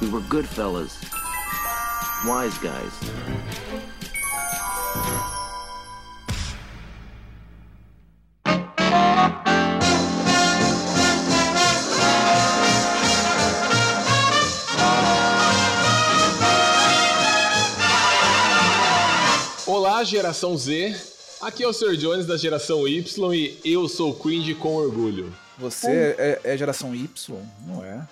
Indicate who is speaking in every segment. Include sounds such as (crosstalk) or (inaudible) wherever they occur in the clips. Speaker 1: We were good fellas, wise guys.
Speaker 2: Olá, geração Z. Aqui é o Sr. Jones da geração Y e eu sou cringe com orgulho.
Speaker 3: Você é, é geração Y? Não é.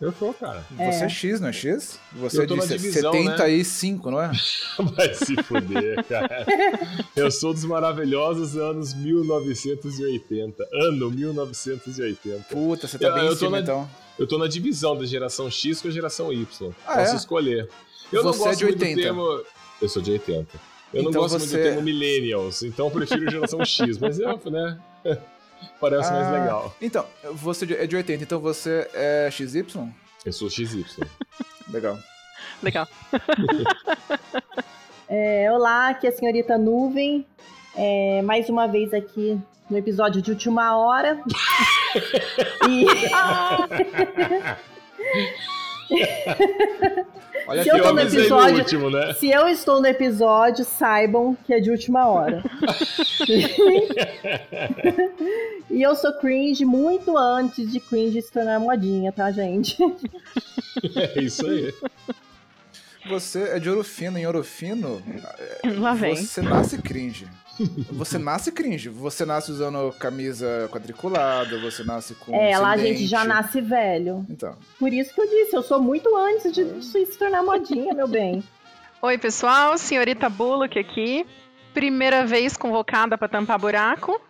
Speaker 2: Eu sou, cara.
Speaker 3: Você é X, não é X? Você
Speaker 2: Eu tô
Speaker 3: é de
Speaker 2: na divisão, né?
Speaker 3: 75, não é?
Speaker 2: (laughs) Vai se fuder, cara. Eu sou dos maravilhosos anos 1980. Ano 1980.
Speaker 3: Puta, você
Speaker 2: (laughs)
Speaker 3: tá
Speaker 2: Eu-
Speaker 3: bem
Speaker 2: eu
Speaker 3: em
Speaker 2: tô
Speaker 3: cima,
Speaker 2: na-
Speaker 3: então.
Speaker 2: Eu tô na divisão da geração X com a geração Y.
Speaker 3: Ah,
Speaker 2: Posso
Speaker 3: é?
Speaker 2: escolher. Eu
Speaker 3: Você
Speaker 2: não
Speaker 3: é
Speaker 2: gosto
Speaker 3: de
Speaker 2: muito
Speaker 3: 80.
Speaker 2: do termo. Eu sou de 80. Eu não
Speaker 3: Então
Speaker 2: gosto muito
Speaker 3: você-
Speaker 2: do termo Millennials, então eu prefiro geração X, mas é, né? (laughs) Parece mais
Speaker 3: Ah,
Speaker 2: legal.
Speaker 3: Então, você é de 80, então você é XY?
Speaker 2: Eu sou XY.
Speaker 3: Legal.
Speaker 4: Legal.
Speaker 5: É, olá, aqui é a senhorita Nuvem. É, mais uma vez aqui no episódio de última
Speaker 2: (laughs)
Speaker 5: hora. e (laughs)
Speaker 3: Olha
Speaker 5: Se eu
Speaker 3: aqui,
Speaker 5: tô
Speaker 3: ó,
Speaker 5: no
Speaker 3: mas-
Speaker 2: avisei
Speaker 5: episódio-
Speaker 2: último, né?
Speaker 5: se eu estou no episódio, saibam que é de última
Speaker 2: (laughs)
Speaker 5: hora. e eu sou cringe muito antes de cringe se tornar modinha, tá, gente?
Speaker 2: É isso aí.
Speaker 3: Você é de ouro fino, em ouro fino,
Speaker 4: (coughs) Lá vem.
Speaker 3: você nasce cringe. Você nasce cringe. Você nasce usando camisa quadriculada, você nasce com.
Speaker 5: é, lá a
Speaker 3: sem
Speaker 5: gente já
Speaker 3: dente.
Speaker 5: nasce velho. É.
Speaker 3: Então,
Speaker 5: Por isso que eu disse, eu sou muito antes de disso se tornar modinha, meu bem.
Speaker 4: Oi, pessoal. Senhorita Bullock aqui. Primeira vez convocada pra tampar buraco.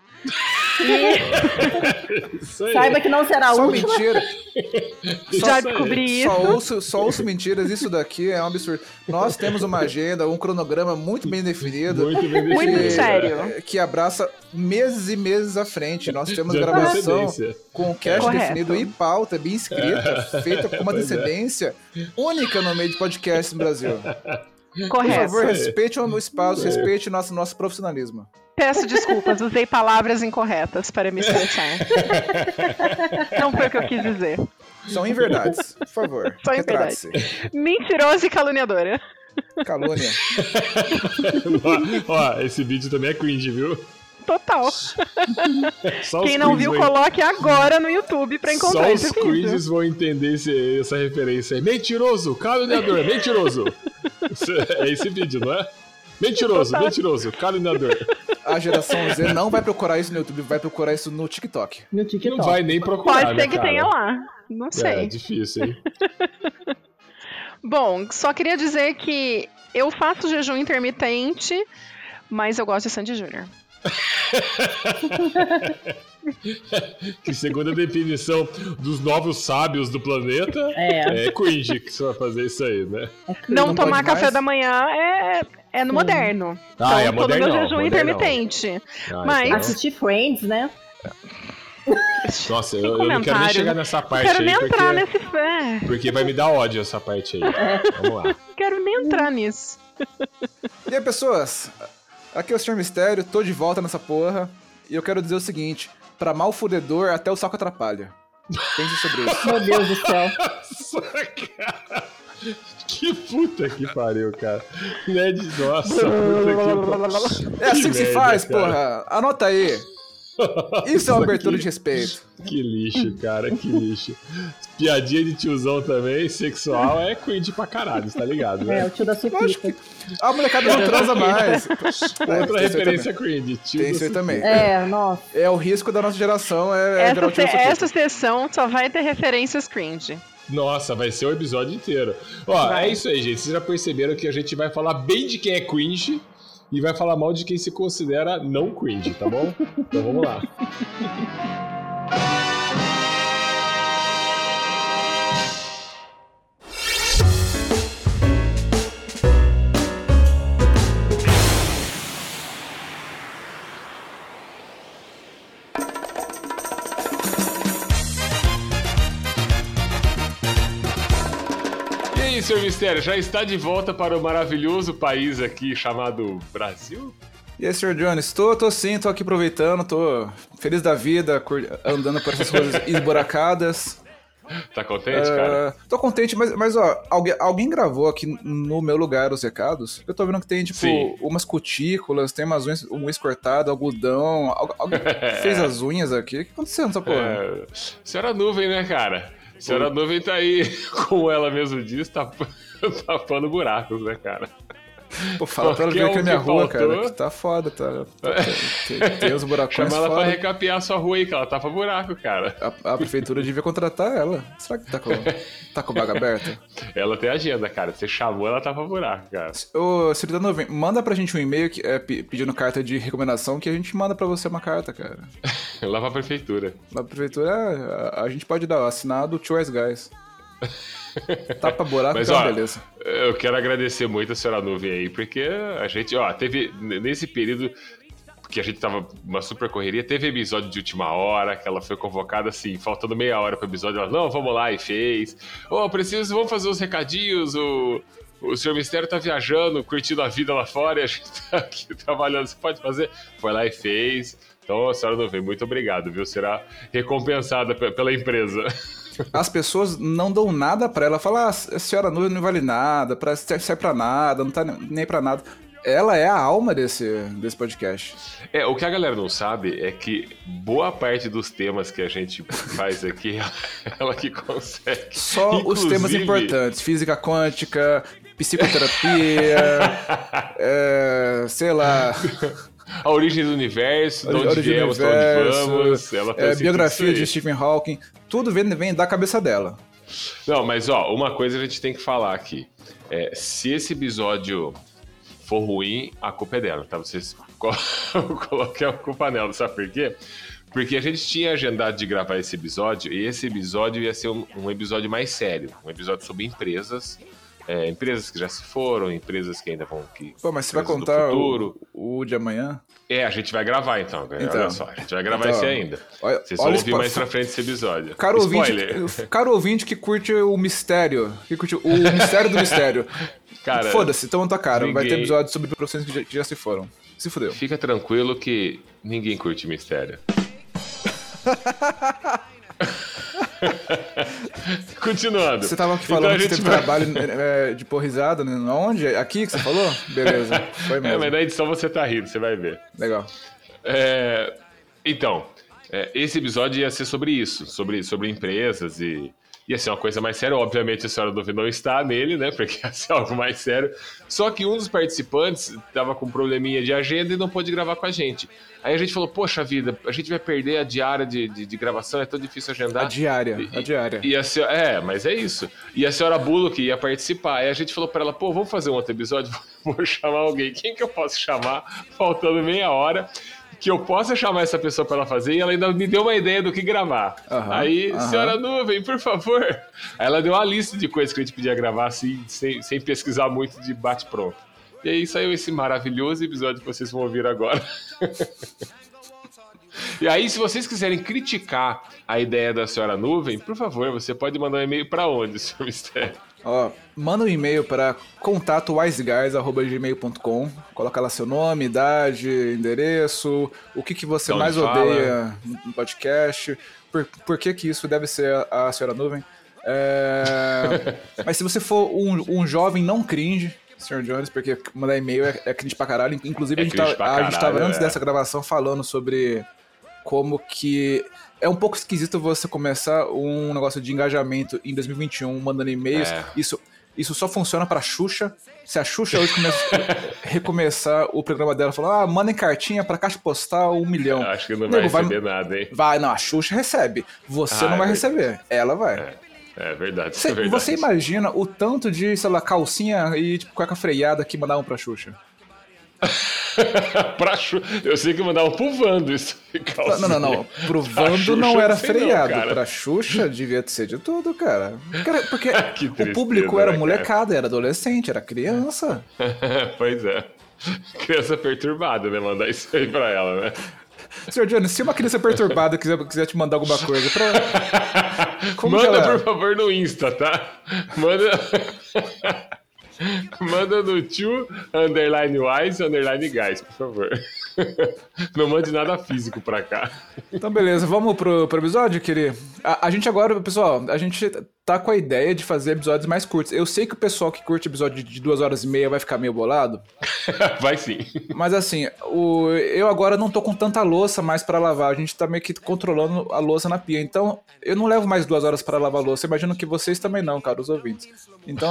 Speaker 2: Isso aí.
Speaker 5: Saiba que não será a
Speaker 2: um
Speaker 3: só
Speaker 5: última.
Speaker 4: (laughs)
Speaker 3: mentira.
Speaker 2: Isso
Speaker 4: Já
Speaker 2: aí.
Speaker 4: descobri isso.
Speaker 3: Só ouço, só ouço mentiras, isso daqui é um absurdo. Nós temos uma agenda, um cronograma muito bem definido.
Speaker 2: Muito bem definido.
Speaker 4: Muito
Speaker 3: que- eh,
Speaker 4: sério.
Speaker 3: Que abraça meses e meses à frente. Nós temos
Speaker 2: De
Speaker 3: gravação
Speaker 2: antecedência.
Speaker 3: com o cast
Speaker 4: Correto.
Speaker 3: definido e pauta
Speaker 2: (laughs)
Speaker 3: bem escrita, feita com uma
Speaker 2: Pois é.
Speaker 3: antecedência única no meio de podcast no Brasil. Por
Speaker 4: Correto.
Speaker 3: favor,
Speaker 2: É.
Speaker 3: respeite o meu espaço, respeite o nosso, nosso profissionalismo.
Speaker 4: Peço desculpas, usei palavras incorretas para
Speaker 2: (laughs)
Speaker 4: me expressar. Não foi o que eu quis dizer.
Speaker 3: São inverdades, por favor.
Speaker 4: São
Speaker 3: retrate-se.
Speaker 4: Mentirosa e caluniadora.
Speaker 3: Calúnia.
Speaker 2: (laughs) Ó, esse vídeo também é cringe, viu?
Speaker 4: Total.
Speaker 2: Só os
Speaker 4: Quem não viu,
Speaker 2: cringes vão-
Speaker 4: coloque agora no YouTube pra encontrar é
Speaker 2: Só
Speaker 4: esse
Speaker 2: os
Speaker 4: vídeo.
Speaker 2: cringes vão entender esse- essa referência aí. Mentiroso, caluniador, mentiroso. (laughs) Isso- É esse vídeo, não é? Mentiroso, mentiroso, caluniador.
Speaker 3: A geração Z não vai procurar isso no YouTube, vai procurar isso no TikTok.
Speaker 5: No
Speaker 2: Que não
Speaker 5: TikTok.
Speaker 2: vai nem procurar,
Speaker 4: Pode ser
Speaker 2: né,
Speaker 4: que
Speaker 2: cara?
Speaker 4: tenha lá. Não
Speaker 2: É,
Speaker 4: sei.
Speaker 2: difícil, hein?
Speaker 4: Bom, só queria dizer que eu faço jejum intermitente, mas eu gosto de Sandy Júnior.
Speaker 2: Que segundo a definição dos novos sábios do planeta,
Speaker 5: É.
Speaker 2: é cringe que você vai fazer isso aí, né?
Speaker 4: Não,
Speaker 3: não
Speaker 4: tomar
Speaker 3: pode
Speaker 4: café
Speaker 3: mais?
Speaker 4: da manhã é, é no moderno. então,
Speaker 2: é
Speaker 4: tô no meu
Speaker 2: modernão,
Speaker 4: jejum
Speaker 2: modernão.
Speaker 4: intermitente.
Speaker 2: Ah,
Speaker 4: Mas-
Speaker 2: então-
Speaker 5: Assistir Friends, né?
Speaker 2: Nossa,
Speaker 4: Sem
Speaker 2: eu, eu não quero nem
Speaker 4: comentário,
Speaker 2: chegar
Speaker 4: né?
Speaker 2: nessa
Speaker 4: Não
Speaker 2: parte
Speaker 4: quero
Speaker 2: aí,
Speaker 4: nem
Speaker 2: porque...
Speaker 4: entrar nesse É. fé.
Speaker 2: Porque vai me dar ódio essa parte aí. Vamos lá.
Speaker 4: Não quero nem entrar nisso.
Speaker 3: E aí, pessoas? Aqui é o Sr. Mistério, tô de volta nessa porra. E eu quero dizer o seguinte: pra mal fudedor, até o saco atrapalha. Pense sobre
Speaker 2: (laughs)
Speaker 3: isso.
Speaker 5: Meu Deus do céu.
Speaker 2: Nossa, cara. Que puta que pariu, cara. Ned, nossa, puta que
Speaker 3: É assim que se
Speaker 2: merda,
Speaker 3: faz,
Speaker 2: cara.
Speaker 3: porra. Anota aí. Isso é uma
Speaker 2: Nossa,
Speaker 3: abertura
Speaker 2: que-
Speaker 3: de respeito.
Speaker 2: Que lixo, cara, que lixo. Piadinha de tiozão também, sexual, é cringe pra caralho, tá ligado,
Speaker 5: É,
Speaker 2: né?
Speaker 5: o tio da
Speaker 3: Lógico
Speaker 5: Suquita.
Speaker 3: que. A molecada não transa mais.
Speaker 2: Outra
Speaker 3: É, tem isso aí
Speaker 2: referência
Speaker 3: também.
Speaker 2: cringe, tio
Speaker 3: Tem
Speaker 2: do
Speaker 3: isso aí
Speaker 2: su-
Speaker 3: também.
Speaker 5: É, nossa.
Speaker 3: É o risco da nossa geração, é, é
Speaker 4: Essa,
Speaker 3: geral
Speaker 4: se-
Speaker 3: tio isso aqui.
Speaker 4: essa sessão só vai ter referências cringe.
Speaker 2: Nossa, vai ser o episódio inteiro. Ó, é
Speaker 4: Vai.
Speaker 2: isso aí, gente. Vocês já perceberam que a gente vai falar bem de quem é cringe e vai falar mal de quem se considera não cringe, tá bom? Então vamos lá. E aí, seu mistério, já está de volta para o maravilhoso país aqui chamado Brasil?
Speaker 3: E aí, Sr. Jones, tô, tô sim, tô
Speaker 2: (laughs)
Speaker 3: aqui aproveitando, tô feliz da vida, cur- andando por essas coisas esburacadas.
Speaker 2: Tá contente, cara?
Speaker 3: Ah, tô contente, mas, mas ó, alguém, alguém gravou aqui no meu lugar os recados? Eu tô vendo que tem, tipo,
Speaker 2: Sim.
Speaker 3: umas cutículas, tem umas unhas, um cortado, algodão. Al-
Speaker 2: (laughs)
Speaker 3: alguém fez as unhas aqui? O que aconteceu nessa porra?
Speaker 2: É, senhora Nuvem, né, cara? Senhora Nuvem tá aí, (laughs) como ela mesmo diz, tap- (laughs) tapando buracos, né, cara?
Speaker 3: Pô, fala pra ela vir
Speaker 2: qualquer
Speaker 3: aqui na
Speaker 2: um
Speaker 3: minha
Speaker 2: que
Speaker 3: rua,
Speaker 2: faltou.
Speaker 3: cara, que tá
Speaker 2: (laughs)
Speaker 3: foda, tá? Tem, tem os buracões
Speaker 2: Chama ela pra
Speaker 3: foda.
Speaker 2: recapear a sua rua aí, que ela tapa buraco, cara.
Speaker 3: A, a prefeitura devia contratar ela. Será que
Speaker 2: (laughs)
Speaker 3: tá com, tá com vaga aberta?
Speaker 2: Ela tem agenda, cara. Você chamou, ela tapa buraco, cara.
Speaker 3: Ô, Cirita Nuvem, manda pra gente um e-mail que- é, pe- pedindo carta de recomendação que a gente manda pra você uma carta, cara.
Speaker 2: Lá pra prefeitura.
Speaker 3: Na prefeitura, a, a gente pode dar assinado
Speaker 2: (laughs)
Speaker 3: Choice Guys. Tapa buraco,
Speaker 2: Mas,
Speaker 3: tá uma
Speaker 2: ó,
Speaker 3: beleza.
Speaker 2: eu quero agradecer muito a senhora Nuvem aí, porque a gente, ó, teve n- nesse período que a gente tava uma super correria, teve episódio de última hora, que ela foi convocada assim, faltando meia hora pro episódio, ela, não, vamos lá, e fez. Ô, preciso, vamos fazer uns recadinhos, o... O senhor Mistério tá viajando, curtindo a vida lá fora e a gente (laughs) tá aqui trabalhando. Você pode fazer? Foi lá e fez. Então, a senhora Nuvem, muito obrigado, viu? Será recompensada pe- pela empresa.
Speaker 3: As pessoas não dão nada pra ela. Fala, ah, a senhora Nuvem não vale nada, pra, serve serve pra nada, não tá nem nem pra nada. Ela é a alma desse, desse podcast.
Speaker 2: É, o que a galera não sabe é que boa parte dos temas que a gente faz aqui, (laughs) ela, ela que consegue.
Speaker 3: Só os temas
Speaker 2: Inclusive,
Speaker 3: importantes: física quântica,
Speaker 2: (laughs)
Speaker 3: psicoterapia, é, sei lá,
Speaker 2: A origem do universo, de onde
Speaker 3: origem do
Speaker 2: viemos, pra
Speaker 3: universo,
Speaker 2: onde vamos. Ela
Speaker 3: é,
Speaker 2: faz assim,
Speaker 3: biografia
Speaker 2: tudo
Speaker 3: de
Speaker 2: isso
Speaker 3: Stephen Hawking, tudo vem, vem da cabeça dela.
Speaker 2: aí. Não, mas ó, uma coisa a gente tem que falar aqui. É, se esse episódio for ruim, a culpa é dela, tá? Vocês (laughs) co- coloquem a culpa nela, sabe por quê? Porque a gente tinha agendado de gravar esse episódio, e esse episódio ia ser um, um episódio mais sério, um episódio sobre empresas, é, empresas que já se foram, empresas que ainda vão... Que,
Speaker 3: Pô, mas você vai
Speaker 2: empresas do
Speaker 3: contar
Speaker 2: futuro.
Speaker 3: o, o de amanhã?
Speaker 2: É, a gente vai gravar então, né?
Speaker 3: Então.
Speaker 2: olha só, a gente vai gravar
Speaker 3: Então,
Speaker 2: esse ainda.
Speaker 3: olha-
Speaker 2: Vocês vão
Speaker 3: olha o
Speaker 2: ouvir
Speaker 3: spo-
Speaker 2: mais pra frente esse episódio.
Speaker 3: Caro ouvinte,
Speaker 2: Spoiler!
Speaker 3: caro ouvinte que curte o mistério. Que curte o mistério do mistério.
Speaker 2: (laughs) Cara,
Speaker 3: Foda-se, toma tua cara. Vai ter
Speaker 2: ninguém-
Speaker 3: episódio sobre profissões que já, que já se foram. Se fudeu.
Speaker 2: Fica tranquilo que ninguém curte
Speaker 3: (laughs)
Speaker 2: mistério. Continuando. Então
Speaker 3: Você tava aqui falando que você teve trabalho é, de pôr risada, né? Onde? Aqui que
Speaker 2: (laughs)
Speaker 3: você falou? Beleza. Foi
Speaker 2: É,
Speaker 3: mesmo.
Speaker 2: mas tá. na edição você tá rindo, você vai ver.
Speaker 3: Legal.
Speaker 2: É, então, é, esse episódio ia ser sobre isso, sobre, sobre empresas e ia ser uma coisa mais séria. Obviamente a senhora Dove não está nele, né? Porque ia ser (laughs) algo mais sério. Só que um dos participantes estava com um probleminha de agenda e não pôde gravar com a gente. Aí a gente falou, poxa vida, a gente vai perder a diária de, de, de gravação, é tão difícil agendar.
Speaker 3: A diária, a
Speaker 2: E-
Speaker 3: diária.
Speaker 2: E a senhora, é, mas é isso. E a senhora Bullock ia participar. Aí a gente falou pra ela, pô, vamos fazer um outro episódio, (laughs) vou chamar alguém. Quem que eu posso chamar? Faltando meia hora. Que eu possa chamar essa pessoa pra ela fazer e ela ainda me deu uma ideia do que gravar.
Speaker 3: Aham,
Speaker 2: Aí,
Speaker 3: aham.
Speaker 2: senhora nuvem, por favor. Aí ela deu uma lista de coisas que a gente podia gravar assim, sem, sem pesquisar muito de bate-pronto. E aí saiu esse maravilhoso episódio que vocês vão ouvir agora. (laughs) E aí, se vocês quiserem criticar a ideia da senhora nuvem, por favor, você pode mandar um e-mail pra onde, (laughs) senhor mistério?
Speaker 3: Ó, manda um e-mail para contatowiseguys.gmail.com. Coloca lá seu nome, idade, endereço, o que, que você
Speaker 2: Então,
Speaker 3: mais
Speaker 2: fala.
Speaker 3: odeia no podcast, por, por que, que isso deve ser a, a Senhora Nuvem.
Speaker 2: (laughs)
Speaker 3: É, Mas se você for um, um jovem não cringe, Sr. Jones, porque mandar e-mail é, é cringe pra caralho. Inclusive,
Speaker 2: É
Speaker 3: a, gente
Speaker 2: cringe
Speaker 3: tava,
Speaker 2: pra
Speaker 3: a gente tava
Speaker 2: caralho,
Speaker 3: antes
Speaker 2: é.
Speaker 3: dessa gravação falando sobre como que é um pouco esquisito você começar um negócio de engajamento em 2021 mandando e-mails.
Speaker 2: É.
Speaker 3: Isso, isso só funciona pra Xuxa. Se a Xuxa
Speaker 2: (laughs)
Speaker 3: hoje começa- recomeçar o programa dela, falar, ah, mandem cartinha pra caixa postal um milhão.
Speaker 2: Eu acho que não vai
Speaker 3: Nego,
Speaker 2: receber nada, hein?
Speaker 3: Vai, não, a Xuxa recebe. Você
Speaker 2: Ah,
Speaker 3: não vai
Speaker 2: é
Speaker 3: receber. Ela vai.
Speaker 2: É verdade, isso
Speaker 3: Cê-
Speaker 2: é verdade.
Speaker 3: você imagina o tanto de, sei lá, calcinha e tipo, cueca freada que mandavam pra Xuxa?
Speaker 2: (laughs) pra Xu- Eu sei que mandava pro Vando isso. assim.
Speaker 3: Não, não, não.
Speaker 2: (laughs)
Speaker 3: Pro
Speaker 2: Pra Xuxa,
Speaker 3: Vando
Speaker 2: eu
Speaker 3: não era tá?
Speaker 2: sei não,
Speaker 3: freado.
Speaker 2: cara.
Speaker 3: pra Xuxa devia ser de tudo, cara. Cara, Porque
Speaker 2: (laughs) Que
Speaker 3: o
Speaker 2: tristeza,
Speaker 3: público
Speaker 2: né, cara?
Speaker 3: era molecada, era adolescente, era criança.
Speaker 2: (laughs) pois é. Criança perturbada, né? Mandar isso aí pra ela, né?
Speaker 3: Senhor Johnny, se uma criança perturbada quiser, quiser te mandar alguma coisa, pra...
Speaker 2: (laughs)
Speaker 3: como que
Speaker 2: Manda,
Speaker 3: ela- é?
Speaker 2: por favor, no Insta, tá? Manda. (laughs) Manda no tio, underline wise, underline guys, por favor. (laughs) Não mande nada físico pra cá. (laughs)
Speaker 3: Então, beleza, vamos pro, pro episódio, querido? A, a gente agora, pessoal, a gente tá com a ideia de fazer episódios mais curtos. Eu sei que o pessoal que curte episódio de duas horas e meia vai ficar meio bolado,
Speaker 2: Vai sim.
Speaker 3: mas assim, o, eu agora não tô com tanta louça mais pra lavar. A gente tá meio que controlando a louça na pia. Então, eu não levo mais duas horas pra lavar a louça. Imagino que vocês também não, cara, os ouvintes. Então,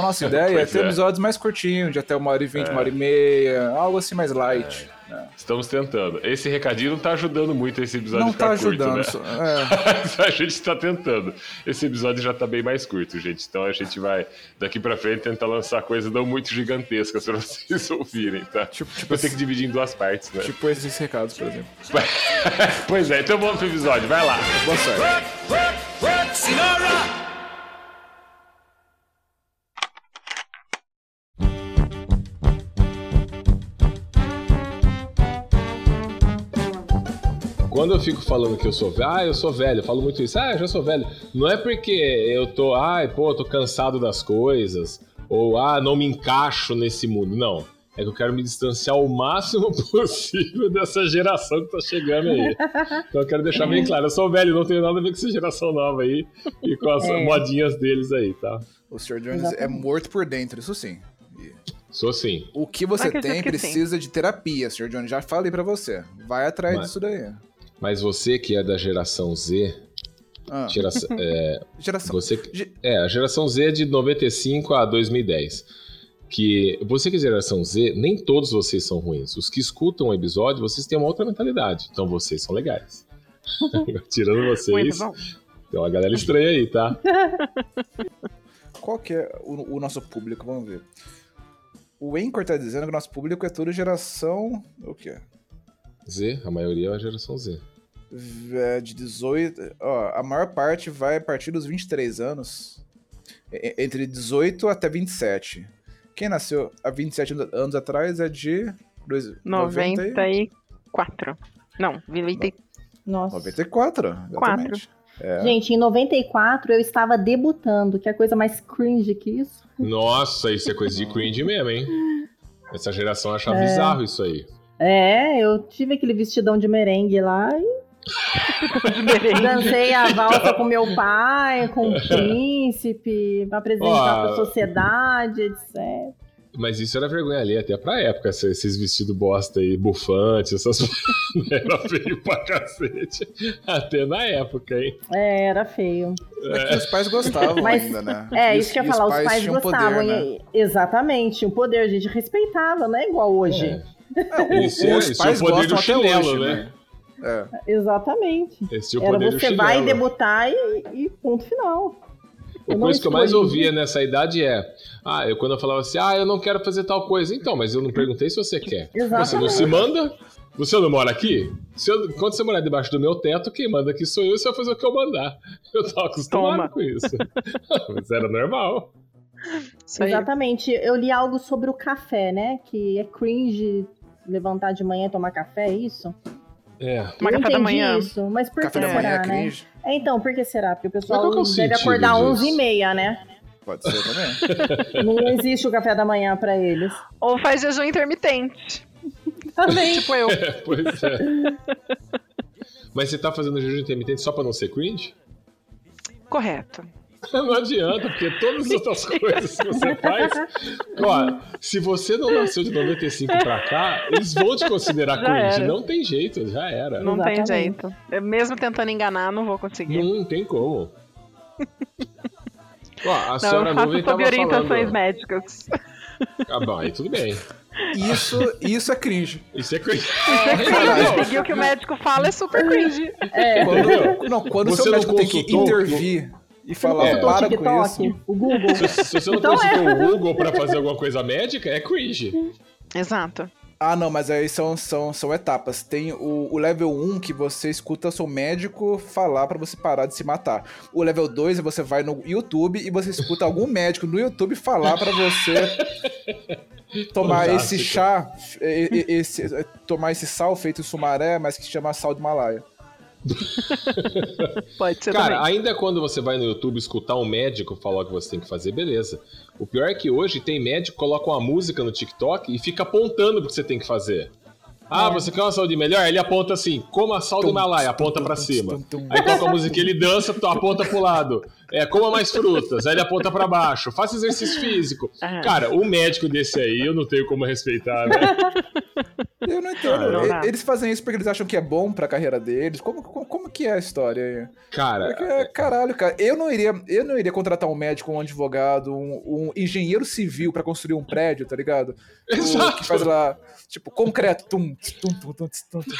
Speaker 2: (laughs)
Speaker 3: nossa ideia é
Speaker 2: Pois
Speaker 3: ter
Speaker 2: é.
Speaker 3: episódios mais curtinhos, de até uma hora e vinte, uma hora e meia, algo assim mais light. né?
Speaker 2: Estamos tentando. Esse recadinho não tá ajudando muito esse episódio
Speaker 3: Não
Speaker 2: ficar
Speaker 3: tá
Speaker 2: curto,
Speaker 3: ajudando.
Speaker 2: né?
Speaker 3: só- é.
Speaker 2: Mas (laughs) a gente tá tentando. Esse episódio já tá bem mais curto, gente. Então a gente vai, daqui pra frente, tentar lançar coisas não muito gigantescas pra (laughs) vocês ouvirem, tá?
Speaker 3: Tipo- tipo
Speaker 2: Vou ter que
Speaker 3: esse-
Speaker 2: dividir em duas partes, né?
Speaker 3: Tipo esses recados, por exemplo.
Speaker 2: (laughs) pois é, então vamos pro episódio, vai lá.
Speaker 3: Boa sorte.
Speaker 2: Quando eu fico falando que eu sou velho, ah, eu sou velho, eu falo muito isso, ah, eu já sou velho. Não é porque eu tô, ai, pô, eu tô cansado das coisas, ou ah, não me encaixo nesse mundo. Não. É que eu quero me distanciar o máximo (laughs) possível dessa geração que tá chegando aí. Então eu quero deixar bem claro, eu sou velho, não tenho nada a ver com essa geração nova aí e com as modinhas deles aí, tá?
Speaker 3: O Sr. Jones é
Speaker 5: Exatamente.
Speaker 3: morto por dentro, isso sim. E
Speaker 2: Sou sim.
Speaker 3: O que você
Speaker 4: Acredito
Speaker 3: tem
Speaker 4: que
Speaker 3: precisa de terapia, Sr. Jones. Já falei pra você. Vai atrás
Speaker 2: Vai.
Speaker 3: disso daí.
Speaker 2: Mas você que é da geração Z,
Speaker 3: Ah,
Speaker 2: geração, é,
Speaker 3: geração.
Speaker 2: Você que-
Speaker 3: Ge-
Speaker 2: É, a geração Z é de 95 a 2010. Que você que é geração Z, nem todos vocês são ruins. Os que escutam o episódio, vocês têm uma outra mentalidade. Então vocês são legais. Tirando
Speaker 4: Muito
Speaker 2: vocês,
Speaker 4: bom.
Speaker 2: tem uma galera estranha aí, tá?
Speaker 3: Qual que é o, o nosso público? Vamos ver. O Anchor tá dizendo que o nosso público é tudo geração. O quê?
Speaker 2: Z, a maioria é a geração Z.
Speaker 3: V- é, De 18. Ó, a maior parte vai a partir dos 23 anos. E- e- Entre 18 até 27. Quem nasceu há 27 anos atrás é de. dois- 90 e-
Speaker 4: 94. Não, 94.
Speaker 5: Nossa.
Speaker 3: 94, exatamente. É.
Speaker 5: Gente, em 94 eu estava debutando, que é a coisa mais cringe que isso.
Speaker 2: Nossa, isso é coisa de cringe mesmo, hein? Essa geração acha bizarro isso aí.
Speaker 5: É, eu tive aquele vestidão de merengue lá e dancei a valsa com meu pai, com o príncipe, pra
Speaker 2: Ó,
Speaker 5: apresentar pra sociedade, etc.
Speaker 2: Mas isso era vergonha ali até pra época, essa- esses vestidos bosta aí, bufante, essas. (laughs) era feio pra cacete. Até na época, hein?
Speaker 5: É, era feio.
Speaker 3: É que os pais gostavam
Speaker 5: Mas-
Speaker 3: ainda, né?
Speaker 5: É,
Speaker 3: E
Speaker 5: isso que eu
Speaker 3: e
Speaker 5: ia falar, os pais,
Speaker 3: tinham
Speaker 5: gostavam.
Speaker 3: poder, né?
Speaker 5: e- Exatamente, o poder a gente respeitava, não é igual hoje.
Speaker 2: É.
Speaker 3: É,
Speaker 2: Isso é-
Speaker 3: os
Speaker 2: isso é o
Speaker 3: pais
Speaker 2: poder
Speaker 3: gostam
Speaker 2: do
Speaker 3: até
Speaker 2: chinelo,
Speaker 3: hoje,
Speaker 2: né?
Speaker 3: né?
Speaker 5: Exatamente.
Speaker 2: Esse tinha o
Speaker 5: Era
Speaker 2: poder do
Speaker 5: você vai
Speaker 2: chinelo.
Speaker 5: debutar e, e ponto final.
Speaker 2: Uma
Speaker 5: Eu
Speaker 2: coisa
Speaker 5: não
Speaker 2: que eu mais
Speaker 5: escolhi.
Speaker 2: ouvia nessa idade é: ah, eu quando eu falava assim, ah, eu não quero fazer tal coisa. Então, mas eu não perguntei se você quer. Você não
Speaker 5: Exatamente.
Speaker 2: se manda? Você não mora aqui? Se eu- quando você morar debaixo do meu teto, quem manda aqui sou eu, você vai fazer o que eu mandar. (laughs) Eu tava acostumado
Speaker 4: Toma.
Speaker 2: com isso. (laughs) mas era normal.
Speaker 4: Isso aí.
Speaker 5: Exatamente. Eu li algo sobre o café, né? Que é cringe levantar de manhã e tomar café, é isso?
Speaker 2: É.
Speaker 4: Tomar
Speaker 5: eu
Speaker 4: café
Speaker 5: entendi
Speaker 4: da manhã.
Speaker 5: isso, mas por
Speaker 3: Café
Speaker 5: que
Speaker 3: da
Speaker 5: será,
Speaker 3: manhã é
Speaker 5: né?
Speaker 3: cringe?
Speaker 5: É, então, por que será? Porque o
Speaker 2: Mas
Speaker 5: pessoal
Speaker 2: qual que é o
Speaker 5: deve
Speaker 2: sentido
Speaker 5: acordar
Speaker 2: disso?
Speaker 5: 11h30, né?
Speaker 3: Pode ser também.
Speaker 5: Não existe o café da manhã pra eles.
Speaker 4: Ou faz jejum intermitente.
Speaker 5: Também.
Speaker 4: (laughs) Tipo eu.
Speaker 2: Pois (laughs) é. Mas você tá fazendo jejum intermitente só pra não ser cringe?
Speaker 4: Correto.
Speaker 2: Então, Não adianta, porque todas as outras coisas que você faz. Ó, se você não nasceu de 95 pra cá, eles vão te considerar
Speaker 4: Já
Speaker 2: cringe.
Speaker 4: era.
Speaker 2: Não tem jeito, já era.
Speaker 4: Não tem
Speaker 5: Exatamente.
Speaker 4: jeito. Eu mesmo tentando enganar, não vou conseguir.
Speaker 2: Não tem como. Ó, a
Speaker 4: Não,
Speaker 2: senhora
Speaker 4: Então, eu
Speaker 2: nuvem
Speaker 4: faço sob
Speaker 2: tava
Speaker 4: orientações
Speaker 2: falando. (laughs)
Speaker 4: médicas.
Speaker 2: Ah, bom, aí tudo bem.
Speaker 3: (laughs) Isso, isso é cringe.
Speaker 2: Isso é cringe.
Speaker 3: Caralho.
Speaker 4: Seguir o que o médico fala é super cringe.
Speaker 3: Quando, não, quando o
Speaker 2: É Você
Speaker 3: seu
Speaker 2: não
Speaker 3: médico tem que
Speaker 2: consultou?
Speaker 3: intervir e
Speaker 5: Você não
Speaker 3: falar,
Speaker 5: consultou o
Speaker 3: para com isso.
Speaker 5: TikTok, o Google.
Speaker 2: Se, se você não
Speaker 5: Então é.
Speaker 2: consultou o Google pra fazer alguma coisa médica, é cringe.
Speaker 4: Exato.
Speaker 3: Ah, não, mas aí são, são, são etapas. Tem o, o level 1 que você escuta seu médico falar pra você parar de se matar. O level 2 é você vai no YouTube e você escuta algum médico no YouTube falar pra você
Speaker 2: (laughs)
Speaker 3: tomar
Speaker 2: Fantástico.
Speaker 3: esse é, chá, e- e- esse, tomar esse sal feito em sumaré, mas que se chama sal de Himalaia.
Speaker 4: Pode ser
Speaker 2: Cara,
Speaker 4: também.
Speaker 2: ainda quando você vai no YouTube escutar um médico falar o que você tem que fazer, beleza. O pior é que hoje tem médico que coloca uma música no TikTok e fica apontando pro que você tem que fazer. Ah, você quer uma saúde melhor? Ele aponta assim, coma sal do Himalaia, aponta pra cima. Aí coloca a música, ele dança, tu aponta pro lado. É, coma mais frutas, aí ele aponta pra baixo. Faça exercício físico.
Speaker 4: Aham.
Speaker 2: Cara, o médico desse aí eu não tenho como respeitar, né?
Speaker 3: Eu não entendo.
Speaker 5: Ah,
Speaker 4: Não
Speaker 3: E-
Speaker 5: né?
Speaker 4: dá.
Speaker 3: Eles fazem isso porque eles acham que é bom pra carreira deles. Como, como, como que é a história aí? Porque,
Speaker 2: Cara,
Speaker 3: caralho, cara, eu não iria, eu não iria contratar um médico, um advogado, um, um engenheiro civil pra construir um prédio, tá ligado? O
Speaker 2: Exato.
Speaker 3: que faz lá, tipo, concreto, tum, tss, tum, tum, tum, tss, tum, tum.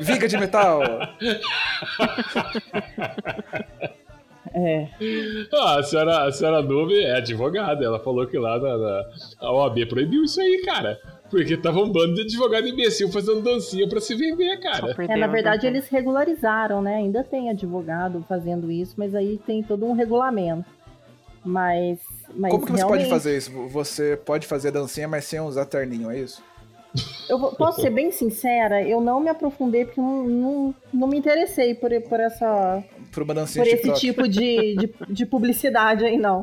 Speaker 3: Viga de metal.
Speaker 5: É.
Speaker 2: Ah, a senhora, a senhora Nube é advogada. Ela falou que lá na, na- a OAB proibiu isso aí, cara. Porque tava um bando de advogado imbecil fazendo dancinha pra se vender,
Speaker 4: Só
Speaker 2: cara.
Speaker 4: por
Speaker 5: É,
Speaker 3: então,
Speaker 5: na
Speaker 4: Deus,
Speaker 5: verdade,
Speaker 3: tá.
Speaker 4: não (laughs)
Speaker 5: eles regularizaram, né? Ainda tem advogado fazendo isso, mas aí tem todo um regulamento. Mas. mas
Speaker 3: Como que você
Speaker 5: realmente,
Speaker 3: pode fazer isso? Você pode fazer a dancinha, mas sem usar terninho, é isso?
Speaker 5: Eu vou- posso ser bem sincera, eu não me aprofundei porque eu não, não, não me interessei por, por essa.
Speaker 3: Por uma dancinha
Speaker 5: por
Speaker 3: de
Speaker 5: esse
Speaker 3: TikTok.
Speaker 5: tipo de, de, de publicidade aí, não.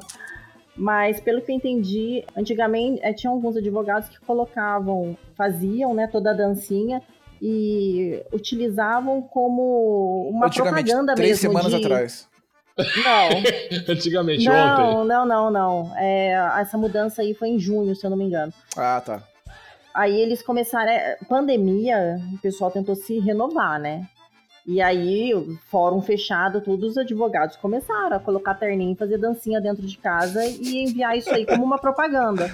Speaker 5: Mas, pelo que eu entendi, antigamente eh, tinha alguns advogados que colocavam, faziam né, toda a dancinha e utilizavam como uma
Speaker 3: Antigamente,
Speaker 5: propaganda
Speaker 3: três
Speaker 5: mesmo.
Speaker 3: semanas
Speaker 5: de-
Speaker 3: atrás.
Speaker 5: Não,
Speaker 2: Antigamente, ontem. (laughs)
Speaker 5: Não, não, não, não. É, essa mudança aí foi em junho, se eu não me engano.
Speaker 3: Ah, tá.
Speaker 5: Aí eles começaram. é, Pandemia, o pessoal tentou se renovar, né? E aí, o fórum fechado, todos os advogados começaram a colocar terninho, fazer dancinha dentro de casa e enviar isso aí como uma propaganda.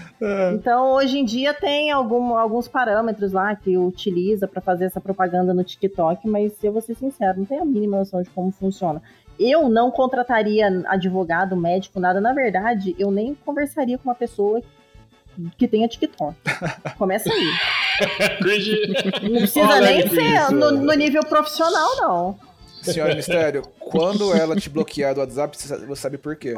Speaker 5: Então, hoje em dia tem algum- alguns parâmetros lá que utiliza pra fazer essa propaganda no TikTok, mas eu vou ser sincero, não tenho a mínima noção de como funciona. Eu não contrataria advogado, médico, nada. Na verdade, eu nem conversaria com uma pessoa que tenha TikTok. Começa aí.
Speaker 2: Cringe.
Speaker 5: Não precisa
Speaker 2: Olha
Speaker 5: nem
Speaker 2: que
Speaker 5: ser
Speaker 2: isso.
Speaker 5: no, no nível profissional, não.
Speaker 3: Senhora
Speaker 5: (laughs)
Speaker 3: Mistério, quando ela te bloquear do WhatsApp, você sa- você sabe por quê.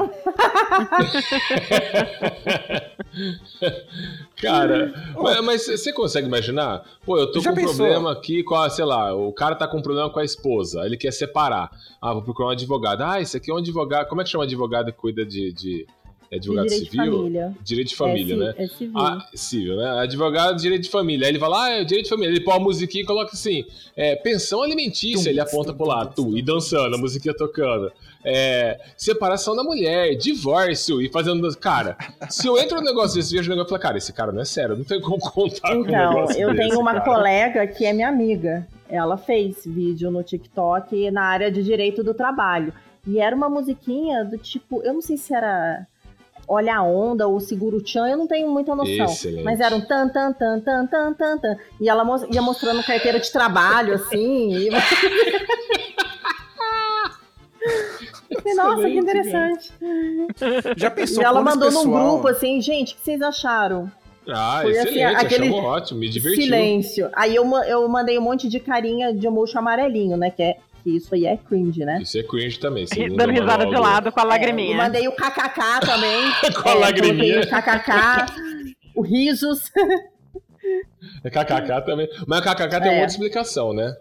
Speaker 2: Cara, mas- mas você consegue imaginar? Pô, eu tô
Speaker 3: Hum. Já
Speaker 2: com um
Speaker 3: pensou?
Speaker 2: problema aqui com a, sei lá, o cara tá com um problema com a esposa, ele quer separar. Ah, vou procurar um advogado. Ah, esse aqui é um advogado. Como é que chama advogado que cuida de. de é
Speaker 5: De
Speaker 2: advogado
Speaker 5: direito de
Speaker 2: civil?
Speaker 5: família.
Speaker 2: Direito de família,
Speaker 5: é, ci-
Speaker 2: né?
Speaker 5: É civil.
Speaker 2: Ah, civil, né? Advogado de direito de família. Aí ele fala, ah, é direito de família. Ele põe a musiquinha e coloca assim, é, pensão alimentícia.
Speaker 3: Tum,
Speaker 2: ele aponta
Speaker 3: tum,
Speaker 2: pro lado,
Speaker 3: tum,
Speaker 2: tu, e dançando, a musiquinha tocando. É, separação da mulher, divórcio, e fazendo... dan- Cara, se eu entro num negócio desse, vejo um negócio e falo, cara, esse cara não é sério, não tem como contar com um
Speaker 5: Então,
Speaker 2: negócio
Speaker 5: eu
Speaker 2: desse,
Speaker 5: tenho uma
Speaker 2: cara.
Speaker 5: colega que é minha amiga. Ela fez vídeo no TikTok na área de direito do trabalho. E era uma musiquinha do tipo, eu não sei se era Olha a Onda ou Seguro Tchan, eu não tenho muita noção.
Speaker 2: Excelente.
Speaker 5: Mas era um tan, tan, tan, tan, tan, tan, tan. E ela mos- ia mostrando carteira de trabalho, assim. E... (laughs) E, Nossa, que interessante.
Speaker 3: Já pensou
Speaker 5: e ela
Speaker 3: quando esse
Speaker 5: mandou num
Speaker 3: É pessoal-
Speaker 5: grupo assim, gente, o que vocês acharam?
Speaker 2: Ah,
Speaker 5: Foi assim,
Speaker 2: excelente,
Speaker 5: aquele
Speaker 2: achamos ótimo, me divertiu.
Speaker 5: Silêncio. Aí eu, ma- eu mandei um monte de carinha de mocho amarelinho, né? Que, é, que isso aí é cringe, né?
Speaker 2: Isso é cringe também.
Speaker 4: tem. (laughs)
Speaker 2: segundo
Speaker 4: Dando
Speaker 2: o
Speaker 4: risada de
Speaker 2: manual do-
Speaker 4: lado com a
Speaker 5: Eu
Speaker 4: lagriminha.
Speaker 5: mandei o kkk também.
Speaker 2: (laughs) Com a
Speaker 5: É,
Speaker 2: lagriminha.
Speaker 5: coloquei O kkk, o risos.
Speaker 2: É KKK também. Mas o KKK tem
Speaker 5: É.
Speaker 2: uma outra explicação, né?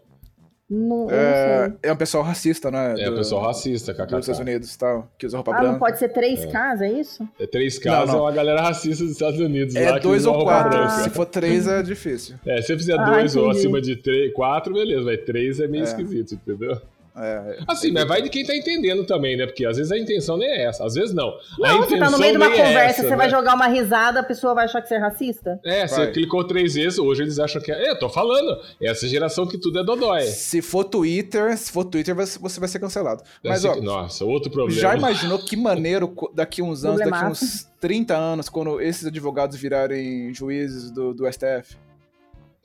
Speaker 5: Não, eu não
Speaker 3: É,
Speaker 5: sei.
Speaker 3: é um pessoal racista, né?
Speaker 2: É o
Speaker 3: do-
Speaker 2: pessoal racista,
Speaker 3: Dos Estados
Speaker 2: KKK.
Speaker 3: Unidos e tal, que usa roupa
Speaker 5: Ah, não
Speaker 3: branca.
Speaker 5: pode ser três ks é isso?
Speaker 2: É três casas,
Speaker 3: Não,
Speaker 2: é
Speaker 3: não.
Speaker 2: uma galera racista dos Estados Unidos. lá
Speaker 3: É
Speaker 2: que
Speaker 3: dois
Speaker 2: usa
Speaker 3: ou
Speaker 2: roupa
Speaker 3: quatro.
Speaker 2: branca.
Speaker 3: Se for três, é difícil.
Speaker 2: É, se eu fizer
Speaker 5: Ah,
Speaker 2: dois ou
Speaker 5: entendi.
Speaker 2: acima de três, quatro, beleza, mas três é meio
Speaker 3: É.
Speaker 2: esquisito, entendeu?
Speaker 3: É,
Speaker 2: Assim, mas vai de quem tá entendendo também, né? Porque às vezes a intenção nem é essa, às vezes não. a
Speaker 5: Não, você tá no meio de uma
Speaker 2: nem é
Speaker 5: conversa,
Speaker 2: essa,
Speaker 5: você
Speaker 2: né?
Speaker 5: vai jogar uma risada, a pessoa vai achar que você é racista?
Speaker 2: É, você
Speaker 3: Vai.
Speaker 2: clicou três vezes, hoje eles acham que é. É, eu tô falando, essa geração que tudo é dodói.
Speaker 3: Se for Twitter, se for Twitter, você- você vai ser cancelado. Mas,
Speaker 2: Essa-
Speaker 3: ó,
Speaker 2: É assim Nossa, outro problema.
Speaker 3: já imaginou que maneiro co- daqui uns anos, daqui
Speaker 5: Problemático.
Speaker 3: uns 30 anos, quando esses advogados virarem juízes do, do STF?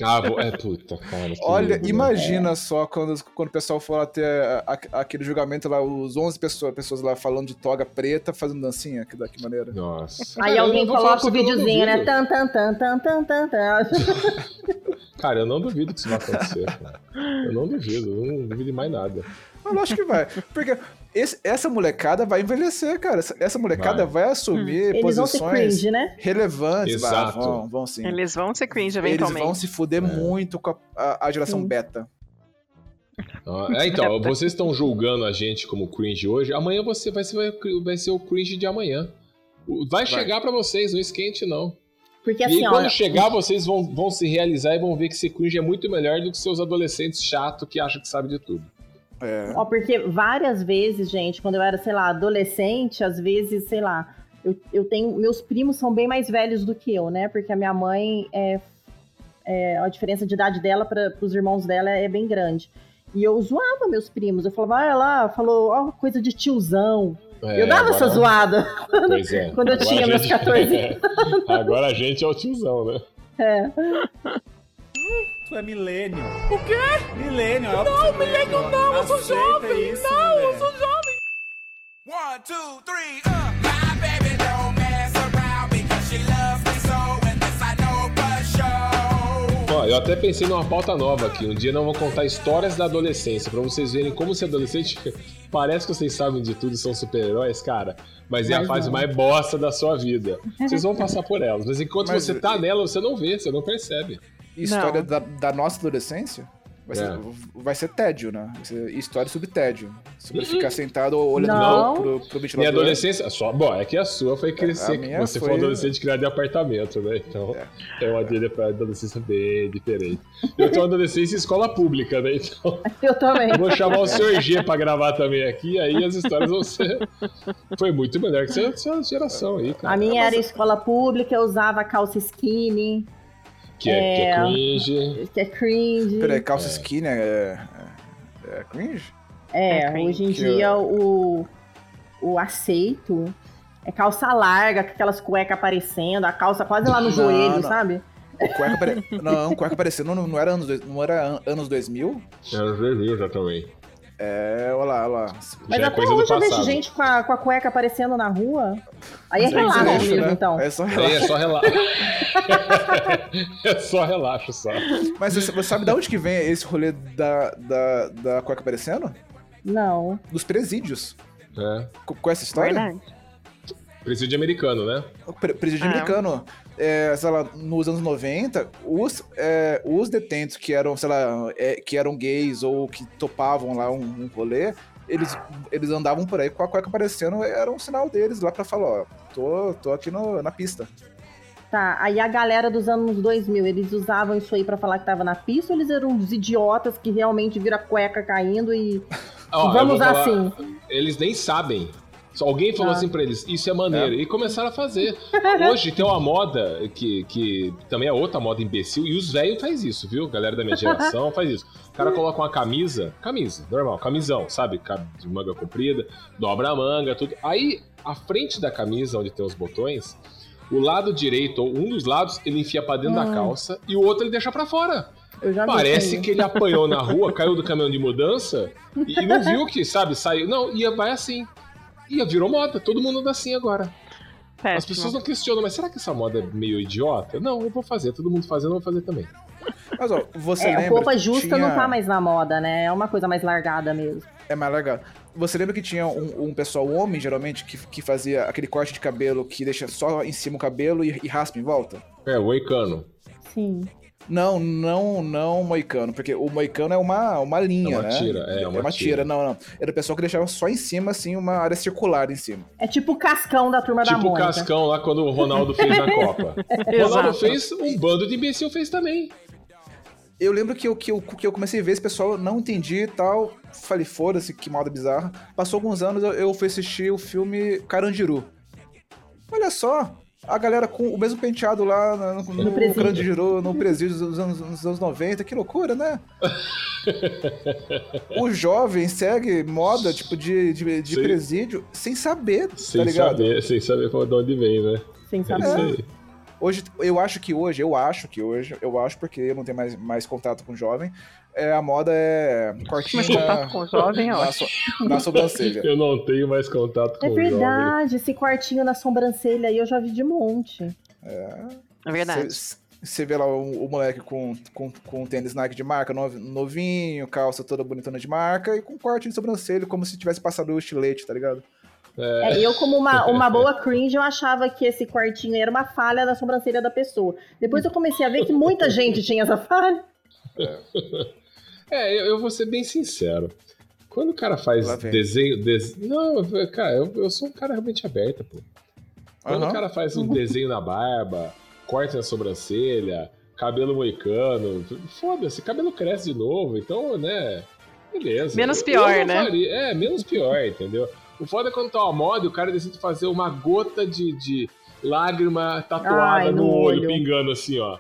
Speaker 2: Ah, vou... é, puta, cara. que
Speaker 3: Olha,
Speaker 2: medo, né?
Speaker 3: imagina só quando, quando o pessoal for até aquele julgamento lá, os 11 pessoas, pessoas lá falando de toga preta, fazendo dancinha, que, da- que maneira.
Speaker 2: Nossa. Cara,
Speaker 5: Aí
Speaker 2: eu
Speaker 5: alguém
Speaker 2: não vou falar
Speaker 5: coloca
Speaker 2: pra
Speaker 5: o
Speaker 2: você que eu não
Speaker 5: videozinho, né?
Speaker 2: duvido.
Speaker 5: Tan, tan, tan, tan, tan, tan, tan.
Speaker 3: Tipo
Speaker 2: Cara, eu não duvido que isso vai acontecer, cara. Eu não duvido, eu não duvido de mais nada.
Speaker 3: Mas Ah, lógico
Speaker 2: (laughs)
Speaker 3: que vai, porque esse- essa molecada vai envelhecer, cara. Essa, essa molecada vai, assumir
Speaker 5: Hum, Eles vão ser
Speaker 3: posições
Speaker 5: cringe, né?
Speaker 3: relevantes.
Speaker 2: Exato. É.
Speaker 3: Vai, vão, vão sim.
Speaker 4: Eles vão ser cringe
Speaker 3: Eles
Speaker 4: eventualmente.
Speaker 3: vão se fuder muito com a, a- a geração
Speaker 5: Sim.
Speaker 3: beta.
Speaker 2: Ah, é, então, vocês estão julgando a gente como cringe hoje. Amanhã você vai ser, vai, vai ser o cringe de amanhã. O- Vai, chegar pra vocês, não esquente, não.
Speaker 5: Porque
Speaker 2: e aí,
Speaker 5: assim,
Speaker 2: quando
Speaker 5: ó.
Speaker 2: chegar, vocês vão, vão se realizar e vão ver que ser cringe é muito melhor do que seus adolescentes chato que acham que sabe de tudo.
Speaker 3: É.
Speaker 5: Ó, porque várias vezes, gente, quando eu era, sei lá, adolescente, às vezes, sei lá, eu, eu tenho. Meus primos são bem mais velhos do que eu, né? Porque a minha mãe é. é, a diferença de idade dela para os irmãos dela é bem grande. E eu zoava meus primos. Eu falava, ah, ela falou, ó, coisa de tiozão.
Speaker 2: É,
Speaker 5: eu dava essa
Speaker 2: agora-
Speaker 5: zoada. (laughs)
Speaker 2: Pois é.
Speaker 5: quando eu
Speaker 2: Agora
Speaker 5: tinha
Speaker 2: a
Speaker 5: meus 14
Speaker 2: (laughs) Agora a gente é o tiozão, né?
Speaker 5: É.
Speaker 6: Tu é milênio. O quê? Milênio. Não, milênio não, eu sou jovem. não, eu sou jovem.
Speaker 7: One, two, three, uh. My baby don't mess around because she loves me so, and this I know for sure.
Speaker 2: Ó, eu até pensei numa pauta nova aqui. Um dia não vou contar histórias da adolescência, pra vocês verem como ser adolescente (laughs) parece que vocês sabem de tudo, são super-heróis, cara. Mas é a fase mais bosta da sua vida. Vocês vão passar por elas, mas enquanto
Speaker 3: Mas-
Speaker 2: você tá nela, você não vê, você não percebe.
Speaker 3: E história
Speaker 4: Não.
Speaker 3: da, da nossa adolescência vai ser,
Speaker 2: É.
Speaker 3: vai ser tédio, né? Vai ser história sobre tédio. Sobre ficar sentado olhando
Speaker 5: Uhum. Não.
Speaker 3: pro, pro, pro
Speaker 2: Minha
Speaker 3: ventilador.
Speaker 2: adolescência, só, bom, é que a sua foi
Speaker 3: A
Speaker 2: crescer.
Speaker 3: minha
Speaker 2: Você foi
Speaker 3: foi-
Speaker 2: um adolescente criado em apartamento, né? Então é, uma dele- uma adolescência bem diferente. Eu tô uma adolescência em escola pública, né? Então
Speaker 5: Eu também.
Speaker 2: Eu Vou chamar o Sr. G pra gravar também aqui, aí as histórias vão ser. Foi muito melhor que essa- essa geração aí, cara.
Speaker 5: A minha era escola pública, eu usava calça skinny,
Speaker 2: Que é, que é
Speaker 5: é-
Speaker 2: cringe.
Speaker 5: que é cringe.
Speaker 3: Peraí, calça skinny é, é, é cringe?
Speaker 5: É,
Speaker 4: É,
Speaker 2: Né,
Speaker 4: cringe.
Speaker 5: hoje em
Speaker 3: Que
Speaker 5: dia o, o aceito é calça larga, com aquelas cuecas aparecendo, a calça quase lá no
Speaker 3: Não,
Speaker 5: joelho,
Speaker 3: não.
Speaker 5: sabe?
Speaker 3: Cueca pare... (laughs) não, cueca parecendo não, não era anos, dois- não era an- anos 2000?
Speaker 2: Era review já também.
Speaker 3: É, olha lá, olha lá.
Speaker 5: Mas
Speaker 2: já é
Speaker 5: até
Speaker 2: coisa do
Speaker 5: hoje eu vejo
Speaker 2: passado.
Speaker 5: gente com a, com a cueca aparecendo na rua. Aí é
Speaker 3: Mas
Speaker 5: relaxa
Speaker 3: relaxo,
Speaker 5: comigo,
Speaker 3: né?
Speaker 5: então.
Speaker 3: É só
Speaker 2: Aí
Speaker 3: relaxo.
Speaker 2: é só relaxo. (laughs) é só relaxo, só.
Speaker 3: Mas você você sabe de onde que vem esse rolê da, da, da cueca aparecendo?
Speaker 5: Não.
Speaker 3: Dos presídios.
Speaker 2: É.
Speaker 3: Com, com essa história?
Speaker 4: Verdade.
Speaker 2: Presídio americano, né?
Speaker 3: Pre- presídio
Speaker 4: Ah.
Speaker 3: americano. É, sei lá, nos anos 90, os, é, os detentos que eram, sei lá, é, que eram gays ou que topavam lá um, um rolê, eles, eles andavam por aí com a cueca aparecendo, era um sinal deles lá pra falar, ó, tô, tô aqui no- na pista.
Speaker 5: Tá, aí a galera dos anos 2000, eles usavam isso aí pra falar que tava na pista ou eles eram uns idiotas que realmente viram a cueca caindo e
Speaker 2: Ó, eu vou
Speaker 5: vamos
Speaker 2: falar-
Speaker 5: assim?
Speaker 2: Eles nem sabem. Só alguém falou
Speaker 5: Ah.
Speaker 2: assim pra eles, isso é maneiro. E começaram a fazer. (laughs) Hoje tem uma moda que, que também é outra moda imbecil, e os velhos faz isso, viu? Galera
Speaker 5: (laughs)
Speaker 2: da minha geração faz isso. O cara coloca uma camisa, camisa, normal, camisão, sabe? Ca- De manga comprida, dobra a manga, tudo. Aí, a frente da camisa, onde tem os botões, o lado direito, ou um dos lados, ele enfia pra dentro da calça e o outro ele deixa pra fora.
Speaker 5: Eu Ah. já vi isso
Speaker 2: Parece
Speaker 5: aí.
Speaker 2: que ele apanhou na
Speaker 5: (laughs)
Speaker 2: rua, caiu do caminhão de mudança e e não viu que, sabe, saiu. Não, ia vai assim. Ia virou moda, todo mundo anda assim agora.
Speaker 5: É,
Speaker 4: Péssimo.
Speaker 2: As pessoas não questionam, mas será que essa moda é meio idiota? Não, eu vou fazer, todo mundo fazendo, eu vou fazer também.
Speaker 3: Mas ó, você
Speaker 5: (laughs) É,
Speaker 3: lembra.
Speaker 5: roupa justa
Speaker 3: tinha-
Speaker 5: não tá mais na moda, né? É uma coisa mais largada mesmo.
Speaker 3: É mais legal. Você lembra que tinha um, um pessoal, um homem, geralmente, que, que fazia aquele corte de cabelo que deixa só em cima o cabelo e, e raspa em volta?
Speaker 2: É, o Oicano.
Speaker 5: Sim.
Speaker 3: Não, não, não moicano, porque o moicano é uma, uma linha,
Speaker 2: É uma
Speaker 3: né?
Speaker 2: tira, é, uma tira.
Speaker 3: não, não. Era o pessoal que deixava só em cima, assim, uma área circular em cima.
Speaker 5: É tipo o cascão da turma da
Speaker 2: Tipo o
Speaker 5: Mônica.
Speaker 2: Cascão lá quando o Ronaldo fez
Speaker 5: (laughs)
Speaker 2: na Copa. O Ronaldo
Speaker 4: Exato.
Speaker 2: fez, um bando de imbecil fez também.
Speaker 3: Eu lembro que eu, que eu, que eu comecei a ver esse pessoal, não entendi e tal, falei, foda-se, que moda bizarra. Passou alguns anos, eu, eu fui assistir o filme Carandiru. Olha só, a galera com o mesmo penteado lá na- no, no,
Speaker 5: presídio.
Speaker 3: Carandiru, no presídio dos anos, dos anos 90, que loucura, né? o jovem segue moda, tipo, de, de, de
Speaker 2: Sim.
Speaker 3: presídio, sem saber,
Speaker 2: Sem
Speaker 3: tá ligado?
Speaker 2: saber, sem saber pra de onde vem, né?
Speaker 5: Sem
Speaker 2: É
Speaker 5: saber.
Speaker 2: isso aí.
Speaker 3: Hoje, eu acho que hoje, eu acho que hoje, eu acho porque eu não tenho mais, mais contato com jovem, é, a moda é cortinha
Speaker 4: Mas contato com jovem é
Speaker 3: na,
Speaker 4: ótimo.
Speaker 3: so,
Speaker 2: (laughs)
Speaker 3: na sobrancelha.
Speaker 2: Eu não tenho mais contato com
Speaker 5: É
Speaker 2: o jovem.
Speaker 5: verdade, esse quartinho na sobrancelha aí eu já vi de monte.
Speaker 4: É verdade.
Speaker 3: Você vê lá o, o moleque com, com, com tênis Nike de marca, nov- novinho, calça toda bonitona de marca e com corte de sobrancelha, como se tivesse passado o estilete, tá ligado?
Speaker 5: É, eu, como
Speaker 2: (laughs)
Speaker 5: uma, uma boa cringe, eu achava que esse quartinho era uma falha na sobrancelha da pessoa. Depois eu comecei a ver que muita gente tinha essa falha.
Speaker 2: É, eu, eu vou ser bem sincero. Quando o cara faz
Speaker 3: Lá vem.
Speaker 2: desenho, des- Não, eu- cara, eu, eu sou um cara realmente aberto, pô. Quando
Speaker 3: Aham.
Speaker 2: o cara faz um desenho na barba, corte na sobrancelha, cabelo moicano, foda-se, cabelo cresce de novo, então, né? Beleza.
Speaker 4: Menos
Speaker 2: Eu-
Speaker 4: pior,
Speaker 2: eu não
Speaker 4: né?
Speaker 2: faria- É, menos pior, entendeu? O foda é quando tá uma moda e o cara decide fazer uma gota de, de lágrima tatuada
Speaker 5: Ai,
Speaker 2: no,
Speaker 5: no
Speaker 2: olho,
Speaker 5: olho.
Speaker 2: pingando assim, ó.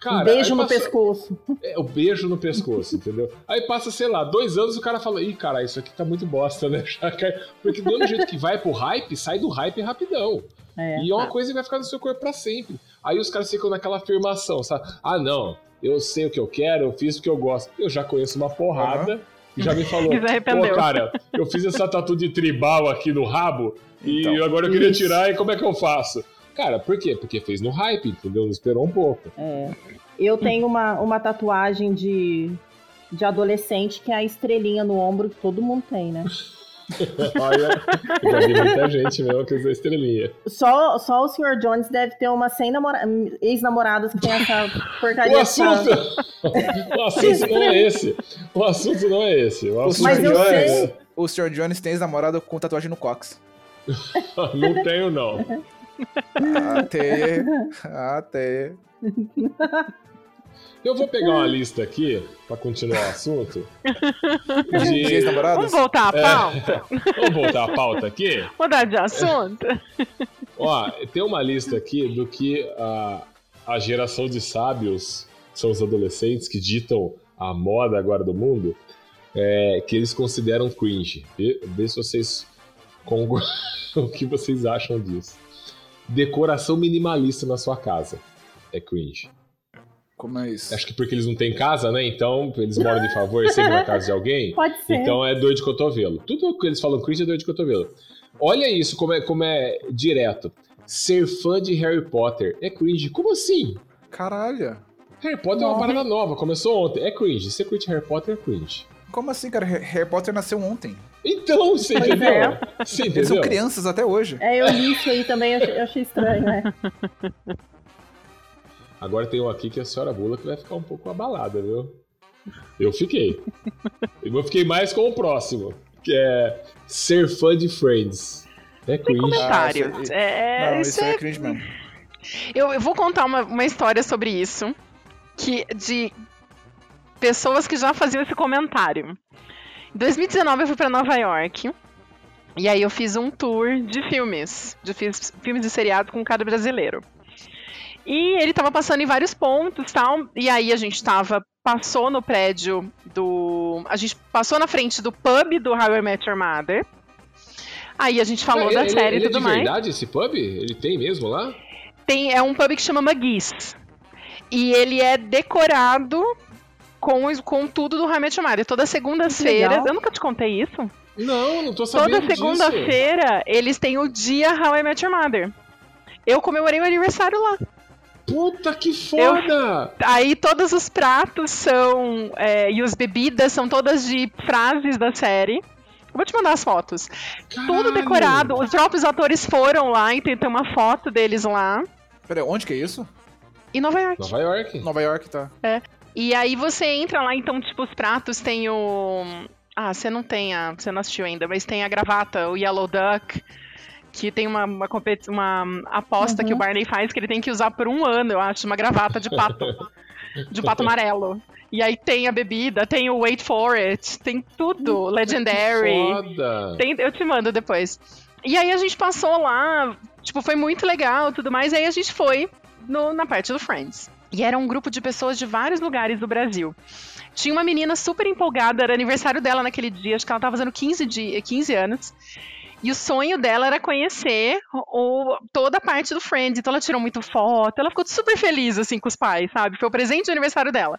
Speaker 2: Cara,
Speaker 5: um
Speaker 2: aí
Speaker 5: beijo no
Speaker 2: passou-
Speaker 5: pescoço.
Speaker 2: é, o beijo no pescoço, entendeu? Aí passa, sei lá, dois anos o cara fala, ih, cara, isso aqui tá muito bosta, né? (laughs) Já cai- Porque do mesmo jeito que vai pro hype, sai do hype rapidão.
Speaker 5: É.
Speaker 2: E é
Speaker 4: tá.
Speaker 2: uma coisa que vai ficar no seu corpo pra sempre. Aí os caras ficam naquela afirmação, sabe? Ah, não, eu sei o que eu quero, eu fiz o que eu gosto. Eu já conheço uma porrada, já me falou,
Speaker 4: (laughs) E se arrependeu.
Speaker 2: pô, cara, eu fiz essa tatu de tribal aqui no rabo e
Speaker 3: Então.
Speaker 2: agora eu queria
Speaker 5: Isso.
Speaker 2: tirar e como é que eu faço? Cara, por quê? Porque fez no hype, entendeu? Não esperou um pouco.
Speaker 5: É. Eu tenho uma, uma tatuagem de, de adolescente que é a estrelinha no ombro que todo mundo tem, né?
Speaker 2: Olha, eu (laughs) já vi muita gente mesmo que usa estrelinha.
Speaker 5: Só, só o Sr. Jones deve ter umas 100 namora- ex-namoradas que tem
Speaker 2: (laughs)
Speaker 5: essa porcaria.
Speaker 2: O
Speaker 5: dessa-
Speaker 2: assunto, o assunto não é esse. O assunto não é esse. O
Speaker 3: O
Speaker 2: assunto
Speaker 5: Mas
Speaker 3: Sr.
Speaker 5: eu
Speaker 2: é
Speaker 5: sei.
Speaker 3: Jones, o Sr. Jones tem ex-namorado com tatuagem no cox.
Speaker 2: esse. (laughs) Não tenho, não.
Speaker 3: Até. Até.
Speaker 2: Eu vou pegar uma lista aqui, pra continuar o assunto.
Speaker 3: De
Speaker 2: De... É.
Speaker 3: ex-namorados?
Speaker 4: Vamos voltar à pauta?
Speaker 2: Vamos voltar à pauta aqui?
Speaker 4: Mudar de assunto?
Speaker 2: Ó, tem uma lista aqui do que a, a geração de sábios, que são os adolescentes que ditam a moda agora do mundo, é, que eles consideram cringe. Vê, vê se vocês. Congo... (laughs) o que vocês acham disso. Decoração minimalista na sua casa. É cringe.
Speaker 3: Como é isso?
Speaker 2: Acho que porque eles não têm casa, né? Então, eles moram de favor sempre na casa de alguém.
Speaker 5: (laughs) Pode ser.
Speaker 2: Então é dor de cotovelo. Tudo que eles falam cringe é dor de cotovelo. Olha isso, como é, como é direto. Ser fã de Harry Potter é cringe. Como assim?
Speaker 3: Caralho.
Speaker 2: Harry Potter é uma parada nova, começou ontem. É cringe. Você curte Harry Potter é cringe.
Speaker 3: Como assim, cara? Harry Harry Potter nasceu ontem.
Speaker 2: Então, você entendeu?
Speaker 5: é.
Speaker 2: Você
Speaker 3: Eles são
Speaker 2: entendeu?
Speaker 3: crianças até hoje.
Speaker 5: É, eu li isso aí também, eu achei, eu achei estranho, né?
Speaker 2: Agora tem um aqui que é a senhora Bula que vai ficar um pouco abalada, viu? Eu fiquei. Eu fiquei mais com o próximo, que é ser fã de Friends. É
Speaker 4: Tem
Speaker 2: cringe.
Speaker 4: comentário.
Speaker 3: Ah, isso aí-
Speaker 4: é,
Speaker 3: Não,
Speaker 4: isso
Speaker 3: isso
Speaker 4: é
Speaker 3: aí é cringe mesmo.
Speaker 4: Eu, eu vou contar uma, uma história sobre isso, que de pessoas que já faziam esse comentário. Em 2019 eu fui pra Nova York e aí eu fiz um tour de filmes, de fis- filmes e seriados com cada brasileiro. E ele tava passando em vários pontos, tal, e aí a gente tava passou no prédio do, a gente passou na frente do pub do How I Met Your Mother. Aí a gente falou
Speaker 2: Ele-
Speaker 4: da
Speaker 2: ele-
Speaker 4: série
Speaker 2: ele
Speaker 4: e tudo
Speaker 2: é de
Speaker 4: mais.
Speaker 2: verdade esse pub? Ele tem mesmo lá?
Speaker 4: Tem, é um pub que chama Maguis. E ele é decorado com, os- com tudo do Hamlet Mari. Todas segunda-feira.
Speaker 5: legal.
Speaker 4: Eu nunca te contei isso?
Speaker 2: Não, não tô sabendo
Speaker 4: Toda
Speaker 2: disso.
Speaker 4: segunda-feira eles têm o dia How I Met Your Mother. Eu comemorei o aniversário lá.
Speaker 2: Puta que foda!
Speaker 4: Aí todos os pratos são. é, e as bebidas são todas de frases da série. Eu vou te mandar as fotos. Tudo
Speaker 2: Caralho!
Speaker 4: decorado. Os próprios atores foram lá, então tem uma foto deles lá.
Speaker 3: Peraí, onde que é isso?
Speaker 4: E Nova York.
Speaker 2: Nova York.
Speaker 3: Nova York, tá.
Speaker 4: E aí você entra lá, então, tipo, os pratos tem o. Ah, você não tem a. Você não assistiu ainda, mas tem a gravata, o Yellow Duck. Que tem uma, uma, competi- uma aposta que o Barney faz que ele tem que usar por um ano, eu acho, uma gravata de pato. de um pato amarelo. E aí tem a bebida, tem o Wait For It, tem tudo. Legendary.
Speaker 2: Foda!
Speaker 4: Tem- eu te mando depois. E aí a gente passou lá, tipo, foi muito legal e tudo mais. Aí a gente foi no- na parte do Friends. E era um grupo de pessoas de vários lugares do Brasil. Tinha uma menina super empolgada, era aniversário dela naquele dia, acho que ela tava fazendo 15, di- 15 anos. E o sonho dela era conhecer o, toda a parte do Friends. Então ela tirou muito foto, ela ficou super feliz, assim, com os pais, sabe? Foi o presente de aniversário dela.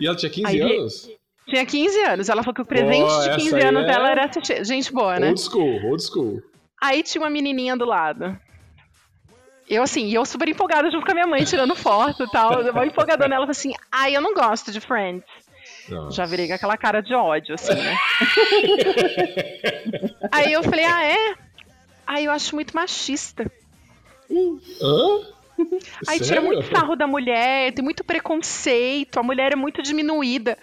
Speaker 2: E ela tinha 15
Speaker 4: Aí-
Speaker 2: anos?
Speaker 4: Tinha 15 anos, ela falou que o presente
Speaker 2: Pô,
Speaker 4: de
Speaker 2: essa
Speaker 4: 15
Speaker 2: aí
Speaker 4: anos
Speaker 2: é-
Speaker 4: dela era assistir. Gente boa, né?
Speaker 2: Old school, old school.
Speaker 4: Aí tinha uma menininha do lado. Eu, assim, e eu super empolgada junto com a minha mãe, tirando foto e tal. Eu vou empolgadona. Ela falou assim: ai, eu não gosto de Friends.
Speaker 2: Não.
Speaker 4: Já virei com aquela cara de ódio, assim, né?
Speaker 2: (laughs)
Speaker 4: Aí eu falei: ah, é? Aí eu acho muito machista. (laughs)
Speaker 2: Hã?
Speaker 4: Aí tira
Speaker 2: Sério?
Speaker 4: muito sarro da mulher, tem muito preconceito, a mulher é muito diminuída.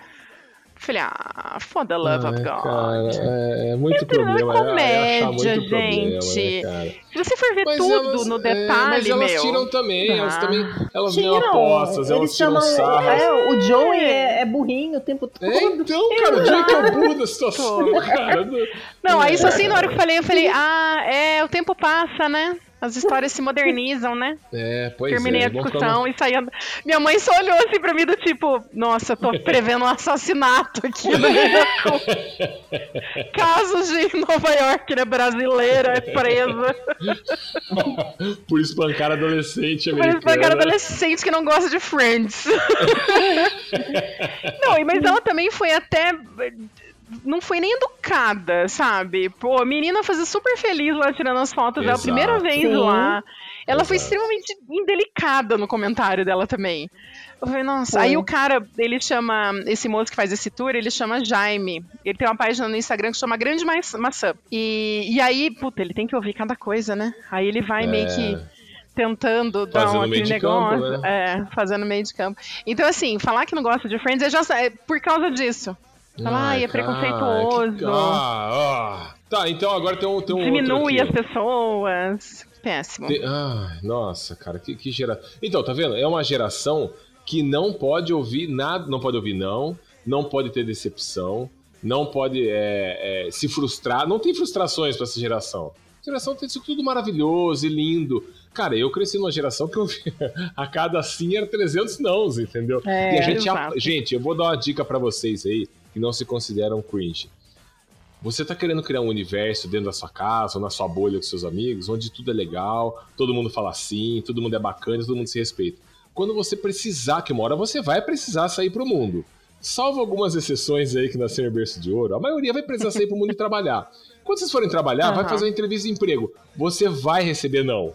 Speaker 4: Falei, ah, foda Love
Speaker 2: Ai,
Speaker 4: of God.
Speaker 2: cara, é, é muito
Speaker 4: Esse não é
Speaker 2: problema. né? É achar
Speaker 4: comédia,
Speaker 2: muito problema,
Speaker 4: gente.
Speaker 2: né, cara?
Speaker 4: Se você for ver
Speaker 2: Mas
Speaker 4: tudo
Speaker 2: elas-
Speaker 4: no
Speaker 2: é, mas
Speaker 4: detalhe,
Speaker 2: elas
Speaker 4: meu.
Speaker 2: tiram também, elas
Speaker 4: Ah.
Speaker 2: também. Elas
Speaker 5: Tiram,
Speaker 2: ganham apostas, elas
Speaker 5: eles
Speaker 2: tiram
Speaker 5: chamam.
Speaker 2: sarras.
Speaker 5: É, o Joey é, é burrinho o tempo todo.
Speaker 2: É, então, cara, o dia que eu burro da situação,
Speaker 4: Pô.
Speaker 2: cara. não-
Speaker 4: Não, aí
Speaker 2: né?
Speaker 4: só assim na hora que eu falei, eu falei, ah, é, o tempo passa, né? As histórias se modernizam, né?
Speaker 2: É, pois
Speaker 4: Terminei
Speaker 2: é.
Speaker 4: a
Speaker 2: vão
Speaker 4: discussão e saí andando. Minha mãe só olhou assim pra mim do tipo, nossa, eu tô
Speaker 2: (laughs)
Speaker 4: prevendo um assassinato aqui. né? Casos de Nova York, né? Brasileira é presa.
Speaker 2: falar- (laughs) Por espancar adolescente
Speaker 4: Parece
Speaker 2: americano.
Speaker 4: uma cara adolescente que não gosta
Speaker 2: (laughs)
Speaker 4: de Friends. não, e- mas ela também foi até. Não foi nem educada, sabe? Pô, a menina fazia super feliz lá tirando as fotos dela,
Speaker 2: Exato.
Speaker 4: primeira vez
Speaker 5: Sim.
Speaker 4: lá. Ela foi
Speaker 2: Exato.
Speaker 4: extremamente indelicada no comentário dela também. Eu falei, nossa.
Speaker 5: Foi.
Speaker 4: Aí o cara, ele chama. Esse moço que faz esse tour, ele chama Jaime. Ele tem uma página no Instagram que chama Grande Ma- Maçã. E, e aí, puta, ele tem que ouvir cada coisa, né? Aí ele vai meio
Speaker 2: É.
Speaker 4: que tentando dar
Speaker 2: Fazendo
Speaker 4: um
Speaker 2: meio
Speaker 4: aquele
Speaker 2: de campo, né?
Speaker 4: negócio. É, fazendo meio de campo. Então, assim, falar que não gosta de Friends é, just, é por causa disso. Falar, ai, é
Speaker 2: cara,
Speaker 4: preconceituoso.
Speaker 2: que- Ah, ah. Tá, então agora tem um, tem um outro
Speaker 4: diminui
Speaker 2: aqui.
Speaker 4: as pessoas. Péssimo.
Speaker 2: Te- Ai, Ah, nossa, cara, que, que geração. Então, tá vendo? É uma geração que não pode ouvir nada, não pode ouvir não, não pode ter decepção, não pode é, é, se frustrar. Não tem frustrações pra essa geração. Essa geração tem isso tudo maravilhoso e lindo. Cara, eu cresci numa geração que eu vi (laughs) a cada sim era 300 nãos, entendeu?
Speaker 5: É,
Speaker 2: e a gente,
Speaker 4: exato.
Speaker 2: a- gente, eu vou dar uma dica pra vocês aí que não se consideram cringe. Você tá querendo criar um universo dentro da sua casa, ou na sua bolha com seus amigos, onde tudo é legal, todo mundo fala assim, todo mundo é bacana, todo mundo se respeita. Quando você precisar, que uma hora você vai precisar sair pro mundo. Salvo algumas exceções aí que nasceram em berço de ouro, a maioria vai precisar sair pro mundo e trabalhar. Quando vocês forem trabalhar, vai
Speaker 4: Aham.
Speaker 2: fazer uma entrevista de emprego. Você vai receber não.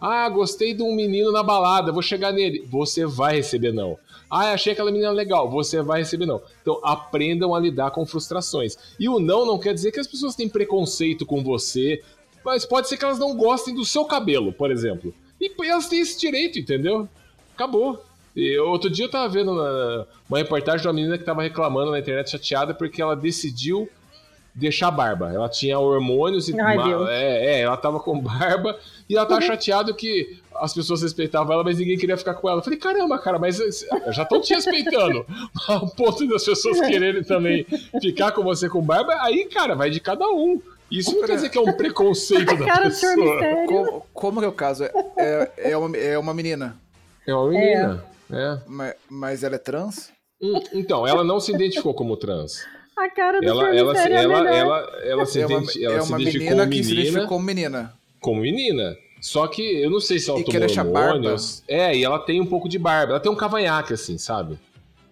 Speaker 2: Ah, gostei de um menino na balada, vou chegar nele. Você vai receber não. Ah, achei aquela menina legal. Você vai receber não. Então aprendam a lidar com frustrações. E o não não quer dizer que as pessoas têm preconceito com você, mas pode ser que elas não gostem do seu cabelo, por exemplo. E elas têm esse direito, entendeu? Acabou. E outro dia eu tava vendo na- uma reportagem de uma menina que tava reclamando na internet chateada porque ela decidiu deixar a barba. Ela tinha hormônios e
Speaker 5: Ai,
Speaker 2: ma-
Speaker 5: Deus. Uhum.
Speaker 2: é, é, ela tava com barba e ela tava chateada que as pessoas respeitavam ela, mas ninguém queria ficar com ela. Eu falei, caramba, cara, mas eh, já estão te respeitando. (laughs) Ao ponto das pessoas quererem também ficar com você com barba, aí, cara, vai de cada um. Isso não quer dizer que é um preconceito da
Speaker 5: (laughs) Cara do Senhor
Speaker 2: pessoa.
Speaker 5: Mistério.
Speaker 3: Como, como que é o caso? É, é, é uma, é uma menina,
Speaker 2: É uma menina. É.
Speaker 3: ma- mas ela é trans?
Speaker 2: Hum, Então, ela não se identificou como trans.
Speaker 5: A cara do
Speaker 2: Ela,
Speaker 5: Sr.
Speaker 2: ela,
Speaker 5: Mistério é a
Speaker 2: ela,
Speaker 5: melhor.
Speaker 2: ela, ela se,
Speaker 3: É uma,
Speaker 2: identi- ela
Speaker 3: é
Speaker 2: se
Speaker 3: uma
Speaker 2: identificou
Speaker 3: menina
Speaker 2: como
Speaker 3: que se
Speaker 2: menina.
Speaker 3: identificou como menina.
Speaker 2: como menina. Só que eu não sei se ela
Speaker 3: E
Speaker 2: tomou
Speaker 3: quer deixar barba?
Speaker 2: hormônios. É, e ela tem um pouco de barba. Ela tem um cavanhaque, assim, sabe?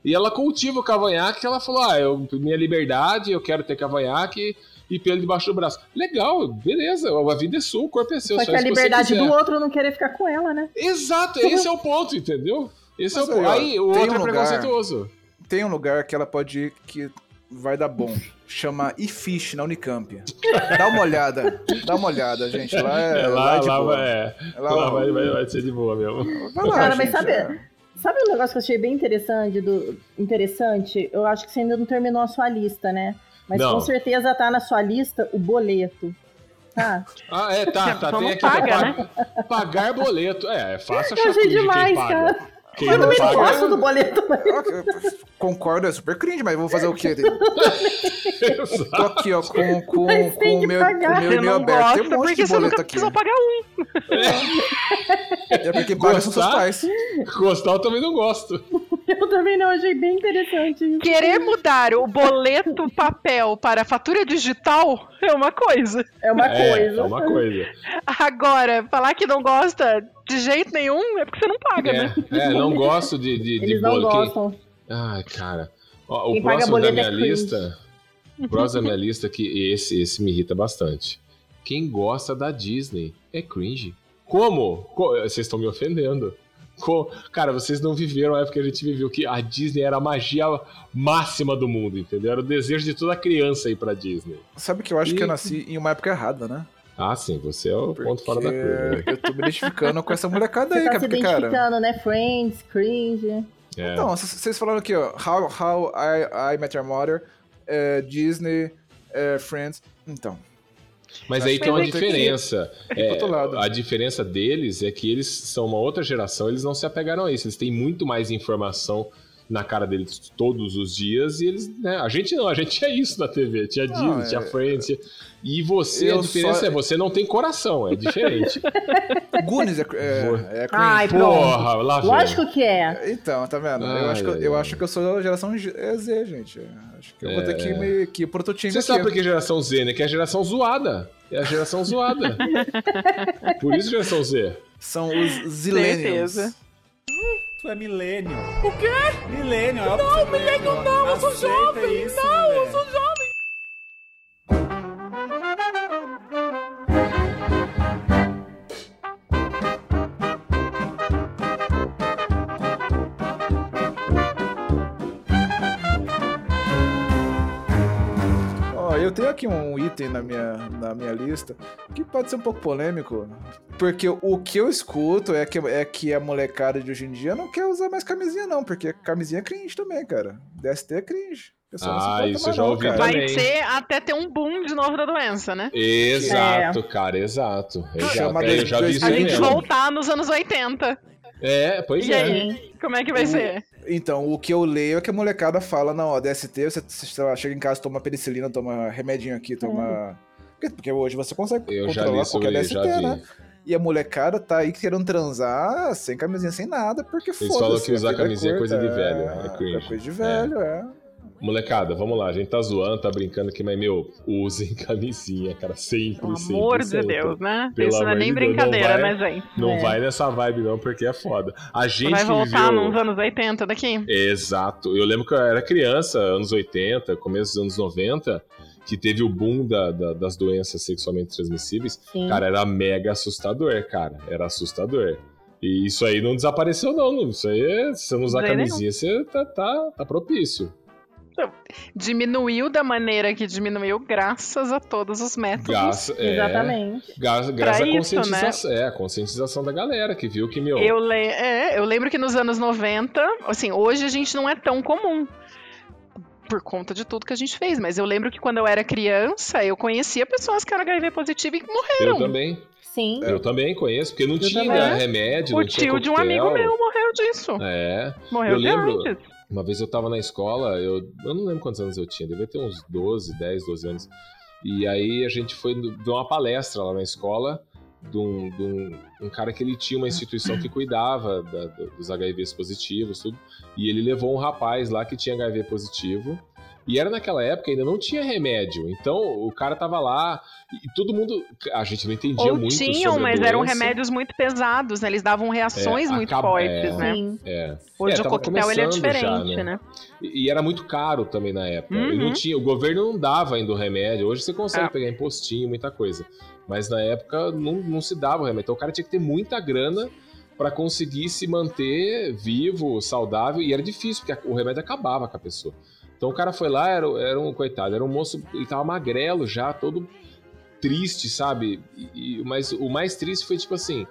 Speaker 2: E ela cultiva o cavanhaque e ela falou: Ah, eu, minha liberdade, eu quero ter cavanhaque e pelo debaixo do braço. Legal, beleza, a vida é sua, o corpo é seu.
Speaker 5: Só
Speaker 2: só
Speaker 5: que a
Speaker 2: isso você
Speaker 5: liberdade
Speaker 2: quiser.
Speaker 5: do outro não querer ficar com ela, né?
Speaker 2: Exato, esse é o ponto, entendeu? Esse
Speaker 3: Mas
Speaker 2: é o ponto.
Speaker 3: aí,
Speaker 2: Aí
Speaker 3: ó,
Speaker 2: o outro
Speaker 3: tem um
Speaker 2: é
Speaker 3: lugar-
Speaker 2: preconceituoso.
Speaker 3: Tem um lugar que ela pode ir que vai dar bom. Chama iFish na Unicamp. Dá uma olhada. Dá uma olhada, gente. Lá é,
Speaker 2: É,
Speaker 3: lá
Speaker 2: lá,
Speaker 3: é de
Speaker 2: lá,
Speaker 3: boa.
Speaker 2: vai, é.
Speaker 3: É lá-
Speaker 2: lá vai, vai, vai ser de boa mesmo.
Speaker 3: Vai lá,
Speaker 5: Cara, mas
Speaker 3: gente,
Speaker 5: sabe-
Speaker 3: é.
Speaker 5: Sabe um negócio que eu achei bem interessante? Do... interessante? Eu acho que você ainda não terminou a sua lista, né? Mas
Speaker 2: Não.
Speaker 5: com certeza tá na sua lista o boleto. Tá?
Speaker 2: Ah, é, tá, tá.
Speaker 4: Vamos
Speaker 2: tem aqui. que é
Speaker 4: paga,
Speaker 2: pa- Pagar boleto. É, é fácil achar
Speaker 5: né? Eu achei
Speaker 2: cringe quem
Speaker 5: demais,
Speaker 2: paga.
Speaker 5: cara.
Speaker 2: Quem
Speaker 5: Eu
Speaker 2: não
Speaker 5: também não
Speaker 2: paga-
Speaker 5: gosto do boleto, mas
Speaker 3: Ok,
Speaker 5: (laughs)
Speaker 3: Concordo, é super cringe, mas vou fazer o quê? Tô
Speaker 2: (laughs) Exato.
Speaker 3: aqui, ó, com, com,
Speaker 5: Mas tem
Speaker 3: com o
Speaker 5: que
Speaker 3: meu,
Speaker 5: pagar.
Speaker 3: com o meu
Speaker 4: Você
Speaker 3: e-mail
Speaker 4: não
Speaker 3: aberto.
Speaker 4: gosta
Speaker 3: Tem um monte
Speaker 4: porque
Speaker 3: de
Speaker 4: você
Speaker 3: boleto
Speaker 4: nunca
Speaker 3: aqui.
Speaker 4: precisou pagar um.
Speaker 3: É porque paga são seus
Speaker 2: Gostar?
Speaker 3: pais.
Speaker 2: Gostar eu também não gosto.
Speaker 5: eu também não achei bem interessante isso.
Speaker 4: Querer mudar o boleto papel para fatura digital é uma coisa.
Speaker 5: É uma
Speaker 2: É,
Speaker 5: coisa.
Speaker 2: é uma coisa.
Speaker 4: Agora, falar que não gosta de jeito nenhum é porque você não paga, né?
Speaker 2: É, é, não gosto de, de, de
Speaker 5: Eles não
Speaker 2: bolo. Quem-
Speaker 5: gostam.
Speaker 2: Ai, cara. Ó, o
Speaker 5: Quem paga
Speaker 2: próximo da
Speaker 5: boleto
Speaker 2: minha
Speaker 5: é cringe.
Speaker 2: lista. O próximo da minha lista, que esse, esse me irrita bastante. Quem gosta da Disney é cringe. Como? Co- Vocês estão me ofendendo. Co- Cara, vocês não viveram a época que a gente viveu que a Disney era a magia máxima do mundo, entendeu? Era o desejo de toda criança ir pra Disney.
Speaker 3: Sabe que eu acho que eu
Speaker 2: E-
Speaker 3: nasci em uma época errada, né?
Speaker 2: Ah, sim, você é o ponto fora da curva. né?
Speaker 3: eu tô me identificando com essa molecada
Speaker 5: Você
Speaker 3: aí,
Speaker 5: tá
Speaker 3: cara,
Speaker 5: se
Speaker 3: porque, cara.
Speaker 5: identificando, né? Friends, cringe.
Speaker 2: É.
Speaker 3: Então, c- c- vocês falaram aqui, ó, How, How I, I Met Your Mother, eh, Disney, eh, Friends. Então,
Speaker 2: Mas aí
Speaker 3: Mas
Speaker 2: tem uma
Speaker 4: é que-
Speaker 2: diferença. É,
Speaker 3: outro lado.
Speaker 2: a diferença deles é que eles são uma outra geração, eles não se apegaram a isso. Eles têm muito mais informação na cara deles todos os dias e eles. né, a gente não, a gente tinha isso na TV, tinha
Speaker 3: Não,
Speaker 2: Disney, tinha
Speaker 3: é-
Speaker 2: Friends. tinha- E você, a
Speaker 3: Eu
Speaker 2: diferença
Speaker 3: só-
Speaker 2: é você não tem coração, é
Speaker 3: (laughs)
Speaker 2: diferente.
Speaker 3: Goonies é, cr- é, é
Speaker 5: Ai,
Speaker 3: cringe.
Speaker 5: pronto.
Speaker 2: Porra, lá vem.
Speaker 5: Lógico que é.
Speaker 3: Então, tá vendo? eu,
Speaker 2: Ai,
Speaker 3: acho que,
Speaker 2: ai,
Speaker 3: eu
Speaker 2: ai. É.
Speaker 3: acho que eu sou da geração G- é Z, gente. Acho que eu vou ter que me que ir pro outro time
Speaker 2: Você
Speaker 3: aqui.
Speaker 2: sabe por que geração Z, né? Que é a geração zoada. É a geração zoada. Por isso, geração Z.
Speaker 3: São os Zillennials.
Speaker 4: Certeza.
Speaker 6: Tu é milênio. O quê? Milênio. é Não, milênio não, eu sou jovem. não, eu sou jovem.
Speaker 3: Ó, eu tenho aqui um item na minha, na minha lista que pode ser um pouco polêmico. Porque o que eu escuto é que, é que a molecada de hoje em dia não quer usar mais camisinha, não. Porque camisinha é cringe também, cara. DST é cringe. O pessoal não se
Speaker 2: Ah,
Speaker 3: importa
Speaker 2: isso eu
Speaker 3: mais
Speaker 2: já
Speaker 3: não,
Speaker 2: ouvi
Speaker 3: cara.
Speaker 2: também.
Speaker 4: Vai ser até ter um boom de novo da doença, né?
Speaker 2: Exato, cara, exato. exato.
Speaker 3: Chama
Speaker 2: É, eu já vi isso
Speaker 4: A
Speaker 3: Sim,
Speaker 4: gente
Speaker 3: é.
Speaker 2: mesmo.
Speaker 4: voltar nos anos 80.
Speaker 2: É, pois
Speaker 4: E
Speaker 2: é.
Speaker 4: aí? Como é que vai
Speaker 3: O-
Speaker 4: ser?
Speaker 3: Então, o que eu leio é que a molecada fala, não, ó, DST, você, você sei lá, chega em casa, toma penicilina, toma remedinho aqui, toma...
Speaker 6: Hum.
Speaker 3: Porque, porque hoje você consegue
Speaker 2: Eu já
Speaker 3: controlar
Speaker 2: li sobre
Speaker 3: qualquer
Speaker 2: ele,
Speaker 3: DST,
Speaker 2: já vi.
Speaker 3: né? E a molecada tá aí querendo transar sem camisinha, sem nada, porque foda-se.
Speaker 2: falam que
Speaker 3: a
Speaker 2: usar
Speaker 3: vida
Speaker 2: camisinha é coisa de
Speaker 3: curta,
Speaker 2: velho, é cringe.
Speaker 3: É coisa de velho, é.
Speaker 2: Molecada, vamos lá, a gente tá zoando, tá brincando aqui, mas, meu, usem (laughs) camisinha, cara, sempre,
Speaker 4: Pelo
Speaker 2: sempre.
Speaker 4: amor de
Speaker 2: sempre.
Speaker 4: Deus, né?
Speaker 2: Pelo
Speaker 4: Isso não é
Speaker 2: amor
Speaker 4: nem
Speaker 2: de Deus, não
Speaker 4: brincadeira,
Speaker 2: vai-
Speaker 4: né, gente?
Speaker 2: Não
Speaker 5: É.
Speaker 2: vai nessa vibe não, porque é foda. A gente
Speaker 4: Vai
Speaker 2: que
Speaker 4: voltar
Speaker 2: viveu...
Speaker 4: nos anos 80 daqui?
Speaker 2: Exato. Eu lembro que eu era criança, anos 80, começo dos anos 90, que teve o boom da- da- das doenças sexualmente transmissíveis.
Speaker 5: Sim.
Speaker 2: Cara, era mega assustador, cara. Era assustador. E isso aí não desapareceu, não. Isso aí, é- se você não usar
Speaker 4: Não sei
Speaker 2: camisinha, você tá, tá, tá propício.
Speaker 4: Diminuiu da maneira que diminuiu, graças a todos os métodos.
Speaker 2: Graça, é,
Speaker 5: Exatamente.
Speaker 2: Graças, graças à
Speaker 4: isso, né?
Speaker 2: conscientização. É, a conscientização da galera que viu que, meu.
Speaker 4: Eu, le- é, eu lembro que nos anos 90, assim, hoje a gente não é tão comum. Por conta de tudo que a gente fez. Mas eu lembro que quando eu era criança, eu conhecia pessoas que eram HIV positiva e que
Speaker 2: eu
Speaker 4: morreram.
Speaker 2: também.
Speaker 5: Sim.
Speaker 2: Eu também conheço, porque não tinha
Speaker 5: também.
Speaker 2: remédio.
Speaker 4: O
Speaker 2: É, não tinha
Speaker 4: tio de um
Speaker 2: coquetel.
Speaker 4: amigo meu morreu disso.
Speaker 2: É.
Speaker 4: Morreu
Speaker 2: Eu
Speaker 4: de
Speaker 2: lembro-
Speaker 4: AIDS.
Speaker 2: Uma vez eu tava na escola, eu, eu não lembro quantos anos eu tinha, devia ter uns 12, 10, 12 anos. E aí a gente foi no- ver uma palestra lá na escola de um, de um, um cara que ele tinha uma instituição que cuidava da- do- dos HIVs positivos, tudo. E ele levou um rapaz lá que tinha HIV positivo. E era naquela época, ainda não tinha remédio. Então o cara tava lá e todo mundo. A gente não entendia
Speaker 4: Ou
Speaker 2: muito.
Speaker 4: tinham,
Speaker 2: sobre a
Speaker 4: mas um eram
Speaker 2: doença.
Speaker 4: remédios muito pesados, né? Eles davam reações
Speaker 2: É,
Speaker 4: muito
Speaker 2: acaba-
Speaker 4: fortes,
Speaker 2: é.
Speaker 4: né?
Speaker 5: Sim.
Speaker 2: É.
Speaker 4: Hoje
Speaker 2: É,
Speaker 4: o
Speaker 2: tava
Speaker 4: coquetel ele é
Speaker 2: começando já,
Speaker 4: diferente,
Speaker 2: né?
Speaker 4: né?
Speaker 2: E e era muito caro também na época. E não
Speaker 4: Uhum.
Speaker 2: tinha, o governo não dava ainda o remédio. Hoje você consegue
Speaker 4: Ah.
Speaker 2: pegar em postinho, muita coisa. Mas na época não, não se dava o remédio. Então o cara tinha que ter muita grana pra conseguir se manter vivo, saudável. E era difícil, porque a- o remédio acabava com a pessoa. Então o cara foi lá, era, era um coitado, era um moço, ele tava magrelo já, todo triste, sabe? E- e- mas o mais triste foi tipo assim: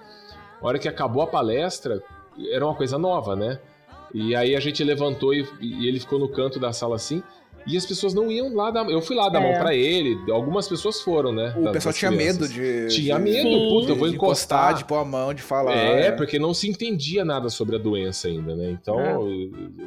Speaker 2: a hora que acabou a palestra, era uma coisa nova, né? E aí a gente levantou e, e ele ficou no canto da sala assim. E as pessoas não iam lá dar. Eu fui lá dar a mão
Speaker 5: É.
Speaker 2: pra ele. Algumas pessoas foram, né?
Speaker 3: O
Speaker 2: da-
Speaker 3: pessoal
Speaker 2: das
Speaker 3: tinha
Speaker 2: crianças.
Speaker 3: medo de...
Speaker 2: Tinha
Speaker 3: de-
Speaker 2: medo,
Speaker 3: de-
Speaker 2: puta, eu vou
Speaker 3: de
Speaker 2: encostar.
Speaker 3: De pôr a mão, de falar. né?
Speaker 2: É, porque não se entendia nada sobre a doença ainda, né? Então.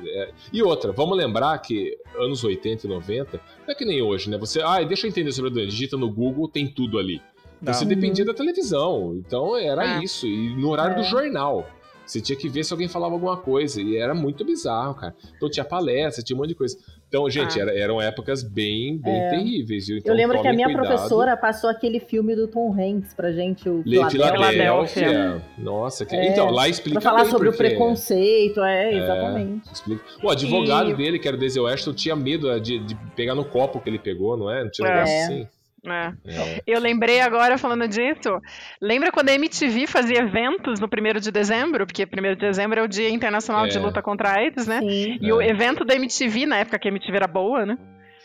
Speaker 2: é. E outra, vamos lembrar que anos 80 e 90, não é que nem hoje, né? Você, ah, deixa eu entender sobre a doença. Digita no Google, tem tudo ali.
Speaker 3: Não.
Speaker 2: Você dependia da televisão. Então era
Speaker 4: É.
Speaker 2: isso. E no horário do
Speaker 5: É.
Speaker 2: jornal. Você tinha que ver se alguém falava alguma coisa. E era muito bizarro, cara. Então tinha palestra, tinha um monte de coisa. Então, gente,
Speaker 4: Ah.
Speaker 2: era- eram épocas bem, bem terríveis. viu? Então,
Speaker 5: É. Eu lembro que a
Speaker 2: tomem
Speaker 5: minha
Speaker 2: cuidado.
Speaker 5: professora passou aquele filme do Tom Hanks pra gente, o
Speaker 2: Lê
Speaker 5: Filadélfia.
Speaker 2: Filadélfia. Nossa, que...
Speaker 5: É,
Speaker 2: então, lá explica
Speaker 5: Pra falar
Speaker 2: bem
Speaker 5: sobre o
Speaker 2: por quê.
Speaker 5: preconceito, é, exatamente.
Speaker 2: Explica. O advogado
Speaker 4: E-
Speaker 2: dele, que era o Daisy Weston, tinha medo é, de, de pegar no copo que ele pegou, não é? Não tinha um
Speaker 4: É.
Speaker 2: negócio assim.
Speaker 4: É.
Speaker 2: É.
Speaker 4: Eu lembrei agora, falando disso, lembra quando a MTV fazia eventos no 1 de dezembro? Porque 1 de dezembro é o Dia Internacional de
Speaker 2: É.
Speaker 4: Luta contra a AIDS, né?
Speaker 5: Sim.
Speaker 4: E o
Speaker 2: É.
Speaker 4: evento da MTV, na época que a MTV era boa, né?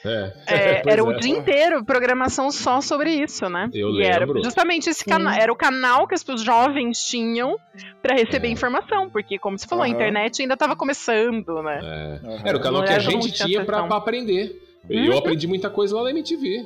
Speaker 2: É.
Speaker 4: É,
Speaker 2: (laughs) Pois
Speaker 4: era o
Speaker 2: é.
Speaker 4: dia inteiro programação só sobre isso, né?
Speaker 2: Eu
Speaker 4: e era
Speaker 2: lembro.
Speaker 4: justamente esse canal. Era o canal que as pessoas jovens tinham pra receber
Speaker 2: É.
Speaker 4: informação, porque, como você falou, a
Speaker 3: Aham.
Speaker 4: internet ainda tava começando, né?
Speaker 2: É.
Speaker 3: Aham.
Speaker 2: Era o canal
Speaker 4: Não
Speaker 2: que a
Speaker 4: era como
Speaker 2: gente
Speaker 4: tinha
Speaker 2: tinha pra,
Speaker 4: atenção. Uhum.
Speaker 2: pra aprender. E eu aprendi muita coisa lá na MTV.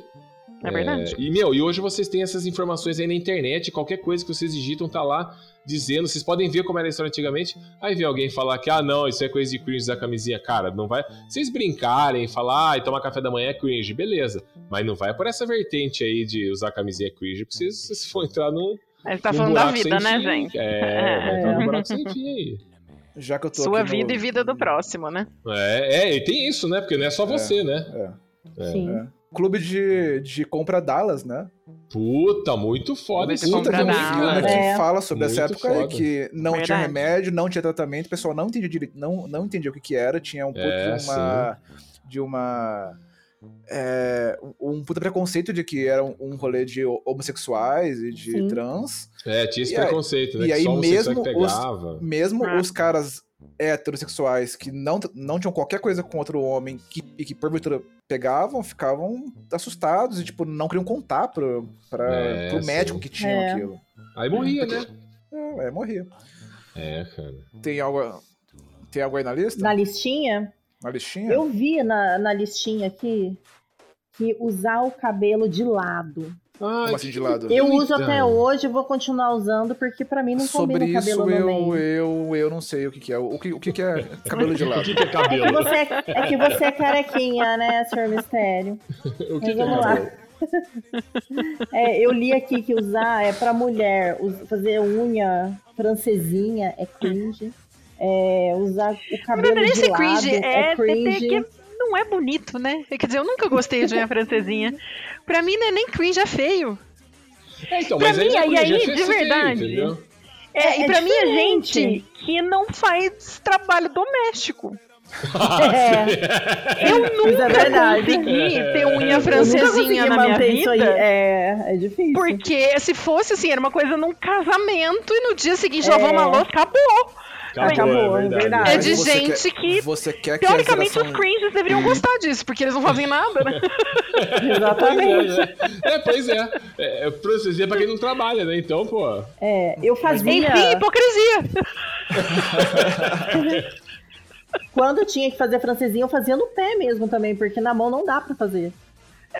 Speaker 4: É, verdade.
Speaker 2: E, meu, e hoje vocês têm essas informações aí na internet, qualquer coisa que vocês digitam tá lá dizendo, vocês podem ver como era a história antigamente, aí vem alguém falar que, ah, não, isso é coisa de cringe da camisinha. Cara, não vai... Vocês brincarem, falar, ah, e tomar café da manhã é cringe, beleza. Mas não vai por essa vertente aí de usar camisinha é cringe, porque vocês, vocês vão entrar num,
Speaker 4: A gente tá
Speaker 2: num
Speaker 4: falando da
Speaker 2: Um buraco
Speaker 4: vida,
Speaker 2: sem
Speaker 4: né,
Speaker 2: fim.
Speaker 4: gente?
Speaker 2: É, vai entrar
Speaker 4: (laughs)
Speaker 5: É.
Speaker 2: num buraco sem fim aí.
Speaker 3: Já que eu tô
Speaker 4: Sua
Speaker 3: aqui no-
Speaker 4: vida e vida do próximo, né?
Speaker 2: É, é, e tem isso, né? Porque não é só você, né?
Speaker 3: É.
Speaker 5: Sim.
Speaker 3: É. Clube de, de compra Dallas, né?
Speaker 2: Puta, muito foda
Speaker 8: Desse
Speaker 2: esse né?
Speaker 3: Puta que
Speaker 4: compra
Speaker 3: é um
Speaker 2: filme,
Speaker 4: Dallas.
Speaker 2: cara.
Speaker 3: filme que
Speaker 5: É.
Speaker 3: fala sobre essa
Speaker 2: Muito
Speaker 3: época né,
Speaker 2: foda.
Speaker 3: que não tinha
Speaker 4: Verdade.
Speaker 3: remédio, não tinha tratamento, o pessoal não entendia direito, não, não entendia o que, que era, tinha um pouco
Speaker 2: É,
Speaker 3: de uma. De uma é, um puta preconceito de que era um, um rolê de homossexuais e de
Speaker 5: Sim.
Speaker 3: trans.
Speaker 2: É, tinha esse
Speaker 3: E aí-
Speaker 2: preconceito, né?
Speaker 3: e
Speaker 2: que
Speaker 3: aí
Speaker 2: só homossexual
Speaker 3: mesmo
Speaker 2: que
Speaker 3: os-
Speaker 2: pegava.
Speaker 3: Mesmo
Speaker 4: Ah.
Speaker 3: os caras heterossexuais que não, não tinham qualquer coisa com outro homem que, e que porventura pegavam, ficavam assustados e, tipo, não queriam contar pro, pra,
Speaker 2: É,
Speaker 3: pro
Speaker 2: sim.
Speaker 3: médico que tinha
Speaker 5: É.
Speaker 3: aquilo.
Speaker 2: Aí morria, né?
Speaker 3: É, é, morria.
Speaker 2: É, cara.
Speaker 3: Tem algo, tem algo aí na lista?
Speaker 5: Na listinha,
Speaker 3: Na listinha?
Speaker 5: eu vi na, na listinha aqui que usar o cabelo de lado.
Speaker 2: Ai,
Speaker 3: Como assim de lado?
Speaker 5: Eu uso
Speaker 2: Eita.
Speaker 5: até hoje, vou continuar usando, porque pra mim não
Speaker 3: Sobre
Speaker 5: combina o
Speaker 3: isso,
Speaker 5: cabelo no
Speaker 3: eu,
Speaker 5: meio.
Speaker 3: eu, eu não sei o que, que é. O que, o que, que é cabelo de
Speaker 2: O
Speaker 3: lado?
Speaker 2: que, que é
Speaker 5: É que,
Speaker 2: cabelo?
Speaker 5: você, é que você é carequinha, né, Sr. Mistério?
Speaker 2: o que, que é (laughs)
Speaker 5: vamos lá.
Speaker 2: cabelo?
Speaker 5: É, eu li aqui que usar é pra mulher, us- fazer unha francesinha é cringe. É, usar o cabelo
Speaker 4: Não é nem
Speaker 5: de
Speaker 4: ser
Speaker 5: lado
Speaker 4: cringe,
Speaker 5: é,
Speaker 4: é,
Speaker 5: cringe.
Speaker 4: é que não é bonito, né? Quer dizer, eu nunca gostei de unha francesinha. Pra mim não é nem cringe, é feio.
Speaker 2: É, então,
Speaker 4: Pra
Speaker 2: mas
Speaker 4: mim, aí-
Speaker 2: é
Speaker 4: aí,
Speaker 2: já
Speaker 4: de
Speaker 2: fez isso
Speaker 4: verdade.
Speaker 2: entendeu?
Speaker 4: É,
Speaker 5: É,
Speaker 4: e
Speaker 5: é
Speaker 4: pra mim é
Speaker 5: diferente.
Speaker 4: gente que não faz trabalho doméstico.
Speaker 5: É,
Speaker 2: (laughs)
Speaker 4: Eu
Speaker 5: Isso
Speaker 4: nunca
Speaker 5: é verdade. É.
Speaker 4: consegui
Speaker 5: (laughs)
Speaker 4: ter unha
Speaker 5: eu nunca
Speaker 4: francesinha
Speaker 5: consegui
Speaker 4: na minha
Speaker 5: manter isso aí.
Speaker 4: vida.
Speaker 5: É, é difícil.
Speaker 4: Porque se fosse assim, era uma coisa num casamento e no dia seguinte
Speaker 5: É.
Speaker 4: lavou uma louça, acabou.
Speaker 5: Acabou,
Speaker 2: é
Speaker 5: é
Speaker 2: verdade.
Speaker 5: verdade.
Speaker 4: (laughs) É
Speaker 3: Mas
Speaker 4: de
Speaker 3: você
Speaker 4: gente
Speaker 3: quer-
Speaker 4: que,
Speaker 3: Você quer que a
Speaker 4: teoricamente,
Speaker 3: geração...
Speaker 4: os cringes deveriam gostar disso, porque eles não fazem
Speaker 5: (laughs)
Speaker 4: nada, né?
Speaker 5: Exatamente.
Speaker 2: Pois é, é, pois é. É, é francesinha pra quem não trabalha, né? Então, pô.
Speaker 5: É, eu
Speaker 4: Enfim,
Speaker 5: fazia.
Speaker 4: hipocrisia.
Speaker 5: Quando eu tinha que fazer francesinha, eu fazia no pé mesmo também, porque na mão não dá pra fazer.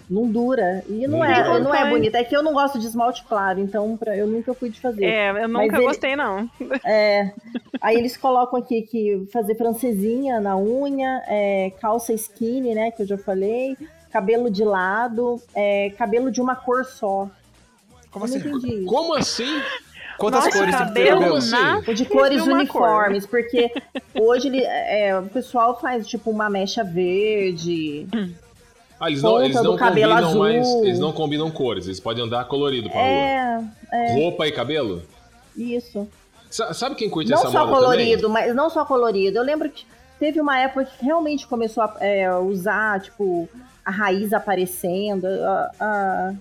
Speaker 5: Não dura. E não,
Speaker 2: Não
Speaker 5: é,
Speaker 2: dura.
Speaker 5: não é bonito. É que eu não gosto de esmalte claro, então pra- eu nunca fui de fazer.
Speaker 4: É, eu nunca
Speaker 5: ele-
Speaker 4: gostei, não.
Speaker 5: É, aí eles colocam aqui que fazer francesinha na unha, é, calça skinny, né, que eu já falei, cabelo de lado, é, cabelo de uma cor só.
Speaker 3: Como
Speaker 5: eu não
Speaker 3: assim?
Speaker 5: entendi
Speaker 2: (laughs)
Speaker 5: isso.
Speaker 2: Como assim?
Speaker 3: Quantas
Speaker 4: Nossa,
Speaker 3: cores tem que ter
Speaker 4: cabelo
Speaker 3: cabelo?
Speaker 2: assim?
Speaker 4: na-
Speaker 5: Ou de cores
Speaker 4: uma cor.
Speaker 5: uniformes, porque hoje ele, é, o pessoal faz tipo uma mecha verde,
Speaker 2: Ah, eles não,
Speaker 5: Ponta
Speaker 2: eles
Speaker 5: do
Speaker 2: não
Speaker 5: cabelo
Speaker 2: combinam
Speaker 5: azul.
Speaker 2: mais. Eles não combinam cores, eles podem andar colorido pra rua.
Speaker 5: É,
Speaker 2: Roupa e cabelo?
Speaker 5: isso.
Speaker 2: Sa- Sabe quem curte
Speaker 5: Não
Speaker 2: essa
Speaker 5: só
Speaker 2: moda
Speaker 5: colorido, mas não só colorido. Eu lembro que teve uma época que realmente começou a é, usar, tipo, a raiz aparecendo. A, a,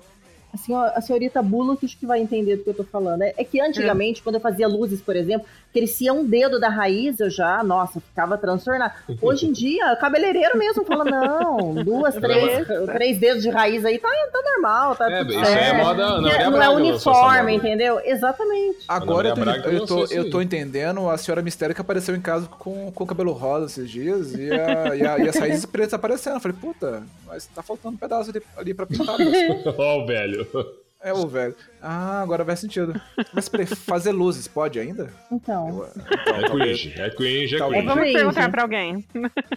Speaker 5: a senho- a senhorita Bullock acho que vai entender do que eu tô falando. É, é que antigamente, quando eu fazia luzes, por exemplo, crescia um dedo da raiz, eu já, nossa, ficava transtornada. Hoje em dia, o cabeleireiro mesmo fala, não, duas, três, três dedos de raiz aí, tá, tá normal, tá
Speaker 2: É,
Speaker 5: tudo
Speaker 2: isso
Speaker 5: certo.
Speaker 2: aí é moda Ana
Speaker 5: Não
Speaker 2: Maria
Speaker 5: é,
Speaker 2: Braga lançou essa moda.
Speaker 5: uniforme, entendeu? Exatamente.
Speaker 3: Agora eu tô,
Speaker 2: Ana Maria Braga
Speaker 3: eu, tô,
Speaker 2: lançou isso
Speaker 3: eu tô
Speaker 2: aí.
Speaker 3: entendendo a senhora mistério que apareceu em casa com, com cabelo rosa esses dias e, a, e, a, e as
Speaker 5: (laughs)
Speaker 3: raízes pretas aparecendo. Eu falei, puta, mas tá faltando um pedaço ali, ali pra
Speaker 5: (laughs)
Speaker 3: pintar. mesmo.
Speaker 2: também? (laughs) Ó, o velho.
Speaker 3: é o velho. Ah, agora faz sentido. Mas peraí, fazer luzes pode ainda?
Speaker 5: Então.
Speaker 3: Eu-
Speaker 2: É cringe, é cringe, é
Speaker 3: Tá bom.
Speaker 2: cringe.
Speaker 5: É,
Speaker 4: Vamos
Speaker 5: Cringe.
Speaker 4: perguntar pra alguém.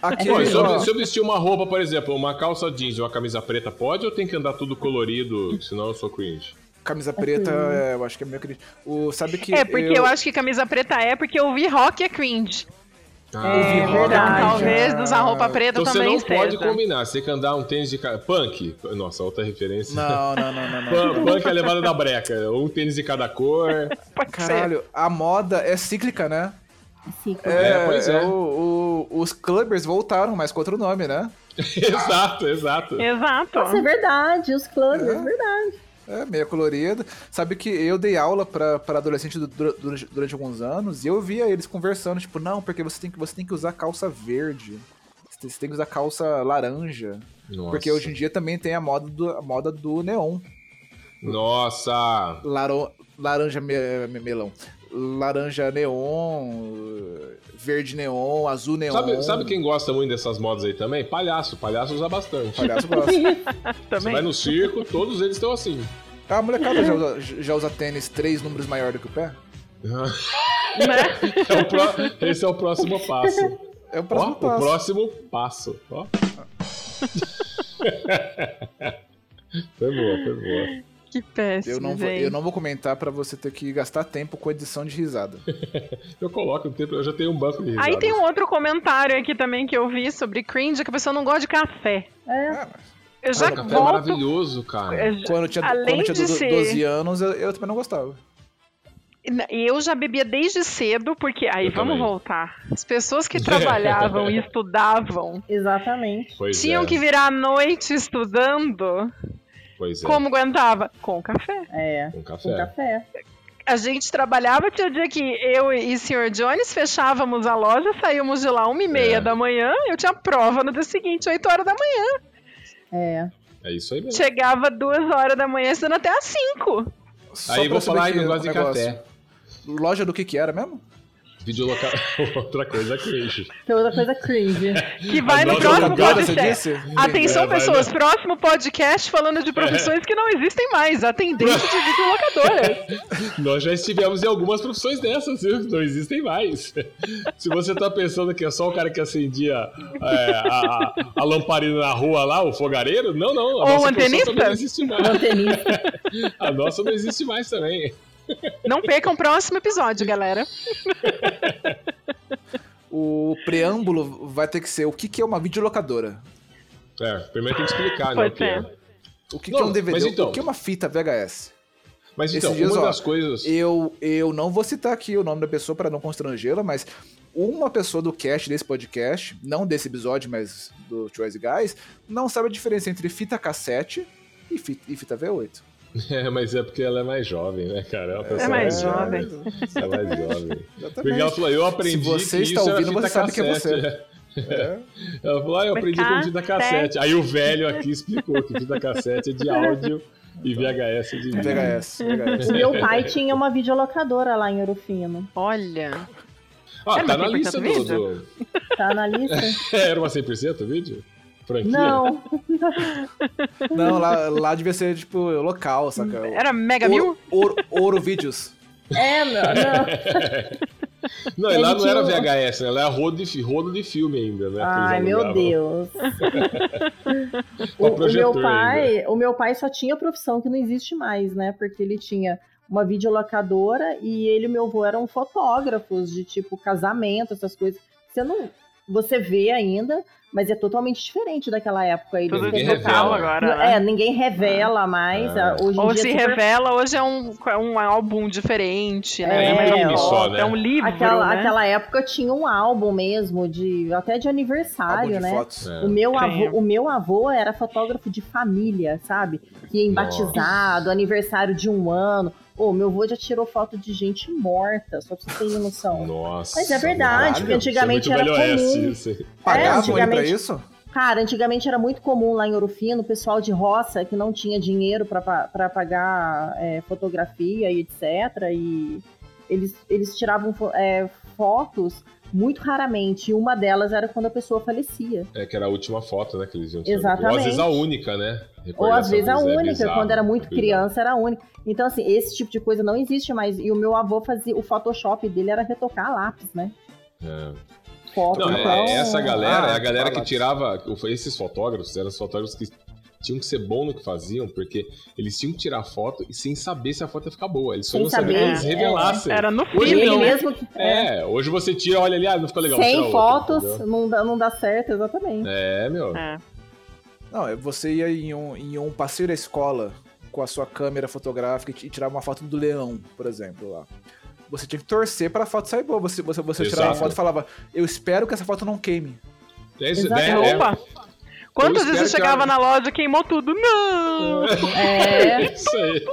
Speaker 3: Aqui,
Speaker 2: Pô, se,
Speaker 3: ó,
Speaker 2: eu, se eu vestir uma roupa, por exemplo, uma calça jeans e uma camisa preta, pode ou tem que andar tudo colorido, senão eu sou cringe?
Speaker 3: camisa preta, é, eu acho que é meio que... O, sabe que
Speaker 4: né? É, porque eu... acho que camisa preta é, porque eu vi rock é cringe.
Speaker 5: É
Speaker 2: Ah,
Speaker 5: verdade.
Speaker 4: Então, talvez
Speaker 3: Ah.
Speaker 4: usar roupa preta
Speaker 2: Então você
Speaker 4: também tá?
Speaker 2: não pode
Speaker 4: seja.
Speaker 2: combinar, você tem que andar um tênis de... ca- Punk, nossa, outra referência.
Speaker 3: (laughs) Não, não, não,
Speaker 4: (laughs)
Speaker 3: não, não.
Speaker 2: Punk, punk é a levada da breca, um tênis de cada cor. (laughs)
Speaker 4: Pode ser.
Speaker 3: Caralho, a moda é cíclica, né?
Speaker 5: Sim,
Speaker 2: É, pois é.
Speaker 3: o- o- os clubbers voltaram, mas com outro nome, né?
Speaker 2: exato, exato.
Speaker 4: Exato.
Speaker 5: Nossa, é verdade, os clubes, é, verdade.
Speaker 3: É, meio colorido. Sabe que eu dei aula pra, pra adolescente du- dura- durante, durante alguns anos e eu via eles conversando, tipo, não, porque você tem que, você tem que usar calça verde. Você você tem que usar calça laranja.
Speaker 2: Nossa.
Speaker 3: Porque hoje em dia também tem a moda do, a moda do neon.
Speaker 2: Nossa!
Speaker 3: Laro, laranja me- me- melão. Laranja neon, verde neon, azul neon.
Speaker 2: Sabe, sabe quem gosta muito dessas modas aí também? Palhaço. Palhaço usa bastante. (laughs)
Speaker 3: Palhaço gosta.
Speaker 2: Você
Speaker 4: Também.
Speaker 2: vai no circo, todos eles estão assim.
Speaker 3: Ah, A molecada já usa, já usa tênis três números maior do que o pé?
Speaker 2: É o pró- Esse é o próximo passo.
Speaker 3: É
Speaker 2: Ó,
Speaker 3: o próximo
Speaker 2: o
Speaker 3: passo.
Speaker 2: próximo passo.
Speaker 3: (laughs)
Speaker 2: Ó. foi boa, foi boa.
Speaker 4: Que péssimo,
Speaker 3: Eu não, vou,
Speaker 4: gente.
Speaker 3: eu não vou comentar pra você ter que gastar tempo com edição de
Speaker 4: (laughs)
Speaker 3: risada.
Speaker 2: Eu coloco o tempo, eu já tenho um banco de risadas.
Speaker 4: Aí tem um outro comentário aqui também que eu vi sobre cringe, que a pessoa não gosta de café.
Speaker 3: Ah, mas
Speaker 4: Eu já
Speaker 2: Cara, o café é
Speaker 4: volto... É,
Speaker 2: maravilhoso, cara.
Speaker 4: eu já-
Speaker 3: quando eu tinha,
Speaker 4: Além
Speaker 3: quando eu tinha
Speaker 4: de
Speaker 3: do-
Speaker 4: ser-
Speaker 3: 12 anos, eu, eu também não gostava.
Speaker 4: E Eu já bebia desde cedo, porque. Aí,
Speaker 2: Eu
Speaker 4: vamos
Speaker 2: também. É.
Speaker 4: voltar. As
Speaker 2: (laughs)
Speaker 4: pessoas que trabalhavam e estudavam
Speaker 5: Exatamente.
Speaker 2: Pois
Speaker 4: tinham
Speaker 2: é,
Speaker 4: que virar à noite estudando.
Speaker 2: Pois é.
Speaker 4: Como aguentava? Com café.
Speaker 5: É.
Speaker 2: Com café.
Speaker 5: Com café.
Speaker 4: A gente trabalhava, tinha dia que eu e o Sr. Jones fechávamos a loja, saímos de lá uma e meia
Speaker 2: É.
Speaker 4: da manhã, eu tinha prova no dia seguinte, 8 horas da manhã.
Speaker 5: É.
Speaker 2: É isso aí mesmo.
Speaker 4: Chegava duas horas da manhã, estudando até às 5.
Speaker 3: Só
Speaker 2: Aí
Speaker 3: pra
Speaker 2: vou
Speaker 3: saber
Speaker 2: falar
Speaker 3: que
Speaker 2: aí não gosto
Speaker 3: o
Speaker 2: de
Speaker 3: negócio-
Speaker 2: café.
Speaker 3: Loja do que que era mesmo?
Speaker 2: Videolocal. (laughs) Outra coisa cringe.
Speaker 5: Tem outra coisa cringe.
Speaker 4: Que vai no
Speaker 2: Uhum. Nossa,
Speaker 4: próximo
Speaker 2: jogada,
Speaker 3: Locadora, você
Speaker 4: podcast.
Speaker 3: disse?
Speaker 4: Atenção,
Speaker 2: É, vai,
Speaker 4: pessoas. Próximo podcast falando de profissões que não existem mais. Atendente de videolocadoras.
Speaker 2: Nós já estivemos em algumas profissões dessas, viu? Não existem mais. Se você tá pensando que é só o cara que acendia é, a, a- a lamparina na rua lá, o fogareiro, não, não. A
Speaker 4: Ou o
Speaker 2: profissão
Speaker 4: antenista.
Speaker 2: também não existe mais.
Speaker 5: Antenista.
Speaker 2: A nossa não existe mais também.
Speaker 4: Não percam o próximo episódio, galera.
Speaker 3: O preâmbulo vai ter que ser o que que é uma videolocadora?
Speaker 2: É, primeiro tem que explicar, né?
Speaker 4: Pois
Speaker 2: o que é.
Speaker 4: é.
Speaker 3: O que,
Speaker 2: Não,
Speaker 3: que é um DVD?
Speaker 2: mas então-
Speaker 3: o que é uma fita VHS?
Speaker 2: Mas então,
Speaker 3: Esses dias,
Speaker 2: uma
Speaker 3: ó,
Speaker 2: das coisas.
Speaker 3: Eu, eu não vou citar aqui o nome da pessoa para não constrangê-la, mas uma pessoa do cast desse podcast, não desse episódio, mas do Choice Guys, não sabe a diferença entre fita cassete e fita, e fita V8.
Speaker 2: (laughs) É, mas é porque ela é mais jovem, né, cara? Ela
Speaker 4: É mais jovem.
Speaker 2: Ela é mais jovem. Porque ela
Speaker 3: Exatamente.
Speaker 2: falou, eu aprendi
Speaker 3: Se você
Speaker 2: que isso
Speaker 3: está
Speaker 2: era
Speaker 3: ouvindo,
Speaker 2: fita
Speaker 3: você sabe que é
Speaker 2: cassete.
Speaker 3: É.
Speaker 2: Ela falou, ah, eu
Speaker 4: Mas
Speaker 2: aprendi com fita
Speaker 4: cassete.
Speaker 2: cassete. Aí o velho aqui explicou que fita cassete é de áudio e
Speaker 3: Tá.
Speaker 2: VHS é de vídeo.
Speaker 3: VHS, VHS.
Speaker 5: O meu pai tinha uma videolocadora lá em Orofino.
Speaker 4: Olha.
Speaker 2: Ó,
Speaker 4: É, mas
Speaker 2: tá na
Speaker 4: tem
Speaker 2: lista
Speaker 4: portanto
Speaker 2: do... do...
Speaker 5: Tá na
Speaker 2: (laughs)
Speaker 5: lista?
Speaker 2: Era uma 100% o vídeo? Franquia?
Speaker 5: Não.
Speaker 3: Não, lá, lá devia ser, tipo, local, saca?
Speaker 4: Era É, Mega Mil?
Speaker 3: Ouro, ouro, ouro Vídeos.
Speaker 5: É, não. não.
Speaker 2: (laughs) Não, e lá não
Speaker 5: Ele
Speaker 2: era
Speaker 5: tinha um-
Speaker 2: VHS, né? Ela era rodo de, fi- rodo de filme ainda, né? que eles
Speaker 5: Ai, meu
Speaker 2: alugavam. (laughs)
Speaker 5: Deus.
Speaker 2: Com
Speaker 5: O, o meu
Speaker 2: projetor ainda.
Speaker 5: pai, o meu pai só tinha profissão que não existe mais, né? Porque ele tinha uma videolocadora e ele e meu avô eram fotógrafos de tipo casamento, essas coisas. Você não você vê ainda, mas é totalmente diferente daquela época. Eles
Speaker 4: Tudo
Speaker 2: ninguém
Speaker 4: digital
Speaker 2: revela.
Speaker 4: agora, né?
Speaker 5: É, ninguém revela mais.
Speaker 2: Ah.
Speaker 5: Hoje em
Speaker 4: Ou
Speaker 5: dia
Speaker 4: se
Speaker 5: é super
Speaker 4: revela, hoje é um, um álbum diferente, né?
Speaker 5: É,
Speaker 4: Tem mais
Speaker 5: é um
Speaker 4: foto,
Speaker 2: só, né?
Speaker 4: É um livro,
Speaker 5: Aquela,
Speaker 4: né?
Speaker 5: aquela época tinha um álbum mesmo, de até de
Speaker 3: Álbum
Speaker 5: aniversário,
Speaker 3: de
Speaker 5: né?
Speaker 3: fotos.
Speaker 2: É.
Speaker 5: O meu,
Speaker 4: Sim.
Speaker 5: avô, o meu avô era fotógrafo de família, sabe? Que ia em
Speaker 2: Nossa.
Speaker 5: batizado, aniversário de um ano. Ô, meu avô já tirou foto de gente morta, só pra vocês terem noção.
Speaker 2: Nossa.
Speaker 5: Mas é verdade,
Speaker 2: caralho.
Speaker 5: porque antigamente
Speaker 2: Isso é muito
Speaker 5: era
Speaker 2: velho oeste,
Speaker 5: comum.
Speaker 2: isso aí.
Speaker 4: É,
Speaker 3: Pagavam aí pra
Speaker 5: antigamente-
Speaker 3: isso?
Speaker 5: Cara, antigamente era muito comum lá em Orofino, o pessoal de roça que não tinha dinheiro pra pa- pra pagar é, fotografia e etc. E eles, eles tiravam fo- é, fotos muito raramente. E uma delas era quando a pessoa falecia.
Speaker 2: É que era a última foto, né? Que eles iam tirar.
Speaker 5: Exatamente.
Speaker 2: Ou às vezes a única, né?
Speaker 5: Ou às vezes a
Speaker 2: Recordação,
Speaker 5: única,
Speaker 2: é bizarro, é
Speaker 5: quando era muito
Speaker 2: bizarro.
Speaker 5: criança era a única. Então, assim, esse tipo de coisa não existe mais. E o meu avô fazia, o Photoshop dele era retocar a lápis, né?
Speaker 2: É.
Speaker 5: Foto,
Speaker 2: Não, é-
Speaker 5: então...
Speaker 2: é essa galera é a
Speaker 3: Ah,
Speaker 2: galera que
Speaker 3: fala.
Speaker 2: tirava. Esses fotógrafos eram os fotógrafos que tinham que ser bom no que faziam, porque eles tinham que tirar foto e sem saber se a foto ia ficar boa. Eles só
Speaker 5: Sem
Speaker 2: iam saber
Speaker 5: saber,
Speaker 2: quando eles
Speaker 5: é.
Speaker 2: revelassem.
Speaker 4: Era no
Speaker 2: Hoje
Speaker 5: ele
Speaker 4: filme, né?
Speaker 5: mesmo que- é,
Speaker 2: É, hoje você tira, olha ali, ah, não ficou legal.
Speaker 5: sem
Speaker 2: tira outra,
Speaker 5: fotos
Speaker 2: entendeu?
Speaker 5: não dá, não dá certo, exatamente.
Speaker 2: É, meu.
Speaker 4: É.
Speaker 3: Não, é você ia em um, em um passeio da escola com a sua câmera fotográfica e ti- tirava uma foto do leão, por exemplo, lá. Você tinha que torcer para a foto sair boa. Você, você, você
Speaker 2: Exato.
Speaker 3: tirava a foto e falava, eu espero que essa foto não queime.
Speaker 2: É isso,
Speaker 5: Exato.
Speaker 2: né?
Speaker 5: É,
Speaker 2: É.
Speaker 4: Opa! Quantas
Speaker 2: espero
Speaker 4: vezes eu
Speaker 2: que
Speaker 4: chegava
Speaker 2: a-
Speaker 4: na loja e queimou tudo? Não!
Speaker 5: É,
Speaker 2: É isso aí.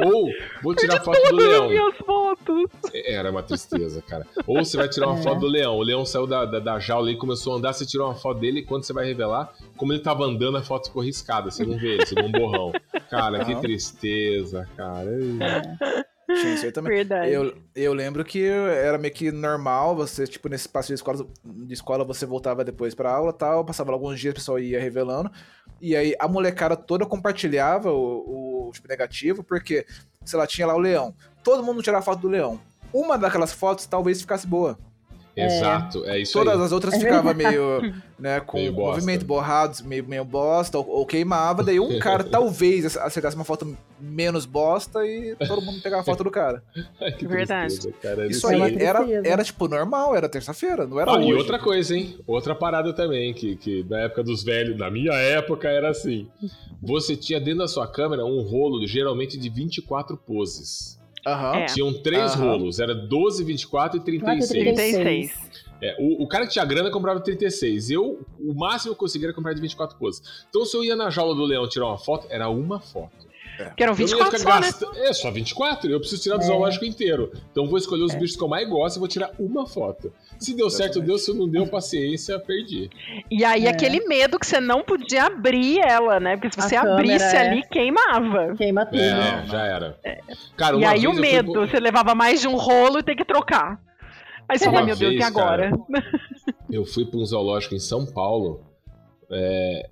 Speaker 2: Ou, vou tirar foto do
Speaker 4: Todas as
Speaker 2: leão.
Speaker 4: minhas fotos!
Speaker 2: Era uma tristeza, cara. Ou você vai tirar (laughs) uma foto do leão. O leão saiu da, da, da jaula e começou a andar, você tirou uma foto dele e quando você vai revelar, como ele tava andando, a foto ficou riscada. Você não vê ele, você vê um borrão. Cara, que
Speaker 3: Não.
Speaker 2: tristeza, cara.
Speaker 3: Tinha isso aí também.
Speaker 4: Verdade.
Speaker 3: Eu, eu lembro que era meio que normal, você, tipo, nesse espaço de escola, de escola você voltava depois pra aula e tal, passava lá alguns dias, o pessoal ia revelando. E aí a molecada toda compartilhava o, o tipo, negativo, porque, sei lá, tinha lá o leão. Todo mundo tirava foto do leão. Uma daquelas fotos talvez ficasse boa.
Speaker 2: Exato, é isso
Speaker 3: Todas
Speaker 2: aí.
Speaker 3: as outras ficava meio,
Speaker 2: (laughs)
Speaker 3: né, com
Speaker 2: Meio bosta.
Speaker 3: movimento borrado, meio, meio bosta, ou, ou queimava. Daí um
Speaker 2: (laughs)
Speaker 3: cara talvez acertasse uma foto menos bosta e todo mundo pegava a foto do cara.
Speaker 2: (laughs) Ai, que
Speaker 4: Verdade.
Speaker 2: tristeza, cara. é
Speaker 3: Isso
Speaker 5: aí.
Speaker 3: aí era,
Speaker 5: Tristeza.
Speaker 3: era tipo normal, era terça-feira, não era
Speaker 2: Ah,
Speaker 3: hoje.
Speaker 2: e outra coisa, hein? Outra parada também, que, que na época dos velhos, na minha época era assim. Você tinha dentro da sua câmera um rolo geralmente de 24 poses.
Speaker 3: Aham.
Speaker 4: É.
Speaker 2: Tinham três
Speaker 3: Aham.
Speaker 2: rolos, era 12, 24 e 36.
Speaker 4: 36.
Speaker 2: É, o, o cara que tinha grana comprava 36. Eu, o máximo que eu conseguia era comprar de 24 poses. Então, se eu ia na jaula do leão tirar uma foto, era uma foto.
Speaker 4: Que eram
Speaker 2: Eu não ia ficar
Speaker 4: 24 só, né? É.
Speaker 2: gastando- É, só 24. Eu preciso tirar do zoológico inteiro. Então, vou escolher os bichos que eu mais gosto e vou tirar uma foto. Se deu certo, deu. Se não deu, paciência, perdi.
Speaker 4: E aí aquele medo que você não podia abrir ela, né? Porque se
Speaker 5: A
Speaker 4: você
Speaker 5: câmera,
Speaker 4: abrisse
Speaker 5: é.
Speaker 4: ali, queimava.
Speaker 5: Queima tudo.
Speaker 2: É, já era. Cara,
Speaker 4: e
Speaker 2: uma
Speaker 4: aí o
Speaker 2: vez eu fui
Speaker 4: medo,
Speaker 2: pro-
Speaker 4: você levava mais de um rolo e tem que trocar. Aí você
Speaker 2: Uma
Speaker 4: fala, meu Deus, e
Speaker 2: vez,
Speaker 4: agora?
Speaker 2: Eu fui pra um zoológico em São Paulo. É,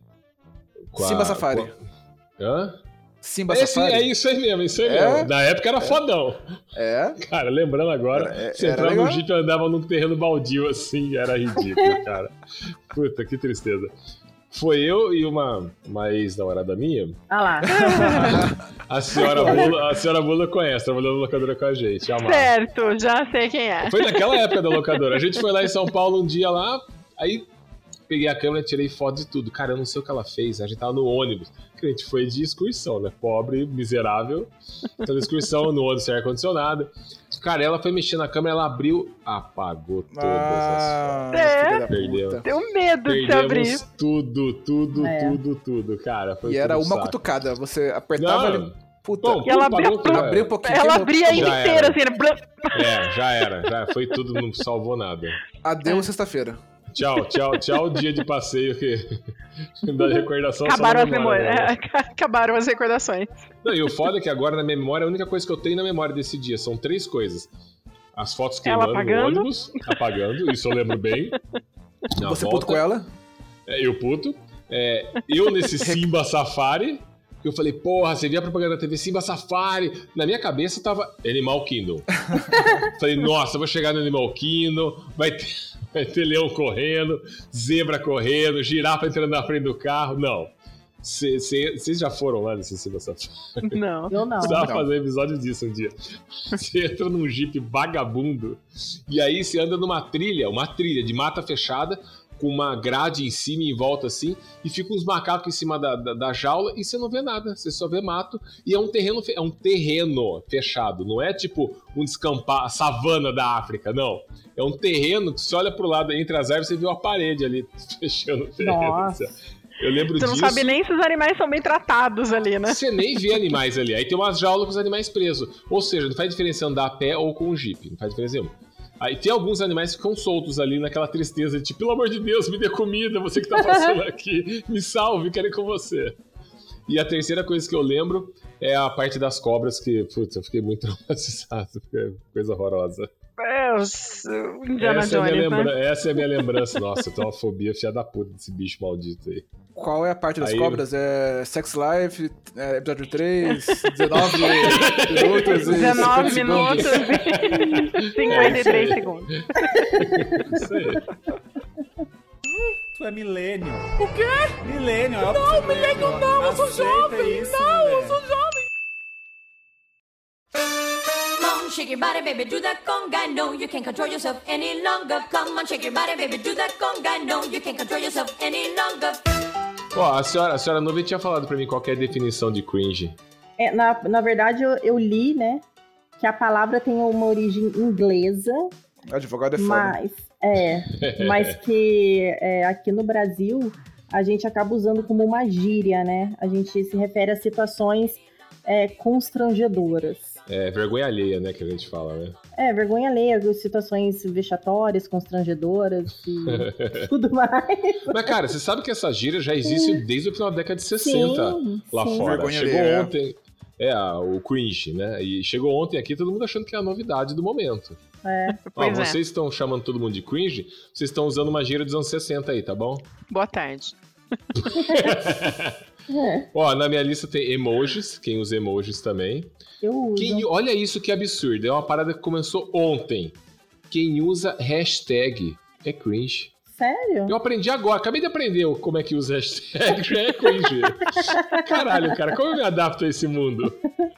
Speaker 2: com a-
Speaker 3: Simba Safari.
Speaker 2: com a- Hã?
Speaker 3: Simba
Speaker 2: Esse-
Speaker 3: Safari.
Speaker 2: é isso aí mesmo, é isso aí
Speaker 3: É?
Speaker 2: mesmo. Na época era fodão.
Speaker 3: É.
Speaker 2: Cara, lembrando agora,
Speaker 3: Era- é-
Speaker 2: você
Speaker 3: era
Speaker 2: entrava no
Speaker 3: legal.
Speaker 2: Jeep e andava num terreno baldio assim, era
Speaker 3: (laughs)
Speaker 2: ridículo, cara. Puta, que tristeza. Foi eu e uma, uma ex-namorada minha.
Speaker 5: Ah
Speaker 4: (laughs)
Speaker 5: lá.
Speaker 4: Tá
Speaker 2: A senhora Bula, a senhora Bula conhece, trabalhou na locadora com a gente. é Amava.
Speaker 4: Certo, já sei quem é.
Speaker 2: Foi naquela época da locadora. A gente foi lá em São Paulo um dia lá, aí peguei a câmera, tirei foto de tudo. Cara, eu não sei o que ela fez. A gente tava no ônibus. A gente foi de excursão, né? Pobre, miserável. Tava de excursão no ônibus sem ar-condicionado. Cara, ela foi mexer na câmera, ela abriu, apagou todas as fotos.
Speaker 3: Ah,
Speaker 4: É.
Speaker 3: filha da
Speaker 2: Perdeu.
Speaker 3: puta.
Speaker 4: Tenho medo de se abrir.
Speaker 2: Perdemos tudo, tudo,
Speaker 5: É.
Speaker 2: tudo, tudo, cara. Foi
Speaker 3: E era
Speaker 2: tudo
Speaker 3: uma
Speaker 2: saco.
Speaker 3: cutucada. Você
Speaker 2: Não,
Speaker 3: apertava ali. Puta.
Speaker 2: bom,
Speaker 4: E ela abriu
Speaker 2: apagou tudo.
Speaker 3: abriu um pouquinho.
Speaker 4: Ela
Speaker 3: queimou.
Speaker 4: abria ainda
Speaker 2: Já
Speaker 4: inteira,
Speaker 2: era.
Speaker 4: assim, ele blam,
Speaker 2: É, já era. Já foi tudo, não salvou nada.
Speaker 4: É.
Speaker 3: Adeus, sexta-feira.
Speaker 2: Tchau, tchau, tchau, dia de passeio que (laughs) da recordação. só
Speaker 4: acabaram é.
Speaker 2: na
Speaker 4: as memórias.
Speaker 2: né?
Speaker 4: (laughs) acabaram as recordações.
Speaker 2: Não, e o foda é que agora na minha memória, a única coisa que eu tenho na memória desse dia são três coisas: as fotos
Speaker 4: Ela
Speaker 2: queimando no
Speaker 4: apagando.
Speaker 2: ônibus, apagando, isso eu lembro
Speaker 3: (laughs)
Speaker 2: bem. Na
Speaker 3: Você
Speaker 2: volta,
Speaker 3: puto com ela?
Speaker 2: é, Eu puto. É, eu nesse Simba Safari. que Eu falei, porra, você via a propaganda da TV Simba Safari. Na minha cabeça tava Animal Kingdom. (laughs) falei, nossa, eu vou chegar no Animal Kingdom, vai ter, (laughs) vai ter leão correndo, zebra correndo, girafa entrando na frente do carro. Não. Cê- cê- Vocês já foram lá nesse Simba Safari?
Speaker 4: Não.
Speaker 5: Eu não.
Speaker 2: Precisava
Speaker 3: Não.
Speaker 2: fazer um episódio disso um dia. Você entra num jeep vagabundo e aí você anda numa trilha, uma trilha de mata fechada, com uma grade em cima e em volta assim, e fica uns macacos em cima da, da, da jaula e você não vê nada, você só vê mato. E é um terreno, fe- é um terreno fechado, não é tipo um descampar, a savana da África, não. É um terreno que você olha pro lado entre as árvores você vê uma parede ali (laughs) fechando o terreno.
Speaker 5: Nossa.
Speaker 2: Eu lembro
Speaker 4: Você não
Speaker 2: disso.
Speaker 4: sabe nem se os animais são bem tratados ali, né?
Speaker 2: Você nem vê animais ali. Aí tem umas jaulas com os animais presos. Ou seja, não faz diferença andar a pé ou com um jipe. Não faz diferença nenhuma. Aí tem alguns animais que ficam soltos ali naquela tristeza de tipo, pelo amor de Deus, me dê comida, você que tá passando aqui, me salve, quero ir com você. E a terceira coisa que eu lembro é a parte das cobras, que, putz, eu fiquei muito (laughs) traumatizado, porque é coisa horrorosa.
Speaker 4: É, os o Indiana
Speaker 2: essa, é a minha
Speaker 4: Jones, né?
Speaker 2: lembra- essa é a minha lembrança. Nossa, eu tenho uma fobia fiada da puta desse bicho maldito aí.
Speaker 3: Qual é a parte das
Speaker 2: Aí-
Speaker 3: cobras? É Sex Life, é episódio 3, 19 (laughs) minutos. e 50
Speaker 4: 19
Speaker 3: segundos.
Speaker 4: minutos
Speaker 2: (laughs)
Speaker 4: e
Speaker 2: É
Speaker 4: 53 segundos.
Speaker 2: Isso aí.
Speaker 6: Tu é milênio. O quê? Milênio. é Não, milênio não, eu sou jovem. não, eu sou jovem.
Speaker 9: Come on, shake your body, baby, do that conga. No, you can't control yourself any longer. Come on, shake your body, baby, do that conga. No, you can't control yourself any longer.
Speaker 2: Ó, a senhora, a senhora Nuvem tinha falado pra mim qual que é a definição de cringe.
Speaker 5: É, na, na verdade, eu, eu li, né? Que a palavra tem uma origem inglesa,
Speaker 3: Advogado é foda.
Speaker 5: mas.
Speaker 2: (laughs)
Speaker 5: É. mas que é, aqui no Brasil a gente acaba usando como uma gíria, né? A gente se refere a situações é, constrangedoras.
Speaker 2: É, vergonha alheia, né, que a gente fala, né?
Speaker 5: É, vergonha alheia, situações vexatórias, constrangedoras
Speaker 2: (laughs)
Speaker 5: e tudo mais.
Speaker 2: Mas, cara, você sabe que essa gíria já existe desde o final da década de 60
Speaker 5: Sim,
Speaker 2: lá
Speaker 5: sim.
Speaker 2: fora.
Speaker 3: Vergonha
Speaker 2: chegou
Speaker 3: alheia, é.
Speaker 2: ontem. É, a- o cringe, né? E chegou ontem aqui todo mundo achando que é a novidade do momento.
Speaker 5: É.
Speaker 2: Ó,
Speaker 4: Pois é.
Speaker 2: vocês estão chamando todo mundo de cringe, vocês estão usando uma gíria dos anos 60 aí, tá bom?
Speaker 4: Boa tarde.
Speaker 5: É,
Speaker 2: Ó, na minha lista tem emojis, quem usa emojis também.
Speaker 5: eu uso.
Speaker 2: Quem- olha isso que absurdo, é uma parada que começou ontem. Quem usa hashtag é cringe.
Speaker 5: Sério?
Speaker 2: Eu aprendi agora, acabei de aprender o- como é que usa hashtag, já é
Speaker 5: (laughs)
Speaker 2: cringe. Caralho, cara, como eu me adapto a esse mundo?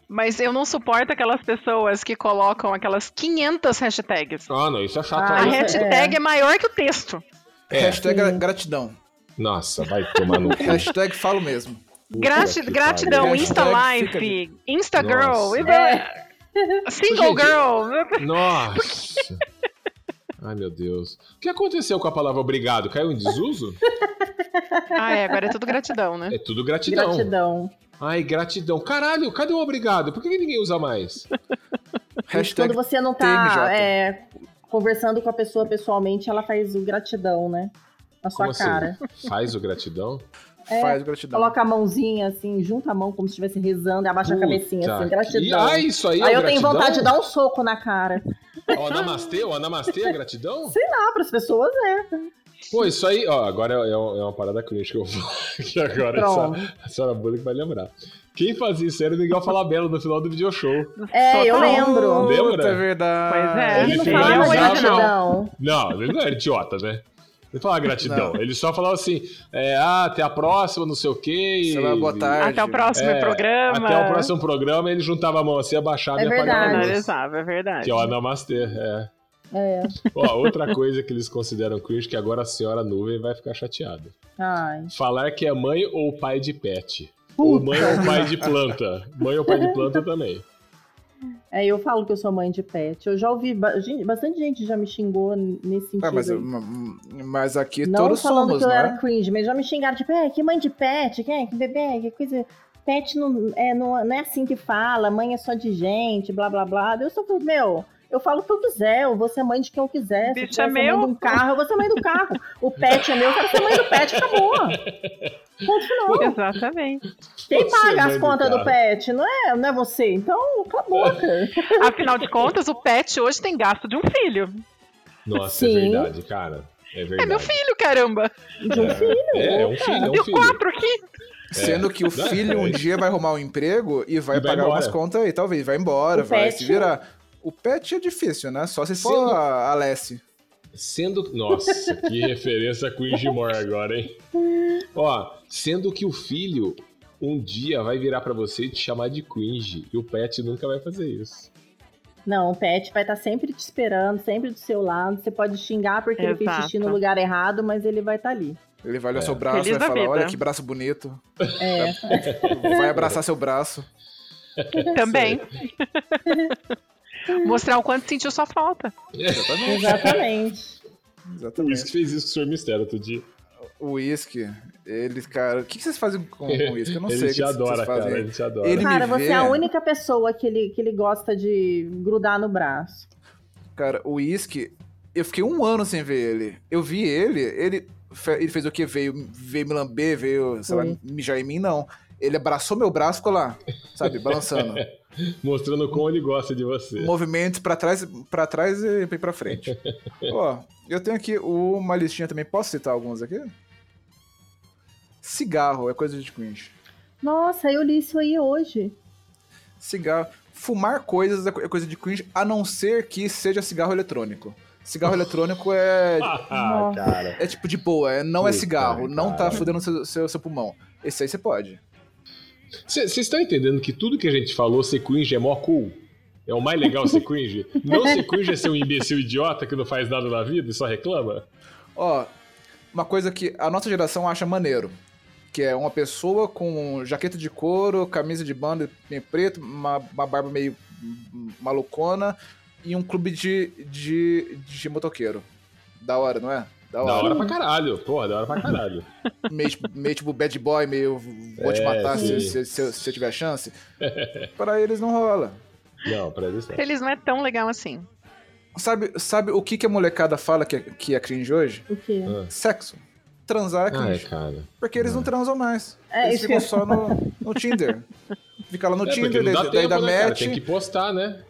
Speaker 4: Mas eu não suporto aquelas pessoas que colocam aquelas 500 hashtags.
Speaker 2: Ah, não, isso é chato.
Speaker 5: Ah,
Speaker 4: A
Speaker 5: isso
Speaker 2: né?
Speaker 4: hashtag é. maior que o texto.
Speaker 2: É.
Speaker 3: Hashtag gra- gratidão.
Speaker 2: Nossa, vai tomar
Speaker 5: (laughs)
Speaker 2: no cu.
Speaker 3: Hashtag falo mesmo.
Speaker 2: Puta
Speaker 4: Grati-
Speaker 2: que
Speaker 4: gratidão,
Speaker 3: pariu.
Speaker 4: Insta
Speaker 3: Hashtag fica
Speaker 4: Life, Insta Girl,
Speaker 2: Nossa.
Speaker 4: Eva- Single
Speaker 2: Gente,
Speaker 4: Girl.
Speaker 2: pariu. Nossa. (laughs) Ai, meu Deus. O que aconteceu com a palavra obrigado? Caiu em desuso?
Speaker 4: Ah, é, agora é tudo gratidão, né?
Speaker 2: É tudo gratidão.
Speaker 5: Gratidão.
Speaker 2: Ai, gratidão. Caralho, cadê o obrigado? Por que que ninguém usa mais?
Speaker 3: Hashtag
Speaker 5: Quando você não tá
Speaker 3: TMJ.
Speaker 5: é, conversando com a pessoa pessoalmente, ela faz o gratidão, né? Na sua
Speaker 2: Como assim? um-
Speaker 5: cara.
Speaker 2: Faz o gratidão?
Speaker 5: É,
Speaker 3: faz gratidão.
Speaker 5: Coloca a mãozinha assim, junta a mão como se estivesse rezando e abaixa a cabecinha
Speaker 2: Puta
Speaker 5: assim,
Speaker 2: que-
Speaker 5: gratidão.
Speaker 2: Ah, isso aí
Speaker 5: Aí
Speaker 2: é
Speaker 5: eu tenho
Speaker 2: gratidão?
Speaker 5: vontade de um dar um soco na cara.
Speaker 2: Ó, namastê, ó, namastê é gratidão?
Speaker 5: Ah, pras pessoas é.
Speaker 2: Pô, isso aí, ó, agora é, é uma parada cringe que eu vou falar (laughs) aqui agora.
Speaker 5: Pronto.
Speaker 2: Essa, a senhora Bullock vai lembrar. Quem fazia isso era o Miguel Falabella no final do video show.
Speaker 5: É,
Speaker 2: tá
Speaker 5: eu lembro.
Speaker 2: Lembra?
Speaker 3: Puta, é verdade.
Speaker 4: Pois é.
Speaker 5: Ele não
Speaker 2: Ele
Speaker 5: falava
Speaker 2: usava-
Speaker 5: gratidão.
Speaker 2: Não, ele não era idiota, né? Ele falava gratidão. Ele só falava assim, é, ah, até a próxima, não sei o quê. e-
Speaker 3: Sei lá, boa tarde.
Speaker 4: Até o próximo
Speaker 2: É,
Speaker 4: programa.
Speaker 2: Até o próximo programa, ele juntava a mão assim, abaixava
Speaker 5: É
Speaker 2: e apagava a
Speaker 5: verdade.
Speaker 2: luz.
Speaker 4: Analisava, é verdade.
Speaker 2: Que é o Namastê, é.
Speaker 5: É.
Speaker 2: Ó, outra coisa que eles consideram cringe, que agora a senhora nuvem vai ficar chateada.
Speaker 5: Ai.
Speaker 2: Falar que é mãe ou pai de pet. Ou mãe ou pai
Speaker 3: (laughs)
Speaker 2: de planta. Mãe ou pai de planta também.
Speaker 5: É, eu falo que eu sou mãe de pet. Eu já ouvi. ba- gente- bastante gente já me xingou n- nesse sentido.
Speaker 3: Ah, mas,
Speaker 5: aí.
Speaker 3: mas aqui
Speaker 5: não
Speaker 3: todos
Speaker 5: falando
Speaker 3: somos,
Speaker 5: que eu
Speaker 3: né?
Speaker 5: era cringe, mas já me xingaram, tipo, é, que mãe de pet, que, é, que bebê, que coisa. Pet não é, não, não é assim que fala, mãe é só de gente, blá blá blá. Eu sou, meu, eu falo o que eu quiser, eu vou ser mãe de quem eu quiser. Se
Speaker 4: Bicho
Speaker 5: eu quiser
Speaker 4: é
Speaker 5: ser mãe
Speaker 4: meu.
Speaker 5: de um carro, eu vou ser mãe do carro. O pet é meu, eu quero ser mãe do pet, acabou. Ponto final.
Speaker 4: Exatamente.
Speaker 5: Quem
Speaker 2: Você é
Speaker 5: paga
Speaker 2: mãe
Speaker 5: as
Speaker 2: do
Speaker 5: contas
Speaker 2: carro.
Speaker 5: do, pet? Não é, não é você. Então, acabou, cara.
Speaker 4: Afinal de contas, o pet hoje tem gasto de um filho.
Speaker 2: Nossa, é
Speaker 5: Sim.
Speaker 2: verdade, cara. É verdade.
Speaker 4: É meu filho, caramba.
Speaker 5: De um filho.
Speaker 2: É, é um filho, é um
Speaker 4: Deu
Speaker 2: filho.
Speaker 4: quatro
Speaker 2: (laughs)
Speaker 4: aqui.
Speaker 3: É. Sendo que o
Speaker 2: Não,
Speaker 3: filho um
Speaker 2: é.
Speaker 3: dia vai arrumar um emprego e vai
Speaker 2: E vai
Speaker 3: pagar
Speaker 2: embora.
Speaker 3: algumas contas e talvez vai embora,
Speaker 5: O
Speaker 3: vai
Speaker 5: pet-
Speaker 3: se virar. O pet é difícil, né? Só se for
Speaker 2: Sendo-
Speaker 3: a Alessi.
Speaker 2: Sendo. Nossa,
Speaker 4: (laughs)
Speaker 2: que referência com Gilmore agora, hein? Ó, sendo que o filho um dia vai virar pra você e te chamar de cringe. E o pet nunca vai fazer isso.
Speaker 5: Não, o pet vai estar sempre te esperando, sempre do seu lado. Você pode xingar porque ele fez
Speaker 4: Exato.
Speaker 5: xixi no lugar errado, mas ele vai estar ali.
Speaker 3: Ele vai olhar
Speaker 2: É.
Speaker 3: seu braço
Speaker 4: Feliz
Speaker 3: vai
Speaker 4: da
Speaker 3: falar,
Speaker 4: vida.
Speaker 3: olha que braço bonito.
Speaker 5: É.
Speaker 3: Tá Vai abraçar seu braço.
Speaker 4: Também. Mostrar o quanto sentiu sua falta.
Speaker 5: Exatamente.
Speaker 2: Por isso que
Speaker 3: Exatamente.
Speaker 2: fez isso com o Sr. Mistério outro dia.
Speaker 3: O uísque, ele, cara... O que que vocês fazem
Speaker 2: (laughs)
Speaker 3: com o uísque? Eu não
Speaker 2: ele
Speaker 3: sei o que
Speaker 2: te
Speaker 3: vocês
Speaker 2: adora,
Speaker 3: fazem.
Speaker 2: cara. Ele te adora.
Speaker 3: Ele- me
Speaker 5: Cara, você é a
Speaker 3: vê-
Speaker 5: única pessoa que ele, que ele gosta de grudar no braço.
Speaker 3: Cara, o uísque, eu fiquei um ano sem ver ele. Eu vi ele, ele, fe- ele fez o quê? Veio, veio me lamber, veio, sei lá,
Speaker 5: Oi.
Speaker 3: mijar em mim, não. Ele abraçou meu braço e ficou lá, sabe, balançando.
Speaker 2: Mostrando o como ele gosta de você. (laughs)
Speaker 3: Movimentos pra trás, pra trás e pra- pra frente. Ó, eu tenho aqui uma listinha também. Posso citar alguns aqui? Cigarro, é coisa de cringe.
Speaker 5: Nossa, eu li isso aí hoje.
Speaker 3: Cigarro. Fumar coisas é co- é coisa de cringe, a não ser que seja cigarro eletrônico. Cigarro
Speaker 2: (laughs)
Speaker 3: eletrônico é
Speaker 2: Ah, cara.
Speaker 3: É tipo de boa, é- não é
Speaker 2: Puta,
Speaker 3: cigarro, não tá
Speaker 2: cara.
Speaker 3: fudendo seu, seu, seu pulmão. Esse aí você pode.
Speaker 2: Vocês estão entendendo que tudo que a gente falou ser cringe é mó cool? É o mais legal ser cringe? Não ser cringe é ser um imbecil idiota que não faz nada na vida e só reclama?
Speaker 3: Ó, uma coisa que a nossa geração acha maneiro, que é uma pessoa com jaqueta de couro, camisa de banda meio preto, uma, uma barba meio hum, malucona e um clube de, de, de motoqueiro. Da hora, não é? Da hora.
Speaker 2: Da hora pra caralho, porra, da hora pra caralho.
Speaker 3: Meio, tipo- meio tipo bad boy, meio vou te
Speaker 2: É,
Speaker 3: matar
Speaker 2: sim.
Speaker 3: se, se, se, eu- se eu tiver chance. pra eles não rola.
Speaker 2: Não, pra eles não.
Speaker 4: Eles não é tão legal assim.
Speaker 3: Sabe, sabe o que, que a molecada fala que é, que é cringe hoje?
Speaker 5: O quê?
Speaker 3: Sexo. Transar é
Speaker 2: Ah, é, Ah.
Speaker 3: cringe.
Speaker 2: cara.
Speaker 3: porque eles não transam mais.
Speaker 5: É,
Speaker 3: eles
Speaker 5: isso
Speaker 3: ficam
Speaker 5: que eu-
Speaker 3: só no, no
Speaker 5: (laughs)
Speaker 3: Tinder. Fica lá no
Speaker 2: É, porque
Speaker 3: Tinder,
Speaker 2: não
Speaker 3: daí
Speaker 2: dá
Speaker 3: daí
Speaker 2: tempo,
Speaker 3: dá
Speaker 2: né, cara?
Speaker 3: match.
Speaker 2: Tem que postar, né?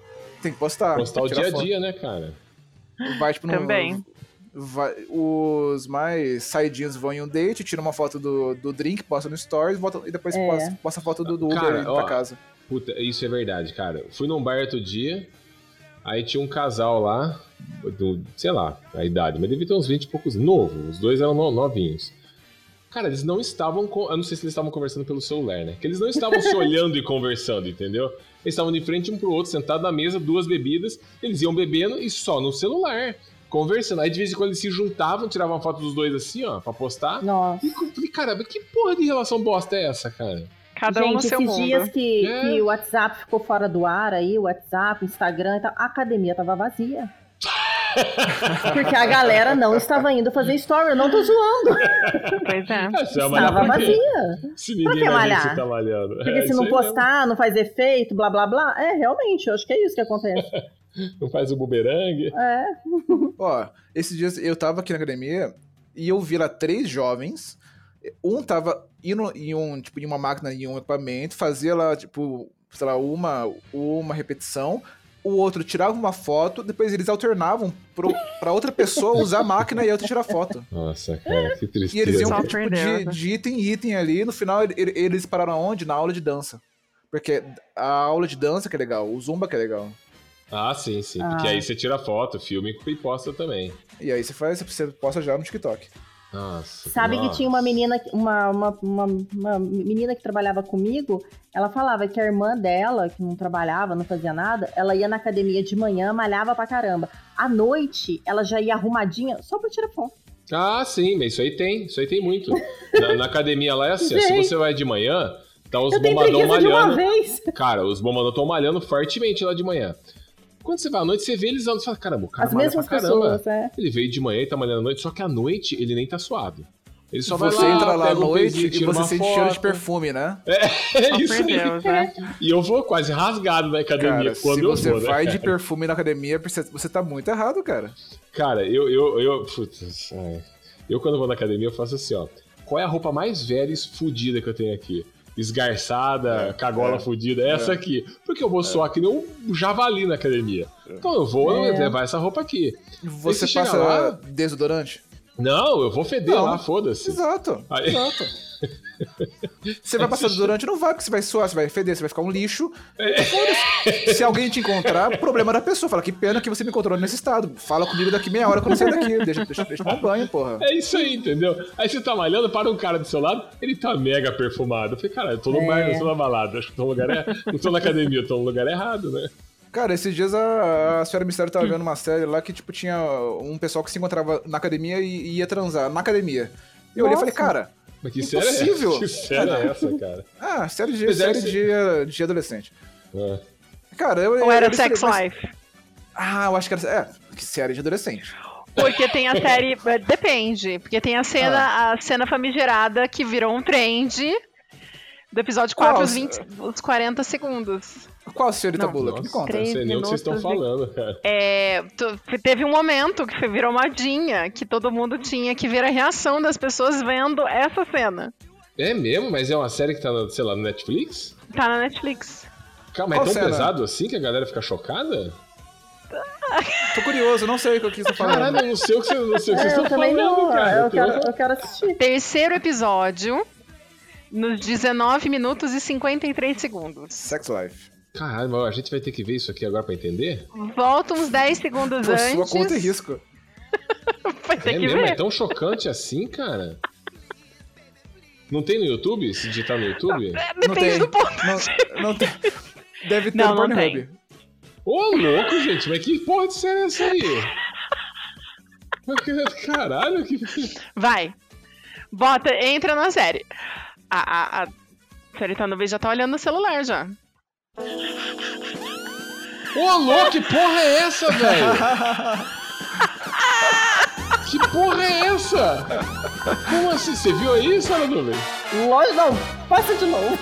Speaker 3: Tem que postar.
Speaker 2: Postar o
Speaker 3: tirar
Speaker 2: dia a
Speaker 3: foto.
Speaker 2: dia, né, cara?
Speaker 3: Vai, tipo, num-
Speaker 4: Também.
Speaker 3: vai- os mais saidinhos vão em um date, tiram uma foto do, do drink, posta no stories, volta, e depois
Speaker 5: É.
Speaker 3: posta, posta a foto do, do Uber
Speaker 2: Cara,
Speaker 3: indo
Speaker 2: ó.
Speaker 3: pra casa.
Speaker 2: Puta, isso é verdade, cara. Fui num bar outro dia, aí tinha um casal lá, do, sei lá, a idade, mas devia ter uns 20 e poucos novo. Os dois eram no- novinhos. Cara, eles não estavam. co- Eu não sei se eles estavam conversando pelo celular, né? Que eles não estavam se olhando e conversando, entendeu? Eles estavam de frente um pro outro, sentado na mesa, duas bebidas, eles iam bebendo e só no celular, conversando. Aí de vez em quando eles se juntavam, tiravam a foto dos dois assim, ó, pra postar.
Speaker 5: Nossa.
Speaker 2: E eu falei, cara, mas que porra de relação bosta é essa, cara?
Speaker 4: Cada um no
Speaker 5: Gente,
Speaker 4: seu
Speaker 5: esses
Speaker 4: mundo.
Speaker 5: dias que,
Speaker 2: É.
Speaker 5: que o WhatsApp ficou fora do ar aí, o WhatsApp, Instagram e tal, a academia tava
Speaker 3: (laughs)
Speaker 5: vazia. Porque a galera não estava indo fazer story, eu não tô zoando.
Speaker 4: Pois é.
Speaker 2: Essa é a
Speaker 5: Estava
Speaker 2: maior-
Speaker 5: vazia.
Speaker 2: Se ninguém
Speaker 5: Pra que
Speaker 2: vai ver que
Speaker 5: malhar?
Speaker 2: você tá malhando.
Speaker 5: Porque
Speaker 2: É,
Speaker 5: se
Speaker 2: isso
Speaker 5: não
Speaker 2: aí
Speaker 5: postar, não faz efeito, blá blá blá. É, realmente, eu acho que é isso que acontece.
Speaker 2: (laughs) mesmo. Não faz o bumerangue.
Speaker 5: É.
Speaker 3: Ó, esses dias eu tava aqui na academia e eu vi lá três jovens. Um tava indo em um, tipo, em uma máquina, em um equipamento, fazia lá, tipo, sei lá, uma, uma repetição. O outro tirava uma foto, depois eles alternavam pro, pra outra pessoa usar a máquina e a outra tirar foto.
Speaker 2: Nossa,
Speaker 5: É.
Speaker 2: cara, que
Speaker 3: E eles
Speaker 2: tristeza.
Speaker 3: iam
Speaker 4: Só
Speaker 3: tipo, de,
Speaker 4: perdendo.
Speaker 3: de item em item ali. No final, ele- ele- eles pararam aonde? Na aula de dança. Porque a aula de dança que é legal, o zumba que é legal.
Speaker 2: Ah, sim, sim. Porque
Speaker 5: Ah.
Speaker 2: aí você tira foto, filme e posta também.
Speaker 3: E aí você faz, você posta já no TikTok.
Speaker 2: Nossa.
Speaker 5: Sabe que
Speaker 2: nossa.
Speaker 5: tinha uma menina, uma, uma, uma, uma menina que trabalhava comigo, ela falava que a irmã dela, que não trabalhava, não fazia nada, ela ia na academia de manhã, malhava pra caramba. À noite, ela já ia arrumadinha só pra tirar foto.
Speaker 2: Ah, sim, mas isso aí tem. Isso aí tem
Speaker 5: (laughs)
Speaker 2: muito. Na, na academia lá é assim, ó, se
Speaker 5: Gente.
Speaker 2: você vai de manhã, tá os
Speaker 5: Eu tenho
Speaker 2: bombadão
Speaker 5: preguiça de uma
Speaker 2: malhando.
Speaker 5: vez.
Speaker 2: Cara, os bombadão estão malhando fortemente lá de manhã. Quando você vai à noite, você vê eles andando e fala, caramba, o cara
Speaker 5: As
Speaker 2: malha
Speaker 5: mesmas
Speaker 2: pra caramba.
Speaker 5: pessoas, é.
Speaker 2: Ele veio de manhã e tá malhando à noite, só que à noite ele nem tá suado. Ele só
Speaker 3: você
Speaker 2: vai lá,
Speaker 3: entra lá à
Speaker 2: pega um
Speaker 3: noite
Speaker 2: pezinho,
Speaker 3: e
Speaker 2: tira
Speaker 3: você
Speaker 2: uma
Speaker 3: sente cheiro de
Speaker 2: foto.
Speaker 3: perfume, né?
Speaker 2: É (laughs)
Speaker 4: Só
Speaker 2: isso aí.
Speaker 4: perdeu, né?
Speaker 2: E eu vou quase rasgado na academia
Speaker 3: Cara,
Speaker 2: quando
Speaker 3: se
Speaker 2: eu
Speaker 3: você
Speaker 2: vou, né?
Speaker 3: vai de
Speaker 2: cara?
Speaker 3: perfume na academia, você- você tá muito errado, cara.
Speaker 2: Cara, eu, eu, eu, putz, ai. eu quando vou na academia eu faço assim, ó. Qual é a roupa mais velha e fudida que eu tenho aqui? Esgarçada, cagola fudida, é essa aqui. Porque eu vou suar que nem um javali na academia. Então eu vou levar essa roupa aqui.
Speaker 3: É. Você
Speaker 2: chega
Speaker 3: passa
Speaker 2: lá-
Speaker 3: desodorante?
Speaker 2: Não, eu vou feder
Speaker 3: Não.
Speaker 2: lá, foda-se.
Speaker 3: Exato,
Speaker 2: Aí-
Speaker 3: exato. Você vai passar desodorante, não vai, porque você vai suar, você vai feder, você vai ficar um lixo. Foda-se. Se alguém te encontrar, problema da pessoa. Fala, que pena que você me encontrou nesse estado. Fala comigo daqui meia hora quando eu sair daqui. Deixa, deixa, deixa eu tomar um banho, porra.
Speaker 2: É isso aí, entendeu? Aí você tá malhando, para um cara do seu lado, ele tá mega perfumado. Eu falei, cara, eu tô
Speaker 3: É.
Speaker 2: no bar, eu tô na balada, acho que tô no lugar errado. Não tô na academia, eu tô no lugar errado, né?
Speaker 3: Cara, esses dias a, a senhora Mistério tava vendo uma série lá que, tipo, tinha um pessoal que se encontrava na academia e, e ia transar na academia. Eu olhei e falei, cara,
Speaker 2: Mas que série é
Speaker 3: Impossível.
Speaker 2: essa? Que série é essa, cara?
Speaker 3: ah, série de,
Speaker 2: Mas deve
Speaker 3: série de, de adolescente.
Speaker 2: É.
Speaker 3: Cara, eu.
Speaker 4: Ou era
Speaker 3: eu-
Speaker 4: Sex
Speaker 3: mas-
Speaker 4: Life?
Speaker 3: Ah, eu acho que era. É, que série de adolescente.
Speaker 4: Porque tem a
Speaker 5: (laughs)
Speaker 4: série. eh, Depende. Porque tem a
Speaker 5: Ah.
Speaker 4: cena, a cena famigerada que virou um trend do episódio 4,
Speaker 3: Qual?
Speaker 4: os, 20, os 40 segundos.
Speaker 3: Qual senhorita
Speaker 4: Não.
Speaker 3: Bula? Me
Speaker 2: Nossa,
Speaker 3: conta.
Speaker 2: eu não sei nem o que vocês estão
Speaker 4: Três
Speaker 2: falando,
Speaker 4: minutos
Speaker 2: cara.
Speaker 4: É, tu- teve um momento que virou modinha, que todo mundo tinha que ver a reação das pessoas vendo essa cena.
Speaker 2: É mesmo? Mas é uma série que tá, na, sei lá, no Netflix?
Speaker 4: Tá na Netflix.
Speaker 2: Calma, é
Speaker 3: Qual
Speaker 2: tão
Speaker 3: cena?
Speaker 2: pesado assim que a galera fica chocada?
Speaker 3: Tô curioso, não sei o que eu quis
Speaker 2: (laughs)
Speaker 3: falar.
Speaker 2: Caralho, eu não sei o que vocês não sei o que vocês
Speaker 5: É, Eu
Speaker 2: estão
Speaker 5: também
Speaker 2: falando,
Speaker 5: não, é,
Speaker 2: cara.
Speaker 5: eu
Speaker 2: tô-
Speaker 5: quero, eu quero assistir.
Speaker 4: Terceiro episódio, nos 19 minutos e 53 segundos.
Speaker 3: Sex Life.
Speaker 2: Caralho, mas a gente vai ter que ver isso aqui agora pra entender?
Speaker 4: Volta uns 10 segundos
Speaker 3: Por
Speaker 4: antes.
Speaker 3: sua conta e risco.
Speaker 4: (laughs) Vai ter
Speaker 2: é
Speaker 4: que
Speaker 2: mesmo? É
Speaker 4: ver.
Speaker 2: tão chocante assim, cara? Não tem no YouTube? Se digitar no YouTube?
Speaker 4: É,
Speaker 3: não
Speaker 4: Depende
Speaker 3: tem.
Speaker 4: do ponto.
Speaker 3: Não, não tem. Deve ter
Speaker 4: Não,
Speaker 3: no
Speaker 4: não
Speaker 3: Pornhub.
Speaker 2: Ô, louco, gente, mas que porra de série é essa aí? Caralho, que.
Speaker 4: Vai. Bota, entra na série. A, a, a senhorita Nuvem já tá olhando no celular já.
Speaker 2: Ô, louco, que porra é essa, velho? Que porra é essa? Como assim? Você viu aí, Sara Nuvem?
Speaker 5: Lógico, não, passa de novo.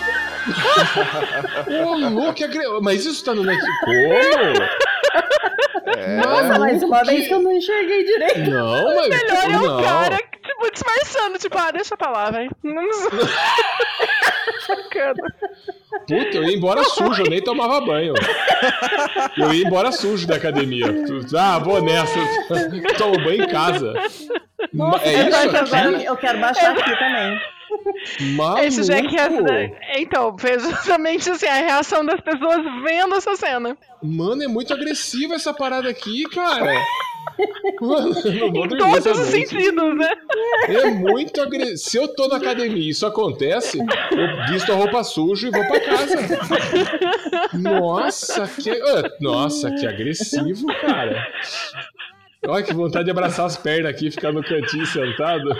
Speaker 2: Ô, louco, que agre... Mas isso tá no Netflix. Como? É,
Speaker 5: Nossa, mas uma vez que eu não enxerguei direito.
Speaker 2: Não, mas.
Speaker 4: Melhor é
Speaker 2: não.
Speaker 4: o cara, que, tipo, disfarçando. Tipo, ah, deixa pra lá, velho. Não Sacana.
Speaker 2: Puta, eu ia embora sujo, eu nem tomava banho. Eu ia embora sujo da academia. Ah, vou nessa. Tomo banho em casa. Ma- é
Speaker 5: eu,
Speaker 2: isso É.
Speaker 5: tô aqui,
Speaker 2: aqui?
Speaker 5: eu quero baixar aqui também.
Speaker 2: Maluco.
Speaker 4: Esse já que é... Então, foi justamente assim, a reação das pessoas vendo essa cena.
Speaker 2: Mano, é muito agressiva essa parada aqui, cara. Mano, eu não vou dormir
Speaker 4: Todos
Speaker 2: essa
Speaker 4: os
Speaker 2: noite.
Speaker 4: sentidos, né?
Speaker 2: É muito agressivo. Se eu tô na academia e isso acontece, eu visto a roupa suja e vou pra casa. Nossa, que. ah, Nossa, que agressivo, cara. Olha que vontade de abraçar as pernas aqui, ficar no cantinho sentado,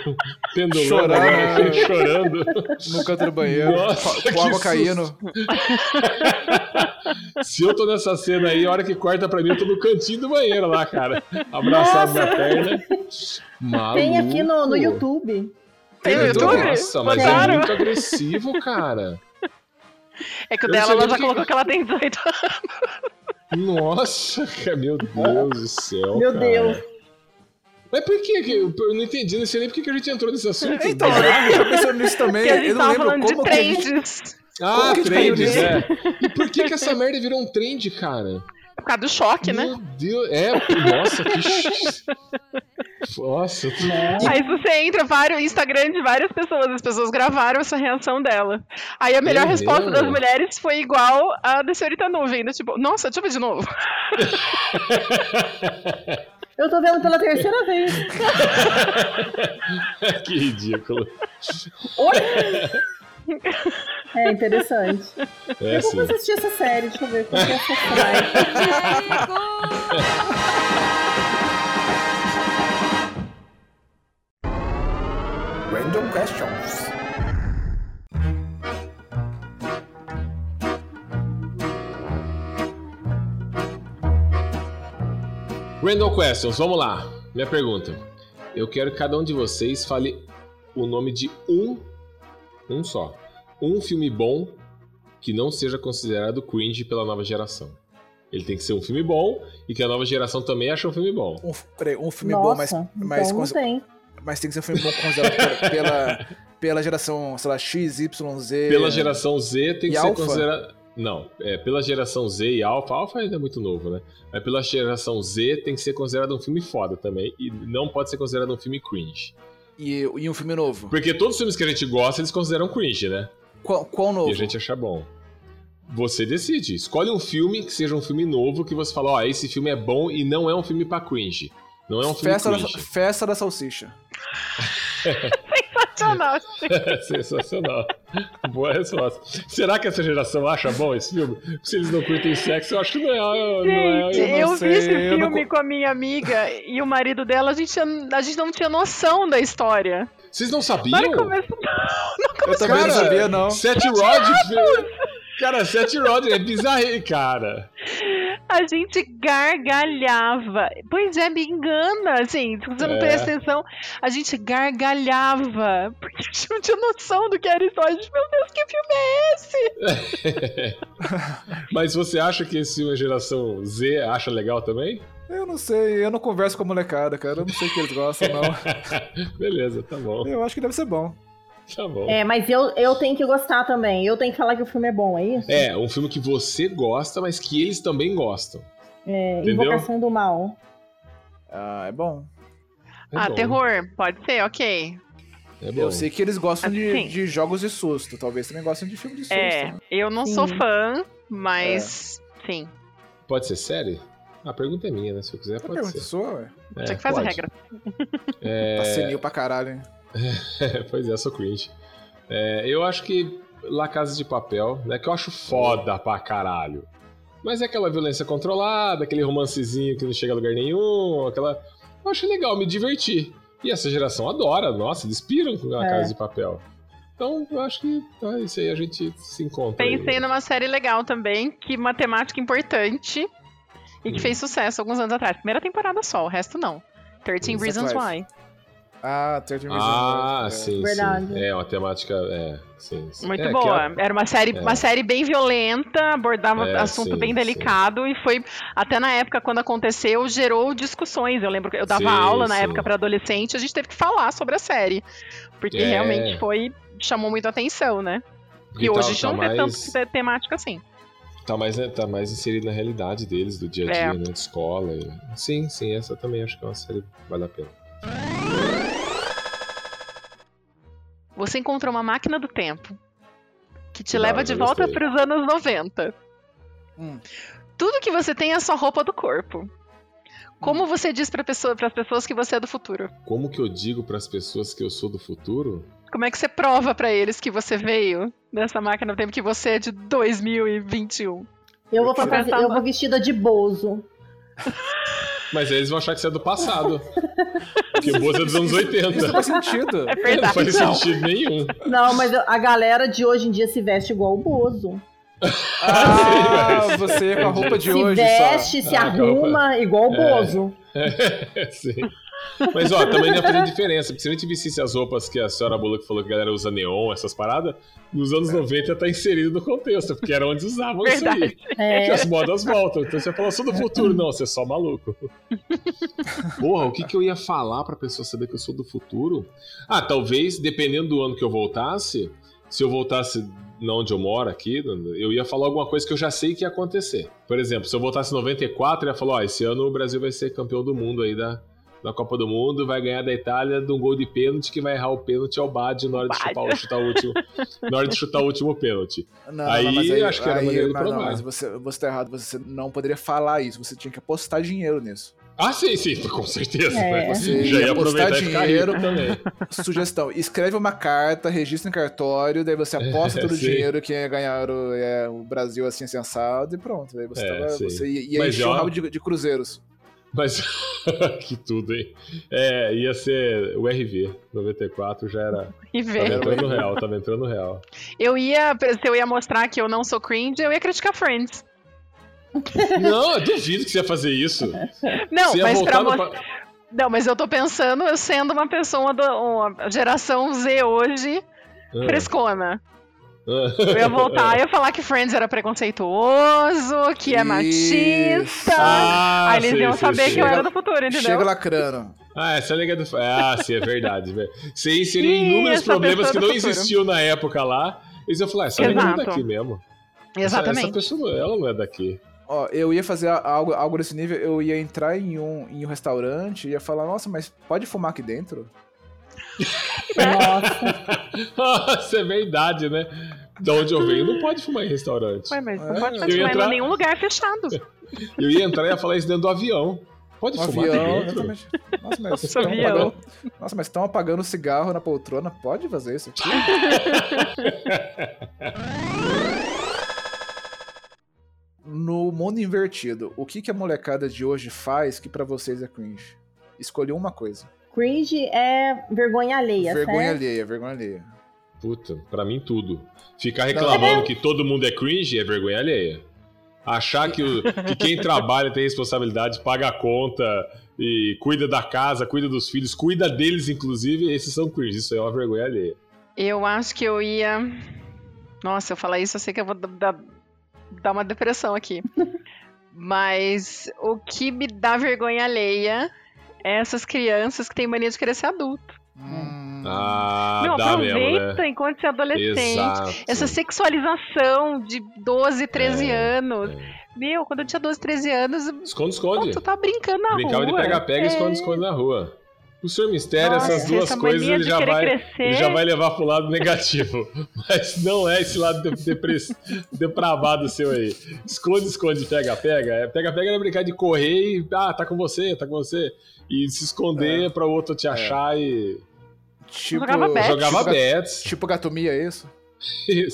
Speaker 2: pendulando,
Speaker 3: Chorar.
Speaker 2: né, chorando.
Speaker 3: No canto do banheiro,
Speaker 2: Nossa,
Speaker 3: com-
Speaker 2: que
Speaker 3: com água
Speaker 2: susto.
Speaker 3: caindo.
Speaker 2: Se eu tô nessa cena aí, a hora que corta pra mim, eu tô no cantinho do banheiro lá, cara. Abraçado na perna.
Speaker 3: Tá
Speaker 2: Maluco.
Speaker 5: Tem aqui no, no YouTube.
Speaker 4: Tem no
Speaker 2: Então,
Speaker 4: YouTube?
Speaker 2: Nossa, mas é
Speaker 4: Botaram?
Speaker 2: muito agressivo, cara.
Speaker 4: É que o
Speaker 2: Eu
Speaker 4: dela
Speaker 2: sei
Speaker 4: ela
Speaker 2: nem
Speaker 4: já
Speaker 2: que-
Speaker 4: colocou que ela tem 18 anos.
Speaker 2: Nossa, cara, meu Deus do céu.
Speaker 5: Meu
Speaker 2: cara.
Speaker 5: Deus.
Speaker 2: Mas por que? que- Eu eu não entendi, não sei nem por que que a gente entrou nesse assunto. é?
Speaker 3: Então, eu tô pensando nisso também.
Speaker 4: Porque a gente
Speaker 3: É, Eu não
Speaker 4: tava
Speaker 3: lembro
Speaker 4: falando de
Speaker 3: como que a gente...
Speaker 4: trends.
Speaker 2: ah,
Speaker 3: que a gente caiu
Speaker 2: trends,
Speaker 3: nisso?
Speaker 2: é. E por que que essa merda virou um trend, cara?
Speaker 4: Por causa do choque, né?
Speaker 2: Meu Deus, é, nossa, que... Nossa,
Speaker 5: Né?
Speaker 3: Uhum.
Speaker 2: que...
Speaker 4: Aí você entra vários Instagram de várias pessoas, as pessoas gravaram essa reação dela. Aí a melhor
Speaker 2: Meu
Speaker 4: resposta
Speaker 2: Deus.
Speaker 4: das mulheres foi igual a da senhorita nuvem, né? tipo, nossa, deixa eu ver de novo. (laughs)
Speaker 5: Eu tô vendo pela terceira vez.
Speaker 2: (laughs) que ridículo.
Speaker 5: É
Speaker 3: (laughs)
Speaker 5: interessante.
Speaker 2: É,
Speaker 5: Eu vou
Speaker 3: Assim.
Speaker 2: sim.
Speaker 5: assistir essa série, deixa eu ver como que é essa série.
Speaker 7: Random questions.
Speaker 2: Random questions, vamos lá. Minha pergunta. Eu quero que cada um de vocês fale o nome de um, um só, um filme bom que não seja considerado cringe pela nova geração. Ele tem que ser um filme bom e que a nova geração também ache um filme bom.
Speaker 3: Um, f- peraí, um filme bom, mas,
Speaker 5: Nossa,
Speaker 3: mas,
Speaker 5: então não
Speaker 3: cons-
Speaker 5: tem.
Speaker 3: mas tem que ser um filme bom considerado pela, pela, pela geração, sei lá, X, Y, Z.
Speaker 2: Pela geração Z tem
Speaker 3: É. E
Speaker 2: que ser
Speaker 3: Alpha?
Speaker 2: considerado. Não, é, pela geração Z e Alpha, Alpha ainda é muito novo, né? Mas pela geração Z tem que ser considerado um filme foda também. E não pode ser considerado um filme cringe.
Speaker 3: E, e um filme novo.
Speaker 2: Porque todos os filmes que a gente gosta, eles consideram cringe, né?
Speaker 3: Qual, qual novo?
Speaker 2: E a gente achar bom. Você decide. Escolhe um filme que seja um filme novo que você fala, ó, esse filme é bom e não é um filme pra cringe. Não é um filme
Speaker 3: Festa, da,
Speaker 2: cringe.
Speaker 3: Festa da Salsicha.
Speaker 4: Sensacional.
Speaker 2: (laughs) É sensacional. (laughs) Boa resposta. Será que essa geração acha bom esse filme? Se eles não curtem sexo, eu acho que não é. Não é
Speaker 4: Gente,
Speaker 3: não
Speaker 4: eu
Speaker 3: sei,
Speaker 4: vi esse
Speaker 3: eu não
Speaker 4: filme com a minha amiga e o marido dela, a gente, tinha- a gente não tinha noção da história.
Speaker 2: Vocês não
Speaker 4: Na hora
Speaker 2: sabiam?
Speaker 4: que (laughs) começou.
Speaker 3: Eu também não
Speaker 2: Cara,
Speaker 3: sabia, não.
Speaker 2: Sete Rod. Cara, Sete Rod é bizarro, cara.
Speaker 4: A gente gargalhava. Pois é, me engana, assim, se você não
Speaker 2: É.
Speaker 4: presta atenção, a gente gargalhava. (laughs) Porque a gente não tinha noção do que era isso. A gente, meu Deus, que filme é esse?
Speaker 2: Mas você acha que esse filme a geração Z acha legal também?
Speaker 3: Eu não sei, eu não converso com a molecada, cara. Eu não sei o que eles gostam,
Speaker 2: (laughs)
Speaker 3: não.
Speaker 2: Beleza, tá bom.
Speaker 3: Eu acho que deve ser bom.
Speaker 2: Tá bom.
Speaker 5: É, mas eu, eu tenho que gostar também. Eu tenho que falar que o filme é bom, é isso?
Speaker 2: É, um filme que você gosta, mas que eles também gostam.
Speaker 5: É,
Speaker 2: Entendeu?
Speaker 5: Invocação do Mal.
Speaker 3: Ah, é bom.
Speaker 2: É
Speaker 4: ah,
Speaker 2: bom,
Speaker 4: terror? Pode ser, ok.
Speaker 2: É bom.
Speaker 3: Eu sei que eles gostam de,
Speaker 4: Assim.
Speaker 3: de jogos de susto. Talvez também gostem de filme de susto.
Speaker 4: É,
Speaker 3: né?
Speaker 4: eu não
Speaker 5: Sim.
Speaker 4: sou fã, mas sim.
Speaker 2: Pode ser série? A pergunta é minha, né? Se eu quiser,
Speaker 3: Tá
Speaker 2: pode
Speaker 3: pergunta
Speaker 2: ser.
Speaker 3: sua, ué.
Speaker 2: É,
Speaker 4: Você que faz
Speaker 2: pode.
Speaker 4: a regra.
Speaker 3: Tá senil pra caralho, hein?
Speaker 2: pois (laughs) é, eu sou cringe. É, eu acho que La Casa de Papel, né? Que eu acho foda pra caralho. Mas é aquela violência controlada, aquele romancezinho que não chega a lugar nenhum, aquela. Eu acho legal, me diverti. E essa geração adora, nossa, eles piram com La
Speaker 5: É.
Speaker 2: Casa de Papel. Então, eu acho que tá, isso aí a gente se encontra. aí.
Speaker 4: Pensei numa série legal também, que uma temática importante e que
Speaker 2: Hum.
Speaker 4: fez sucesso alguns anos atrás. Primeira temporada só, o resto não.
Speaker 3: Isso
Speaker 4: 13
Speaker 3: é
Speaker 4: Reasons
Speaker 3: claro.
Speaker 4: Why.
Speaker 3: Ah, 13 Reasons
Speaker 2: Ah,
Speaker 3: Why.
Speaker 2: sim,
Speaker 5: Verdade.
Speaker 2: sim. É uma temática. É, sim. sim.
Speaker 4: Muito
Speaker 2: É, que
Speaker 4: boa.
Speaker 2: a-
Speaker 4: Era uma série,
Speaker 2: é.
Speaker 4: uma série bem violenta, abordava um
Speaker 2: É,
Speaker 4: assunto
Speaker 2: sim,
Speaker 4: bem
Speaker 2: sim.
Speaker 4: delicado e foi até na época quando aconteceu gerou discussões. Eu lembro que eu dava
Speaker 2: Sim,
Speaker 4: aula na
Speaker 2: sim.
Speaker 4: época para adolescente, a gente teve que falar sobre a série, porque
Speaker 2: É.
Speaker 4: realmente foi chamou muito atenção, né?
Speaker 2: porque
Speaker 4: E hoje
Speaker 2: tá-
Speaker 4: a gente
Speaker 2: tá
Speaker 4: não vê
Speaker 2: mais-
Speaker 4: tanto te- temática assim.
Speaker 2: Tá mais, né, tá mais inserido na realidade deles, do dia a dia,
Speaker 4: É.
Speaker 2: né? De escola. e- Sim, sim, essa também acho que é uma série que vale a pena.
Speaker 4: Você encontrou uma máquina do tempo que te
Speaker 2: Da
Speaker 4: leva
Speaker 2: hora,
Speaker 4: de
Speaker 2: eu
Speaker 4: volta
Speaker 2: gostei.
Speaker 4: para os anos 90.
Speaker 3: Hum.
Speaker 4: Tudo que você tem é só roupa do corpo. Como
Speaker 2: Hum.
Speaker 4: você diz para pessoa, as pessoas que você é do futuro?
Speaker 2: Como que eu digo pras pessoas que eu sou do futuro?
Speaker 4: Como é que você prova pra eles que você veio dessa máquina do tempo que você é de 2021?
Speaker 5: Eu vou,
Speaker 4: Porque
Speaker 5: fantasi-
Speaker 4: tava-
Speaker 5: eu vou vestida de Bozo.
Speaker 2: Mas eles vão achar que você é do
Speaker 4: (laughs)
Speaker 2: passado. Porque o Bozo é dos anos
Speaker 3: Isso não
Speaker 2: 80.
Speaker 3: faz sentido.
Speaker 4: (laughs) É
Speaker 2: Não
Speaker 4: verdade.
Speaker 2: faz
Speaker 4: Não.
Speaker 2: sentido nenhum.
Speaker 5: Não, mas eu- a galera de hoje em dia se veste igual o Bozo.
Speaker 3: Ah, você com a roupa de
Speaker 5: se
Speaker 3: hoje só. É.
Speaker 5: veste, se
Speaker 2: Ah,
Speaker 5: arruma igual o Bozo.
Speaker 2: (laughs) Sim. Mas ó, também não ia fazer diferença. Porque se a gente vissesse as roupas que a senhora Bullock falou que a galera usa neon, essas paradas, nos anos 90 tá inserido no contexto, porque era onde usavam isso aí.
Speaker 4: Verdade.
Speaker 2: Que (laughs)
Speaker 5: É.
Speaker 2: as modas voltam. Então você fala, sou do futuro. Não, você é só maluco. (laughs) Porra, o que, que eu ia falar pra pessoa saber que eu sou do futuro? Ah, talvez, dependendo do ano que eu voltasse, se eu voltasse na onde eu moro aqui, eu ia falar alguma coisa que eu já sei que ia acontecer. Por exemplo, se eu voltasse em 94, eu ia falar, ó, esse ano o Brasil vai ser campeão do mundo aí da, da Copa do Mundo, vai ganhar da Itália de um gol de pênalti que vai errar o pênalti ao Bad na hora de
Speaker 4: Bad.
Speaker 2: chutar, o- chutar o último, na hora de chutar o último pênalti.
Speaker 3: Não,
Speaker 2: Aí,
Speaker 3: não, mas
Speaker 2: acho que era maneiro de
Speaker 3: mas não,
Speaker 2: provar.
Speaker 3: mas você, você tá errado, você não poderia falar isso, você tinha que apostar dinheiro nisso.
Speaker 2: Ah, sim, sim, com certeza.
Speaker 5: É.
Speaker 2: né?
Speaker 3: Você
Speaker 2: Já ia
Speaker 3: ia apostar
Speaker 2: aproveitar e ficar rico
Speaker 3: dinheiro.
Speaker 2: também.
Speaker 4: (laughs)
Speaker 3: Sugestão: escreve uma carta, registra em cartório, daí
Speaker 2: (laughs)
Speaker 3: você aposta todo o
Speaker 2: É, Sim.
Speaker 3: dinheiro que ia ganhar o, é, o Brasil assim sensado e pronto. Daí você,
Speaker 2: É,
Speaker 3: tava-
Speaker 2: sim.
Speaker 3: você ia, ia
Speaker 2: Mas
Speaker 3: encher
Speaker 2: ó-
Speaker 3: o rabo de, de cruzeiros.
Speaker 2: Mas (laughs) que tudo, hein? É, ia ser o RV 94 já era.
Speaker 4: E
Speaker 2: Tava
Speaker 4: ver.
Speaker 2: entrando real, tava entrando
Speaker 4: (laughs)
Speaker 2: real.
Speaker 4: Eu ia, se eu ia mostrar que eu não sou cringe, eu ia criticar Friends.
Speaker 2: Não, eu duvido que você ia fazer isso.
Speaker 4: Não,
Speaker 2: você ia
Speaker 4: mas pra
Speaker 2: voltar no.
Speaker 4: mostrar.
Speaker 2: pa-
Speaker 4: Não, mas eu tô pensando, eu sendo uma pessoa da uma geração Z hoje,
Speaker 2: É.
Speaker 4: frescona.
Speaker 2: Ah,
Speaker 4: Eu
Speaker 2: (laughs)
Speaker 4: ia voltar, eu ia falar que Friends era preconceituoso, que é
Speaker 3: Isso.
Speaker 4: machista.
Speaker 2: Ah,
Speaker 4: Aí eles
Speaker 2: sei,
Speaker 4: iam
Speaker 2: sei,
Speaker 4: saber que eu
Speaker 2: sei.
Speaker 4: era do futuro, entendeu?
Speaker 3: Chega lacrando.
Speaker 2: Ah, essa é a nega do. Ah, sim, é verdade. velho. Você inseria inúmeros
Speaker 4: essa
Speaker 2: problemas
Speaker 4: pessoa
Speaker 2: que
Speaker 4: do
Speaker 2: não
Speaker 4: futuro.
Speaker 2: existiam na época lá. Eles iam falar, essa nega não é
Speaker 4: Exato.
Speaker 2: daqui mesmo. Essa- Essa
Speaker 4: Exatamente.
Speaker 2: pessoa, não- ela não é daqui.
Speaker 3: Ó, eu ia fazer a- algo, algo desse nível, eu ia entrar em um, em um restaurante e ia falar, nossa, mas pode fumar aqui dentro?
Speaker 2: (laughs)
Speaker 5: Nossa,
Speaker 2: Nossa, é verdade, né? Da onde eu venho, não pode fumar em restaurante.
Speaker 4: Ué, mas
Speaker 3: É,
Speaker 4: não pode
Speaker 2: eu ia
Speaker 4: continuar
Speaker 2: entrar-
Speaker 4: em nenhum lugar fechado.
Speaker 2: Eu ia entrar e ia falar isso dentro do avião. Pode
Speaker 3: Um
Speaker 2: fumar
Speaker 3: avião,
Speaker 2: aqui dentro?
Speaker 3: exatamente. Nossa,
Speaker 4: (laughs)
Speaker 3: mas
Speaker 4: Nossa,
Speaker 3: estão
Speaker 4: avião.
Speaker 3: apagando, (laughs) nossa, mas estão apagando cigarro na poltrona, pode fazer isso
Speaker 2: (laughs)
Speaker 3: aqui? No mundo invertido, o que, que a molecada de hoje faz que pra vocês é cringe? Escolhi uma coisa.
Speaker 5: cringe é vergonha alheia,
Speaker 3: vergonha
Speaker 5: certo?
Speaker 3: alheia, vergonha alheia.
Speaker 2: Puta, pra mim tudo. Ficar reclamando que todo mundo é cringe é vergonha alheia. Achar que, o- que
Speaker 4: (laughs)
Speaker 2: quem trabalha tem responsabilidade, paga a conta e cuida da casa, cuida dos filhos, cuida deles, inclusive, esses são cringe. Isso aí é uma vergonha alheia.
Speaker 4: Eu acho que eu ia. Nossa, eu falar isso, eu sei que eu vou dar, dar uma
Speaker 2: (laughs)
Speaker 4: depressão aqui. Mas o que me dá vergonha alheia é essas crianças que têm mania de querer ser adulto.
Speaker 3: Hum.
Speaker 2: Ah,
Speaker 4: Não,
Speaker 2: dá mesmo,
Speaker 4: aproveita
Speaker 2: né?
Speaker 4: enquanto você é adolescente.
Speaker 2: Exato.
Speaker 4: Essa sexualização de 12, 13
Speaker 2: É,
Speaker 4: anos.
Speaker 2: é.
Speaker 4: Meu, quando eu tinha 12, 13 anos,
Speaker 2: Esconde,
Speaker 4: pô,
Speaker 2: esconde.
Speaker 4: tu tava brincando na
Speaker 2: Brincava de
Speaker 4: rua.
Speaker 2: pega-pega e
Speaker 4: Tá É.
Speaker 2: esconde, esconde na rua. O Sr. Mistério,
Speaker 4: Nossa,
Speaker 2: essas duas
Speaker 4: essa mania
Speaker 2: coisas, ele
Speaker 4: de
Speaker 2: já
Speaker 4: querer
Speaker 2: vai.
Speaker 4: crescer.
Speaker 2: Ele já vai levar pro lado negativo. (laughs) Mas não é esse lado de- depre- (laughs) depravado seu aí. Esconde, esconde, pega, pega. É, Pega, pega é brincar de correr e. Ah, tá com você, tá com você. E se esconder pra outro te achar e.
Speaker 3: Tipo,
Speaker 4: Jogava bet.
Speaker 2: Jogava
Speaker 3: tipo,
Speaker 2: bets. (laughs)
Speaker 3: Tipo gatomia, é isso?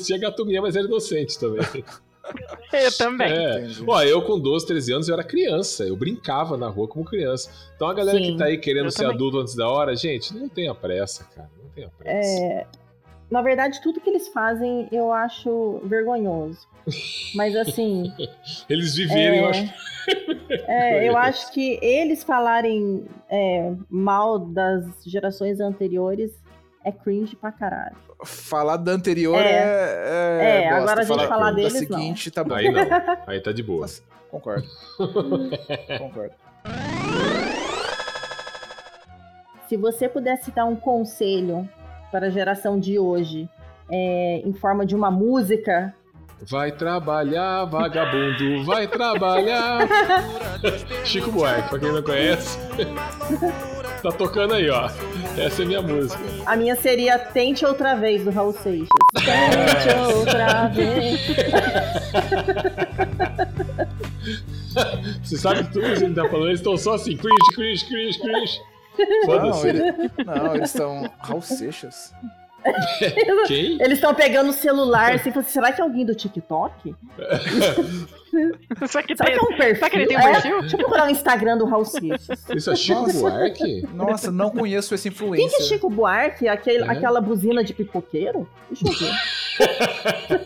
Speaker 2: Tinha gatomia, mas era inocente também.
Speaker 4: Eu também.
Speaker 2: (laughs) É.
Speaker 3: Entendi.
Speaker 2: Ó, eu com 12, 13 anos eu era criança. Eu brincava na rua como criança. Então a galera que
Speaker 5: Sim,
Speaker 2: tá aí querendo
Speaker 4: eu
Speaker 2: ser
Speaker 4: também.
Speaker 2: adulto antes da hora, gente, não tenha pressa, cara. Não tenha pressa.
Speaker 5: É, na verdade, tudo que eles fazem eu acho vergonhoso. Mas assim,
Speaker 2: (laughs) Eles viverem, eu
Speaker 5: é,
Speaker 2: acho. (laughs)
Speaker 5: É, eu acho que eles falarem é, mal das gerações anteriores é cringe pra caralho.
Speaker 3: Falar da anterior é.
Speaker 5: É.
Speaker 3: É,
Speaker 5: É, agora a gente falar
Speaker 3: da
Speaker 5: deles, não.
Speaker 3: seguinte, tá bom.
Speaker 2: Aí não. Aí tá de boa. (laughs)
Speaker 3: Concordo. Concordo.
Speaker 5: Se você pudesse dar um conselho para a geração de hoje, é, em forma de uma música,
Speaker 2: Vai trabalhar, vagabundo, vai
Speaker 5: (laughs)
Speaker 2: trabalhar. Chico Buarque, pra quem não conhece, tá tocando aí, ó. Essa é minha música.
Speaker 5: a minha seria Tente Outra Vez, do Raul Seixas. Tente Outra Vez.
Speaker 2: Você sabe que tudo isso que ele tá falando, eles estão só assim, cringe, cringe, cringe, cringe.
Speaker 3: Não,
Speaker 2: Foda-se.
Speaker 3: ele- não, eles estão. Raul Seixas.
Speaker 2: Quem?
Speaker 5: Eles estão pegando o
Speaker 2: Uhum.
Speaker 5: celular, assim, falando, será que é alguém do TikTok?
Speaker 4: Só que,
Speaker 5: Será que é um perfil?
Speaker 4: Será que ele tem um
Speaker 5: É,
Speaker 4: perfil?
Speaker 5: Deixa eu procurar o Instagram do
Speaker 2: (laughs)
Speaker 5: Raul Seixas.
Speaker 2: Isso é Chico
Speaker 3: Nossa.
Speaker 2: Buarque?
Speaker 3: Nossa, não conheço esse
Speaker 5: (laughs) Quem que é
Speaker 3: influencer.
Speaker 5: Chico Buarque? Aquele-
Speaker 2: É.
Speaker 5: Aquela buzina de pipoqueiro? Deixa eu
Speaker 2: (laughs)
Speaker 5: ver.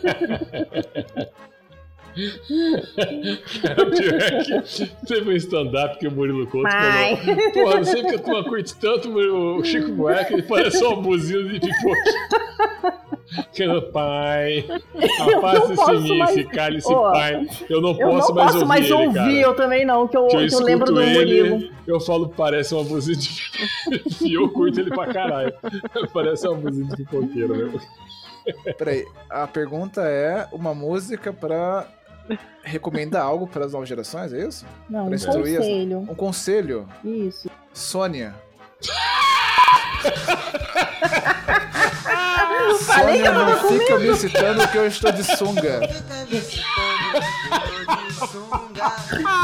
Speaker 2: Cara, o pior é que teve um stand-up que o Murilo Couto
Speaker 5: Ai.
Speaker 2: falou. Porra, não sei porque a turma curte tanto o Chico Buarque, ele parece uma buzina de pipoca. Cara, Pai,
Speaker 5: posso
Speaker 2: afaste-se em mim,
Speaker 5: mais-
Speaker 2: esse cálice,
Speaker 5: Ó,
Speaker 2: pai. Eu não
Speaker 5: Eu
Speaker 2: posso
Speaker 5: não
Speaker 2: mais
Speaker 5: posso
Speaker 2: ouvir
Speaker 5: mais
Speaker 2: ele,
Speaker 5: ouvir,
Speaker 2: cara.
Speaker 5: eu também não, que eu,
Speaker 2: Que eu
Speaker 5: que eu
Speaker 2: escuto
Speaker 5: lembro do Murilo.
Speaker 2: ele, eu falo, parece uma buzina de (laughs) E eu curto ele pra caralho. Parece uma buzina de pipoqueiro, mesmo.
Speaker 3: Peraí, a pergunta é uma música pra recomendar algo para as novas gerações, é isso?
Speaker 5: Não, um
Speaker 3: Pra instruir as-
Speaker 5: conselho.
Speaker 3: Um conselho,
Speaker 5: Isso.
Speaker 3: Sônia.
Speaker 5: (laughs) falei que
Speaker 3: Sônia,
Speaker 5: eu tava
Speaker 3: não fica me citando que eu estou de sunga.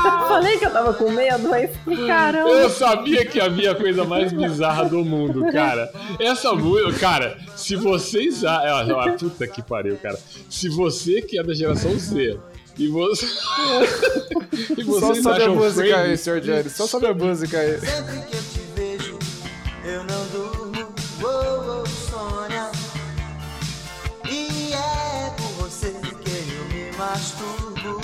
Speaker 5: Eu falei que eu tava com medo, é mas caramba.
Speaker 2: Eu sabia que havia a coisa mais bizarra do mundo, cara. Essa música, cara, se vocês. a- Ah, ah, puta que pariu, cara. Se você que é da geração Z (laughs) e você. e
Speaker 3: Só
Speaker 2: vocês
Speaker 3: sobe a
Speaker 2: acham
Speaker 3: música
Speaker 2: Friends-
Speaker 3: aí, Sr. Johnny. Só sobe a música aí.
Speaker 7: Sempre que eu te vejo, eu não durmo. Oh, oh, Sônia. E é por você que eu me masturbo.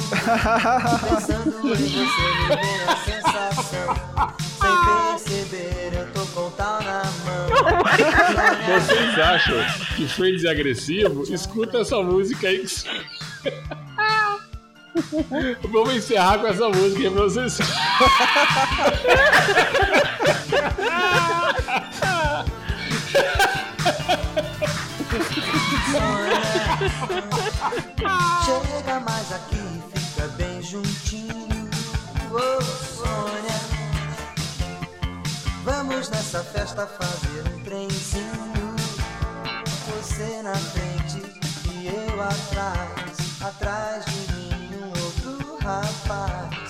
Speaker 7: Pensando em você, me vem a sensação.
Speaker 6: (laughs)
Speaker 7: Sem perceber, eu tô com o tal na mão.
Speaker 2: vocês acham que Friends é agressivo, escuta essa música aí. Que... (laughs) Vamos encerrar com essa música aí pra vocês.
Speaker 7: Chega mais aqui, fica bem juntinho. Oh, Sônia. Vamos nessa festa fazer um trenzinho. Você na frente e eu atrás. Atrás de mim, um outro rapaz.